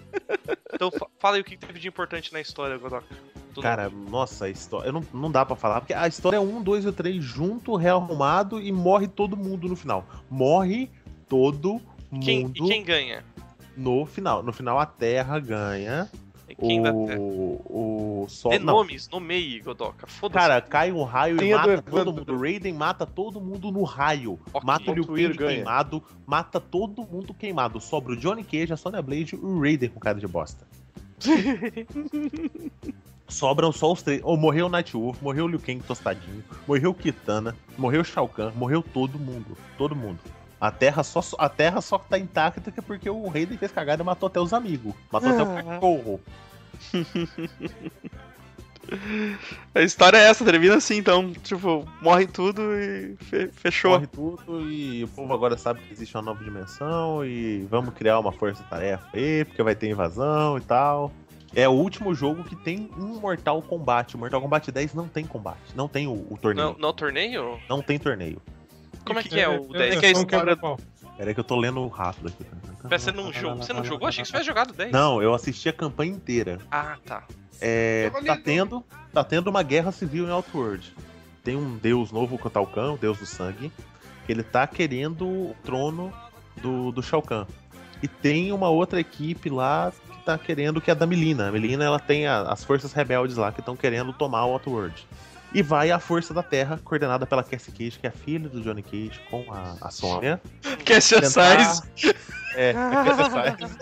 Então fa- fala aí o que teve de importante na história, Godoka. Do
Cara, nossa, a história. eu Não, não dá pra falar, porque a história é um, dois e três junto, rearrumado e morre todo mundo no final. Morre todo mundo
Quem, e quem ganha?
no final. No final a Terra ganha.
E Quem dá certo?
o, o Sol.
Dê
Não,
nomes, nomeie, Godoka. Foda-se.
cara, cai um raio
Tem
e
a do
mata
Evandro. né?
todo mundo. O Raiden mata todo mundo no raio.
Ok.
Mata o Liu
O Twir
Kang
ganha.
queimado, mata todo mundo queimado. Sobra o Johnny Cage, a Sonya Blade e o Raiden com cara de bosta. Sobram só os três. Ou morreu o Nightwolf, morreu o Liu Kang tostadinho, morreu o Kitana, morreu o Shao Kahn, morreu todo mundo. Todo mundo. A Terra só, a terra só tá intacta que é porque o Raiden fez cagada e matou até os amigos. Matou até o cachorro.
A história é essa, termina assim, então. Tipo, morre tudo e fe- fechou.
Morre tudo e o povo agora sabe que existe uma nova dimensão e vamos criar uma força-tarefa aí, porque vai ter invasão e tal. É o último jogo que tem um Mortal Kombat. O Mortal Kombat 10 não tem combate, não tem o, o
Não,
torneio.
não é o torneio?
Não. tem torneio.
Como é que é o
É,
10?
é,
que é
só um
história-
quebra-pau.
Pera aí que eu tô lendo rápido aqui. tá?
Você não, jogou, você não jogou? Achei que você tivesse jogado 10.
Não, eu assisti a campanha inteira.
Ah, tá.
É,
Tava no
tá
YouTube.
tendo, tá tendo uma guerra civil em Outworld. Tem um deus novo com o Shao Kahn, o deus do sangue, que ele tá querendo o trono do, do Shao Kahn. E tem uma outra equipe lá que tá querendo, que é a da Melina. A Melina, ela tem a- as forças rebeldes lá que estão querendo tomar o Outworld. E vai a Força da Terra, coordenada pela Cassie Cage, que é a filha do Johnny Cage, com a, a Sonya.
Cast Size.
É, a Cassie Size.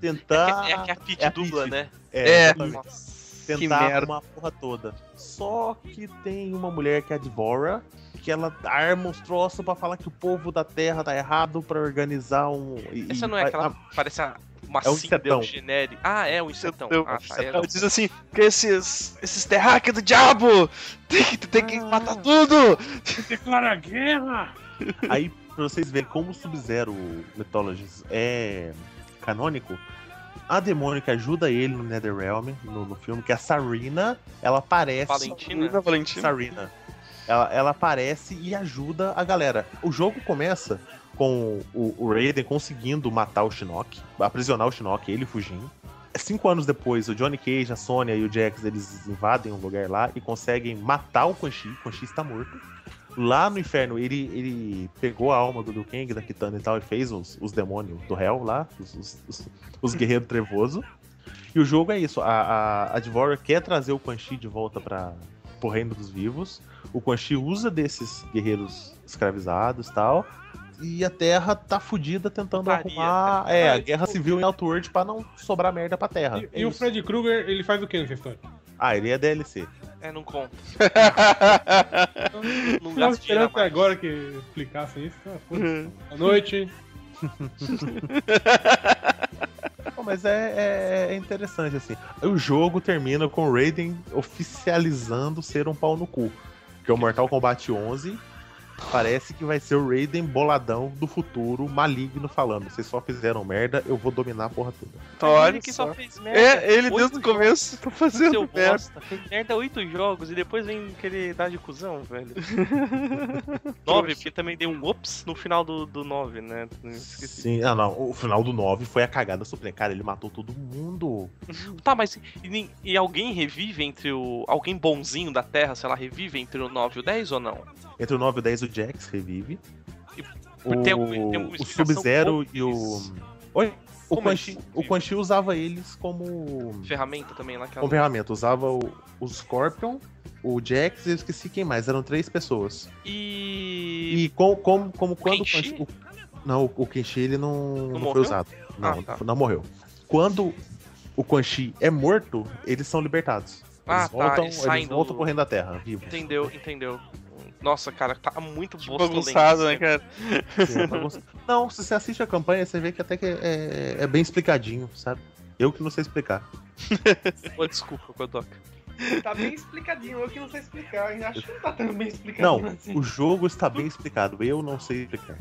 Tentar...
É, que é a Pit
é a
dubla,
Pete.
né?
É.
exatamente
Nossa.
Que
tentar
merda.
uma porra toda. Só que tem uma mulher que é a Dvora, que ela arma uns troços pra falar que o povo da Terra tá errado pra organizar um. e-
Essa
e
não é
vai-
aquela.
ah,
Parece a- uma
É um
síndrome
insetão.
genérica. Ah, é um insetão.
Insetão.
Ah, tá. é,
Ela diz assim, que esses, esses terráqueos do diabo tem que, tem
Ah.
que matar tudo.
Declara guerra!
Aí, ah, pra vocês verem como o Sub-Zero Mythologies é canônico. A demônio que ajuda ele no Netherrealm, no, no filme, que é a Sarina, ela aparece.
Valentina?
Não, Valentina.
Sarina. Ela, ela aparece e ajuda a galera. O jogo começa com o, o Raiden conseguindo matar o Shinnok, aprisionar o Shinnok, ele fugindo. Cinco anos depois, o Johnny Cage, a Sonya e o Jax, eles invadem um lugar lá e conseguem matar o Quan Chi. O Quan Chi está morto. Lá no inferno, ele, ele pegou a alma do Liu Kang, da Kitana e tal, e fez os, os demônios do réu lá, os, os, os- os guerreiros trevoso. E o jogo é isso. A, a, a Devorer quer trazer o Quan Chi de volta para o reino dos vivos. O Quan Chi usa desses guerreiros escravizados e tal. E a Terra tá fudida tentando
Putaria,
arrumar é, a
Mas,
guerra civil em Outward pra não sobrar merda pra Terra.
E,
É
e o
Ah,
isso.
Fred Krueger, ele faz o que nessa história?
Ah, ele é DLC.
É, não conta. Não
Tava esperando
gasto dinheiro
até agora que explicasse isso. Ah, foda-se. Boa noite.
Pô, mas é, é- é interessante, assim. Aí O jogo termina com o Raiden oficializando ser um pau no cu. Porque o Mortal Kombat 11 parece que vai ser o Raiden boladão do futuro, maligno, falando: vocês só fizeram merda, eu vou dominar a porra toda.
Olha
Olha
que
só.
só fez merda.
É, ele
Oito
desde o começo tá
jogos, Seu
fazendo merda.
bosta. Fez merda oito jogos e depois vem querer dar de cuzão, velho. Nove, porque também deu um ops no final do, do nove, né? Esqueci.
Sim, ah, não. O final do 9 foi a cagada suprema. Cara, ele matou todo mundo.
Tá, mas e, nin- e alguém revive entre o. Alguém bonzinho da Terra, sei lá, revive entre o 9 e o 10 ou não?
Entre o 9 e o 10, o Jax revive.
E
O,
tem algum- tem alguma
o
explicação
Sub-Zero e o.
como
Oi? O
Como
Quan,
eles
Chi, o
vivem?
Quan Chi usava eles como.
Ferramenta também lá que
Com ferramenta, usava o, o Scorpion, o Jax e eu esqueci quem mais, eram três pessoas.
E.
E como, como, como quando o
Kenshi?
Kenshi- o- Não, o Kenshi ele não, não, foi
morreu?
usado. Não,
Ah, tá.
não morreu. Quando o Quan Chi é morto, eles são libertados. Eles
Ah, tá,
voltam,
eles
eles
saem do-
voltam correndo da terra, vivos.
Entendeu, entendeu. Nossa, cara, tá muito
Bagunçado, né,
assim.
cara?
Sim, é bagunça. não, se você assiste a campanha, você vê que até que é, é bem explicadinho, sabe? Eu que não sei explicar.
Pô, desculpa, Godoka.
Tá bem explicadinho, eu que não sei explicar. Eu Acho que não tá tão bem explicadinho
Não,
assim.
o jogo está bem explicado, eu não sei explicar.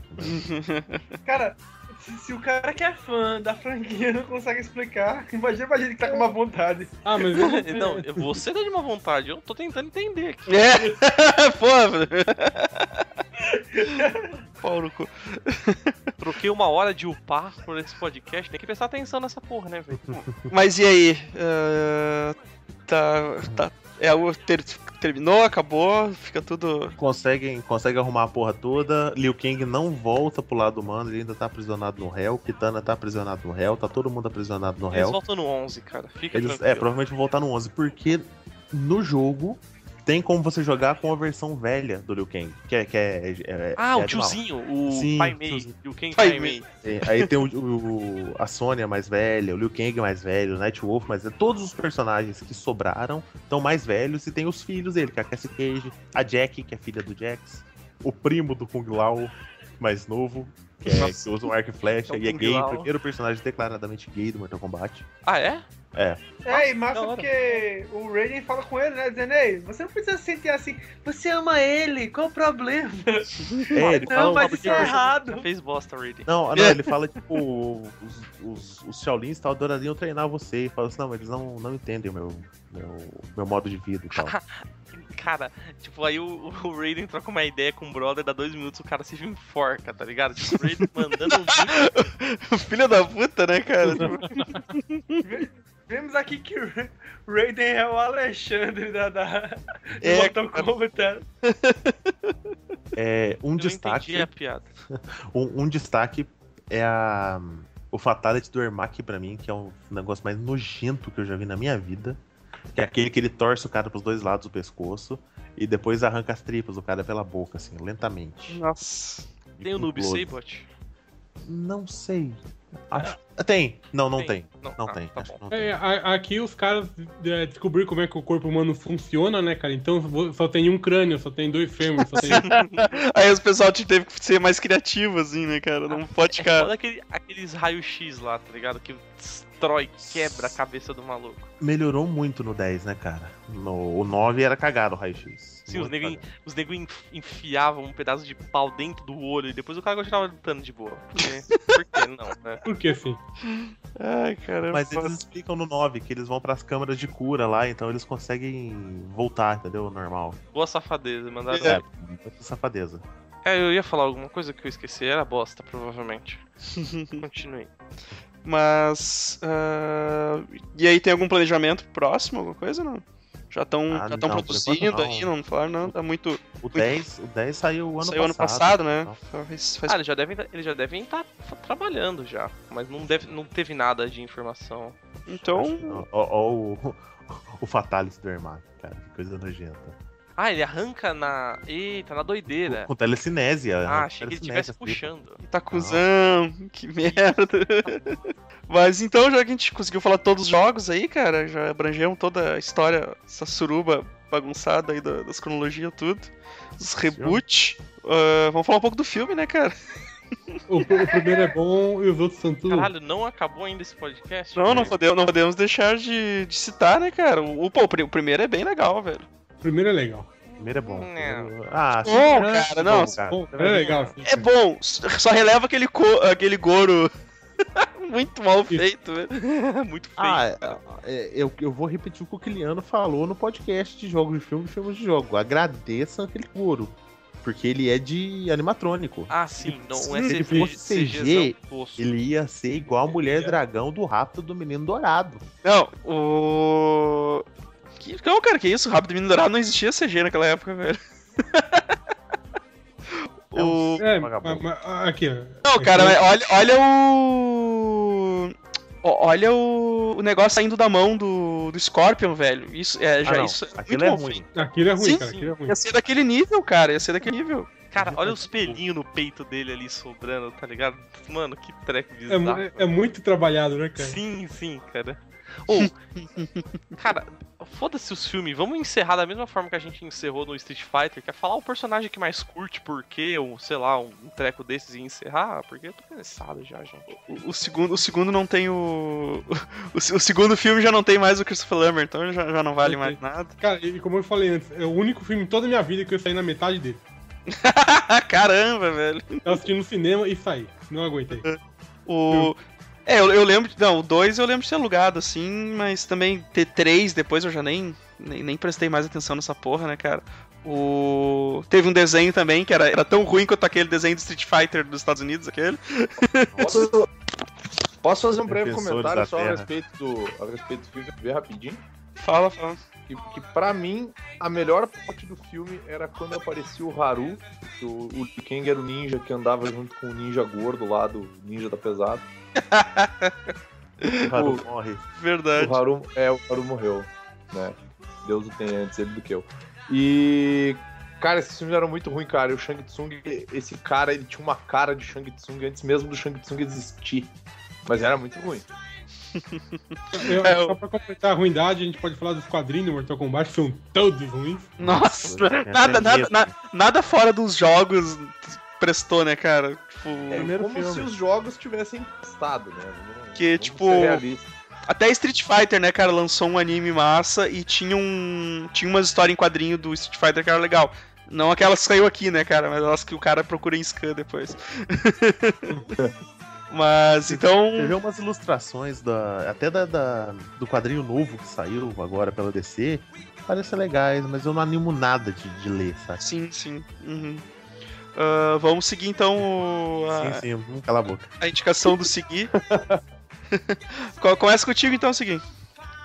Cara, se, se o cara que é fã da franquia não consegue explicar, imagina pra gente que tá com uma vontade.
Ah, mas.
Não, eu- você tá de uma vontade, eu tô tentando entender aqui.
É! Pô, Pau no cu.
Troquei uma hora de upar por esse podcast, tem que prestar atenção nessa porra, né, velho?
Mas e aí? Ah, tá. tá é, o ter, terminou, acabou, fica tudo.
conseguem, consegue arrumar a porra toda. Liu Kang não volta pro lado humano, ele ainda tá aprisionado no réu. Kitana tá aprisionado no réu, tá todo mundo aprisionado no
Eles
réu.
voltam no 11, cara. Fica
Eles, é,
tranquilo.
provavelmente vão voltar no 11, porque no jogo tem como você jogar com a versão velha do Liu Kang, que é. Que é, é- é
Ah, o
animal.
tiozinho, o
Sim,
Pai
o
Mei,
tiozinho.
e o Ken
Pai
Pai Mei.
Tem- Aí tem o, o- a Sônia mais velha, o Liu Kang mais velho, o Nightwolf mais velho. Todos os personagens que sobraram estão mais velhos e tem os filhos dele, que é a Cassie Cage, a Jack, que é filha do Jax, o primo do Kung Lao, mais novo, que, é, que usa um arco e flecha
É o
e é
Kung
gay,
Lao.
o primeiro personagem declaradamente gay do Mortal Kombat.
Ah, é?
É, e
da
massa
hora.
porque o Raiden fala com ele, né? Dizendo, ei, você não precisa se sentir assim, você ama ele, qual o problema?
É, ele fala
Não,
um
mas
papo
isso
de-
é
Já
errado.
fez bosta, Raiden.
Não, não, ele fala, tipo, os, os, os Shaolins e tal adorariam treinar você. E fala assim, não, eles não, não entendem o meu, meu, meu modo de vida e tal.
Cara, tipo, aí o, o Raiden troca uma ideia com o brother, dá dois minutos, o cara se enforca, tá ligado? Tipo, o Raiden mandando um muito...
Filho da puta, né, cara? Tipo,
Vemos aqui que o Raiden é o Alexandre da, da
É,
do Mortal Kombat.
É, um
Eu não
destaque.
entendi a piada.
Um, um destaque é a, o Fatality do Ermac pra mim, que é o negócio mais nojento que eu já vi na minha vida. Que é aquele que ele torce o cara pros dois lados do pescoço e depois arranca as tripas do cara pela boca, assim, lentamente.
nossa.
E
Tem o
com
Noob
close.
Sabot?
Não sei. Acho... Tem. Não, não tem. Não
ah,
tem.
Tá
Acho
bom.
que não tem.
É, a- aqui os caras é, descobriram como é que o corpo humano funciona, né, cara? Então vo- só tem um crânio, só tem dois fêmures, só tem. um
Aí os pessoal te teve que ser mais criativo, assim, né, cara? Não pode
é.
ficar.
Olha aquele, aqueles raio-x lá, tá ligado? Que destrói, quebra a cabeça do maluco.
Melhorou muito no 10, né, cara? No, o 9 era cagado o raio-x.
Sim, os
Muito
negrinhos-
cagado.
Os nego enf- enfiavam um pedaço de pau dentro do olho e depois o cara continuava lutando de boa. Por quê? Por que não, né?
Por que assim?
Ai, cara.
Mas
foda.
eles explicam no 9 que eles vão pras câmaras de cura lá, então eles conseguem voltar, entendeu? Ao Normal.
Boa safadeza, mandaram.
É, muita safadeza.
É, eu ia falar alguma coisa que eu esqueci, era bosta, provavelmente. Continue.
Mas. ah, e aí, tem algum planejamento próximo, alguma coisa? Não? Já estão
Ah,
já tão
não, por
produzindo
enquanto não.
aí, não falaram nada, tá muito.
O 10, o 10 saiu o ano
saiu ano passado,
passado.
né?
então.
Faz- faz-
Ah, eles já devem eles já devem estar trabalhando já, mas não deve não teve nada de informação.
Ah,
Acho que
então.
não. Ó, ó o, o Fatalis do Ermac, cara, que coisa nojenta.
Ah, ele arranca na eita, na doideira.
Com telecinese.
Ah,
arranca
achei que ele
telecinese,
estivesse
as tripas.
puxando.
Itacuzão, tá que merda. Mas então, já que a gente conseguiu falar todos os jogos aí, cara, já abrangemos toda a história, essa suruba bagunçada aí da- das cronologias, tudo. Os reboot. Ah, vamos falar um pouco do filme, né, cara?
O, pr- o primeiro é bom e os outros são tudo.
Caralho, não acabou ainda esse podcast?
Não, não
velho?
podemos, não podemos deixar de, de citar, né, cara? O, pô, o pri- o primeiro é bem legal, velho.
O primeiro é legal.
Primeiro é bom.
Não.
primeiro- Ah, sim,
Bom,
primeiro é
cara,
bom,
não,
Bom, o primeiro é legal. assim.
É bom, só releva aquele, co- aquele goro muito mal feito, velho.
muito feio.
Ah, é, é, eu, eu vou repetir o que o Kiliano falou no podcast de jogos de filme e filmes de jogo. Agradeça aquele couro. Porque ele é de animatrônico.
Ah, sim, não é
Se ele
CG,
fosse CG, Ele ia ser igual a mulher dragão do rapto do menino dourado.
Não, o. Que... Não, cara, que isso? Rápido e Menino Dourado não existia CG naquela época, velho. o...
É,
um Vagabundo.
mas, mas, aqui, ó.
Não, cara, mas olha, olha o. o- Olha o... o negócio saindo da mão do, do Scorpion, velho. Isso é, já
não,
isso é
aquilo
muito
é
bom
ruim.
feito.
Aquilo é ruim,
Sim,
cara.
sim.
Aquilo é ruim.
Ia ser daquele nível, cara. Ia ser daquele nível.
Cara, olha os
tipo,
pelinhos no peito dele ali sobrando, tá ligado? Mano, que treco
É, mu-
bizarro.
é muito trabalhado, né, cara?
Sim, sim, cara. Ou, cara, foda-se os filmes, vamos encerrar da mesma forma que a gente encerrou no Street Fighter, que é falar o personagem que mais curte, por quê, ou sei lá, um treco desses e encerrar, porque eu tô cansado já, gente.
O, o segundo, o segundo não tem o... o. se- O segundo filme já não tem mais o Christopher Lambert, então já, já não vale
Ok.
mais nada.
Cara, e como eu falei antes, é o único filme em toda a minha vida que eu saí na metade dele.
Caramba, velho.
Eu assisti no cinema e saí. Não aguentei.
O. É, eu, eu lembro. de- Não, o 2 eu lembro de ser alugado, assim, mas também ter 3 depois eu já nem, nem, nem prestei mais atenção nessa porra, né, cara? O. Teve um desenho também que era, era tão ruim quanto aquele desenho do Street Fighter dos Estados Unidos, aquele.
Posso, posso fazer um breve
Defensores
comentário
da
só a
terra.
respeito, do, a respeito do filme, bem rapidinho?
Fala, fala.
Que, que pra mim, a melhor parte do filme era quando aparecia o Haru, que o, o Liu Kang era o ninja que andava junto com o ninja gordo lá, do ninja da pesada.
O Haru morre.
Verdade.
O Haru, é, o Haru morreu, né? Deus o tenha antes ele do que eu. E, cara, esses filmes eram muito ruins, cara. E o Shang Tsung, esse cara, ele tinha uma cara de Shang Tsung antes mesmo do Shang Tsung existir. Mas era muito ruim.
Eu-
É, eu-
Só pra completar a ruindade, a gente pode falar dos quadrinhos do Mortal Kombat, que são todos ruins.
Nossa,
é
Tinha até
nada, nada,
medo.
na- nada fora dos jogos prestou, né, cara? Tipo.
É
primeiro
como
filme.
se os jogos tivessem testado, né? Vamos-
Que,
vamos
tipo,
ser realistas.
Até Street Fighter, né, cara, lançou um anime massa e tinha um. Tinha umas histórias em quadrinho do Street Fighter que era legal. Não aquelas que saiu aqui, né, cara, mas elas que o cara procura em scan depois. mas
Você
então.
vê umas ilustrações da, até da, da- do quadrinho novo que saiu agora pela DC. Parecem legais, mas eu não animo nada de, de ler, sabe?
Sim, sim. uhum. Ah, vamos seguir então o-
Ah,
Sim,
é.
a,
sim, vamos calar a boca.
a indicação do seguir. Co- Começa contigo então, seguir.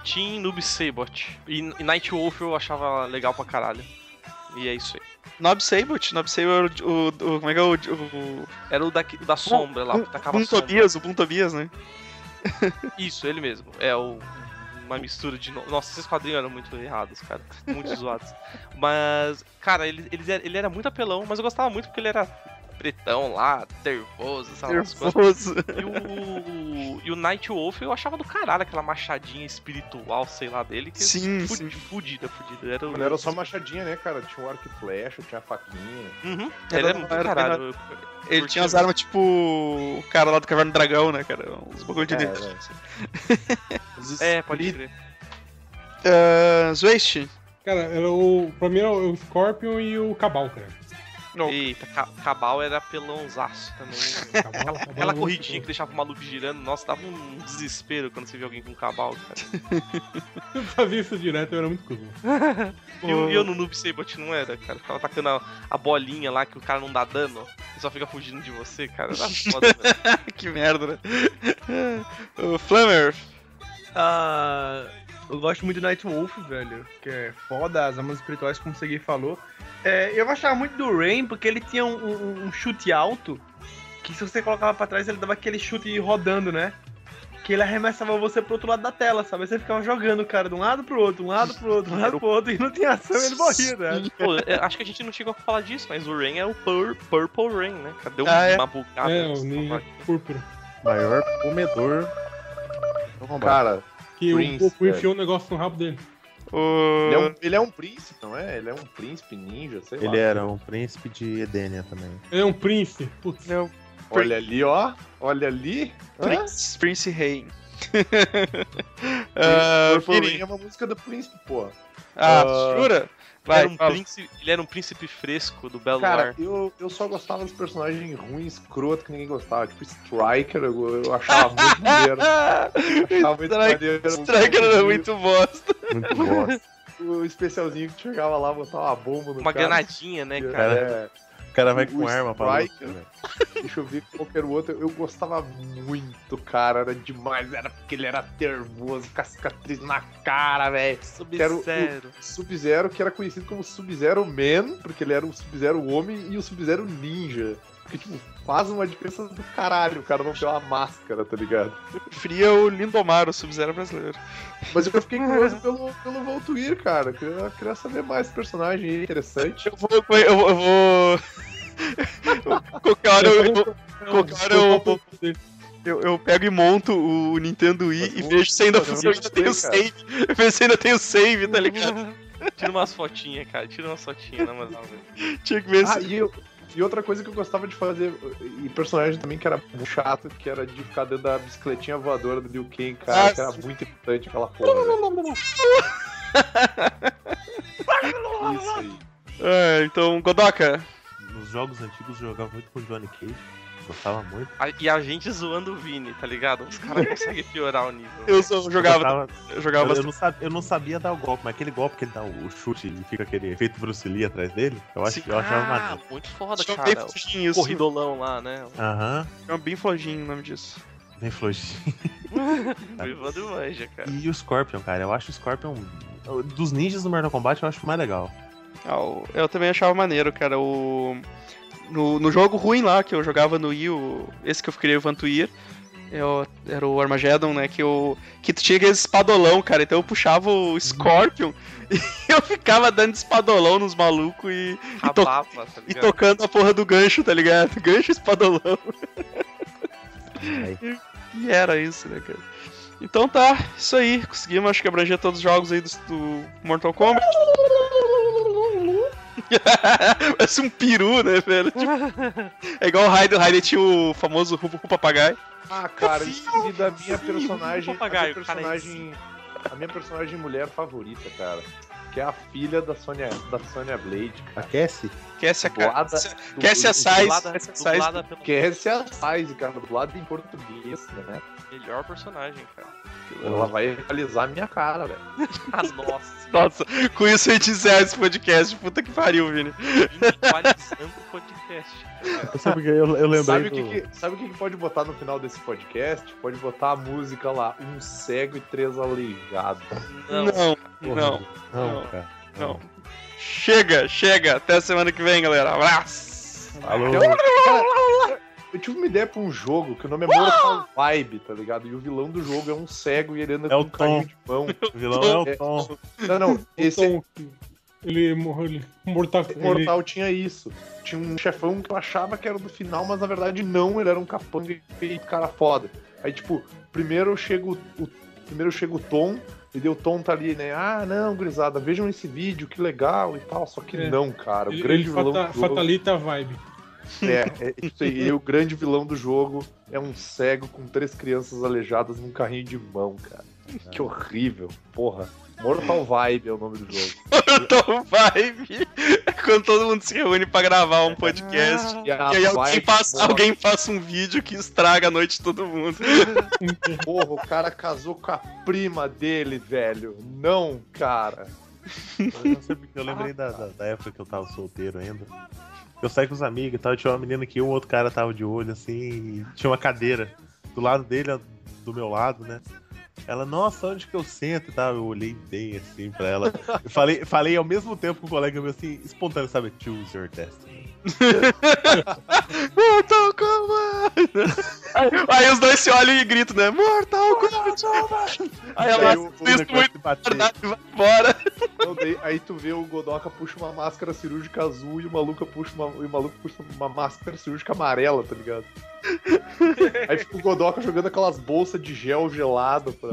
Team Noob Sabot. E, e Night Wolf eu achava legal pra caralho. E é isso aí.
Nob Sabot, Nob Sabot, o, o- Como é que é o. o
Era o da,
Um,
da sombra lá, que tacava
Boom
sombra.
Tobias, o Boom Tobias, né?
Isso, ele mesmo. É o- uma mistura de. no- Nossa, esses quadrinhos eram muito errados, cara. Muito zoados. Mas, cara, ele, ele, era- ele era muito apelão, mas eu gostava muito porque ele era pretão lá, nervoso, sabe? umas
Nervoso.
coisas. E o, e o Night Wolf eu achava do caralho aquela machadinha espiritual, sei lá, dele. Que
Sim,
fu-
sim.
Fudida, fudida. Era, o-
Não era só machadinha, né, cara? Tinha um arco e flecha, tinha a faquinha.
Uhum,
Era-
Ele era muito
era-
caralho. Eu-
Ele
Curtiu?
tinha as armas tipo o cara lá do Caverna do Dragão, né, cara? Uns bagulho de
É,
dentro.
É, pode crer.
Ah, Zwaist?
Cara, era o. Pra mim era o Scorpion e o Cabal, cara.
Não.
Eita, Ca- Cabal era apelãozaço também.
O Cabal- é Cabal era
Aquela
muito
corridinha que
bom.
deixava o maluco girando, nossa, dava um desespero quando você via alguém com um cabal, cara.
Eu fazia isso direto, eu era muito cuzão.
E eu, e eu no Noob Sabot não era, cara. Ficava atacando a, a bolinha lá que o cara não dá dano. E só fica fugindo de você, cara. Era foda, velho.
que merda, né? o Flammer.
Ah,
Eu gosto muito do Nightwolf, velho, que é foda, as amas espirituais, como o Segui falou. É, eu gostava muito do Rain, porque ele tinha um, um- um chute alto, que se você colocava pra trás, ele dava aquele chute rodando, né? Que ele arremessava você pro outro lado da tela, sabe? Aí Você ficava jogando o cara de um lado pro outro, de um lado pro outro, de um lado pro outro, e não tinha ação, ele morria, né?
Pô, eu acho que a gente não chegou a falar disso, mas o Rain é o Pur- Purple Rain, né? Cadê
Ah, é.
uma bugada?
É, o
nessa
Ninja
palavra?
Púrpura.
Maior comedor. do combate.
Cara,
Que o
Prince, é.
Goku
velho.
enfiou um negócio no rabo dele.
ele é,
O...
um, ele é um príncipe, não é? Ele é um príncipe ninja, sei lá.
Ele era um príncipe de Edenia também.
Ele é um príncipe. Putz.
Ele é o
Olha ali, ó. Olha ali. Hã?
Prince, Prince Rain. Ah,
Prince Purple
Vini,
Rain é uma música do príncipe, pô.
ah,
Ah,
jura? Vai,
Era um
fala.
príncipe- ele era um príncipe fresco do Belo
Cara,
Ar.
eu, eu só gostava dos personagens ruins, escroto, que ninguém gostava. Tipo, Striker, eu, eu achava muito maneiro.
Ah,
Achava muito
Strike-
maneiro.
Striker era é muito bosta.
Muito bosta.
O especialzinho que chegava lá, botava uma bomba no
Uma
cara.
granadinha, né, cara?
É,
O cara vai
O
com arma pra luta,
Striker.
velho.
deixa eu ver qualquer outro. Eu gostava muito, cara. Era demais. Era porque ele era nervoso, com a cicatriz na cara, velho.
Sub-Zero.
Sub-Zero, que era conhecido como Sub-Zero Man, porque ele era o Sub-Zero Homem e o Sub-Zero Ninja. Porque, tipo, faz uma diferença do caralho o cara não ter uma máscara, tá ligado?
Preferia o Lindomar, o Sub-Zero brasileiro.
Mas eu fiquei curioso pelo, pelo Voltwir, cara. Eu queria, eu queria saber mais desse personagem aí, interessante.
Eu vou. Eu vou. Eu vou... Qualquer hora eu, eu, qualquer
É
hora eu, eu, eu pego e monto o Nintendo Wii e
Mas
vejo se ainda
vamos-
funciona, se tem o
vamos-
save. Eu vejo se ainda tem o save, tá ligado?
Tira umas fotinhas, cara. Tira umas fotinhas, na moral. velho.
Tinha que ver
Ah,
se.
e, eu- e outra coisa que eu gostava de fazer, e personagem também que era muito chato, que era de ficar dentro da bicicletinha voadora do Liu Kang, cara,
Ah,
que era
sim.
muito importante aquela porra. velho. Isso aí.
Ah, então, Godoka.
Nos jogos antigos eu jogava muito com o Johnny Cage. Gostava muito.
A- E a gente zoando o Vini, tá ligado? Os caras conseguem piorar o nível.
Eu só jogava.
Gostava-
Eu jogava
eu,
bastante.
eu não sabia, eu não sabia dar o golpe, mas aquele golpe que ele dá o chute e fica aquele efeito Bruce Lee atrás dele, eu, acho,
Sim.
eu achava
ah,
maneiro.
muito foda,
Tinha
cara.
bem flojinho
O
isso.
corridolão lá, né?
Aham,
Tinha bem flojinho o nome disso.
bem flojinho.
Tá.
O Evandro manja, cara.
E o Scorpion, cara, eu acho o Scorpion. um, Dos ninjas do Mortal Kombat, eu acho mais legal.
Ah, o- eu também achava maneiro, cara. O... No, no jogo ruim lá que eu jogava no Wii, o- esse que eu queria o Vantuir, eu... era o Armageddon, né? Que, eu... que tu tinha aquele espadolão, cara. Então eu puxava o Scorpion e eu ficava dando espadolão nos malucos e,
A
to-
baba, tá
e
ligado?
tocando a porra do gancho, tá ligado? Gancho e espadolão.
Aí,
E era isso, né, cara? Então tá, isso aí. Conseguimos, acho que abranger todos os jogos aí do, do Mortal Kombat. Parece um peru, né, velho? Tipo, é igual o Raiden, o Raiden tinha o famoso Rupo Rupo Pagai.
Ah, cara, esqueci da minha
Sim,
personagem. A minha
papagaio, cara,
personagem, a minha personagem mulher favorita, cara. Que é a filha da Sonya, da Sonya Blade, cara.
aquece?
Que essa é a cara.
Dublada-
Cassia
du-
Sai.
Dublada,
Size-
dublada pelo
Que essa é a Size, cara, do lado em português, né?
melhor personagem, cara.
Ela vai realizar a minha cara, velho.
Ah, nossa.
Nossa, com isso a gente encerra ah, esse podcast. Puta que pariu, Vini.
Vini qualizando o podcast.
Eu, sei porque eu, eu lembrei
Sabe o
do-
que, que- sabe o que, que pode botar no final desse podcast? Pode botar a música lá, um cego e três aleijados.
Não.
não,
Porra,
não.
não,
não,
cara.
não. Chega, chega. Até semana que vem, galera. Abraço.
Alô?
Eu tive uma ideia pra um jogo que o nome é Mortal Vibe, tá ligado? E o vilão do jogo é um cego e ele anda
É o
com um carrinho de pão.
O vilão é o Tom.
Não, não, esse
Então, ele morreu. Ele é mortal. ele-
Mortal tinha isso. Tinha um chefão que eu achava que era do final, mas na verdade não, ele era um capanga e cara foda. Aí, tipo, primeiro chega o, o- primeiro chega o Tom, e deu o Tom tá ali, né? Ah, não, gurizada, vejam esse vídeo, que legal e tal. Só que
É.
não, cara. O
Ele,
grande
ele
vilão
fata-
do jogo.
fatalita a vibe.
É, é isso aí. E o grande vilão do jogo é um cego com três crianças aleijadas num carrinho de mão, cara. Que horrível, porra. Mortal Vibe é o nome do jogo.
Então vibe quando todo mundo se reúne pra gravar
Ah,
um podcast.
a
E aí alguém
vibe,
passa,
porra,
alguém passa um vídeo que estraga a noite de todo mundo.
Porra, o cara casou com a prima dele, velho. Não, cara.
Eu não sei porque eu lembrei da, da, da época que eu tava solteiro ainda. Eu saí com os amigos e tal, tinha uma menina que um outro cara tava de olho, assim, e tinha uma cadeira do lado dele, do meu lado, né? Ela, nossa, onde que eu sento e tal? Eu olhei bem assim pra ela. Eu falei, falei ao mesmo tempo com o colega meu assim, espontâneo, sabe? Choose your destiny.
Mortal Kombat! Aí, aí os dois se olham e gritam, né? Mortal Kombat! Aí ela
Aí o- o
assiste
negócio
muito
de bater.
verdade e vai embora.
Não, daí- aí tu vê o Godoka puxa uma máscara cirúrgica azul e o maluco puxa uma, e o maluco puxa uma máscara cirúrgica amarela, tá ligado? Aí fica o Godoka jogando aquelas bolsas de gel gelado pra.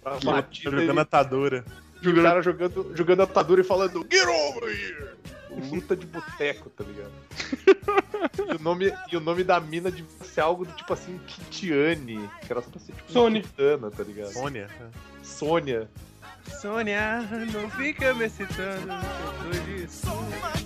pra batida,
Jogando atadura.
e o cara jogando, jogando atadura e falando Get over here! Luta de boteco, tá ligado? e, o nome, e o nome da mina devia ser algo do tipo assim, Kitiane, que era só pra ser tipo uma
Sony.
Kitana, tá ligligado?
Sônia.
Sônia.
Sônia, não fica me citando. que eu tô de-
So much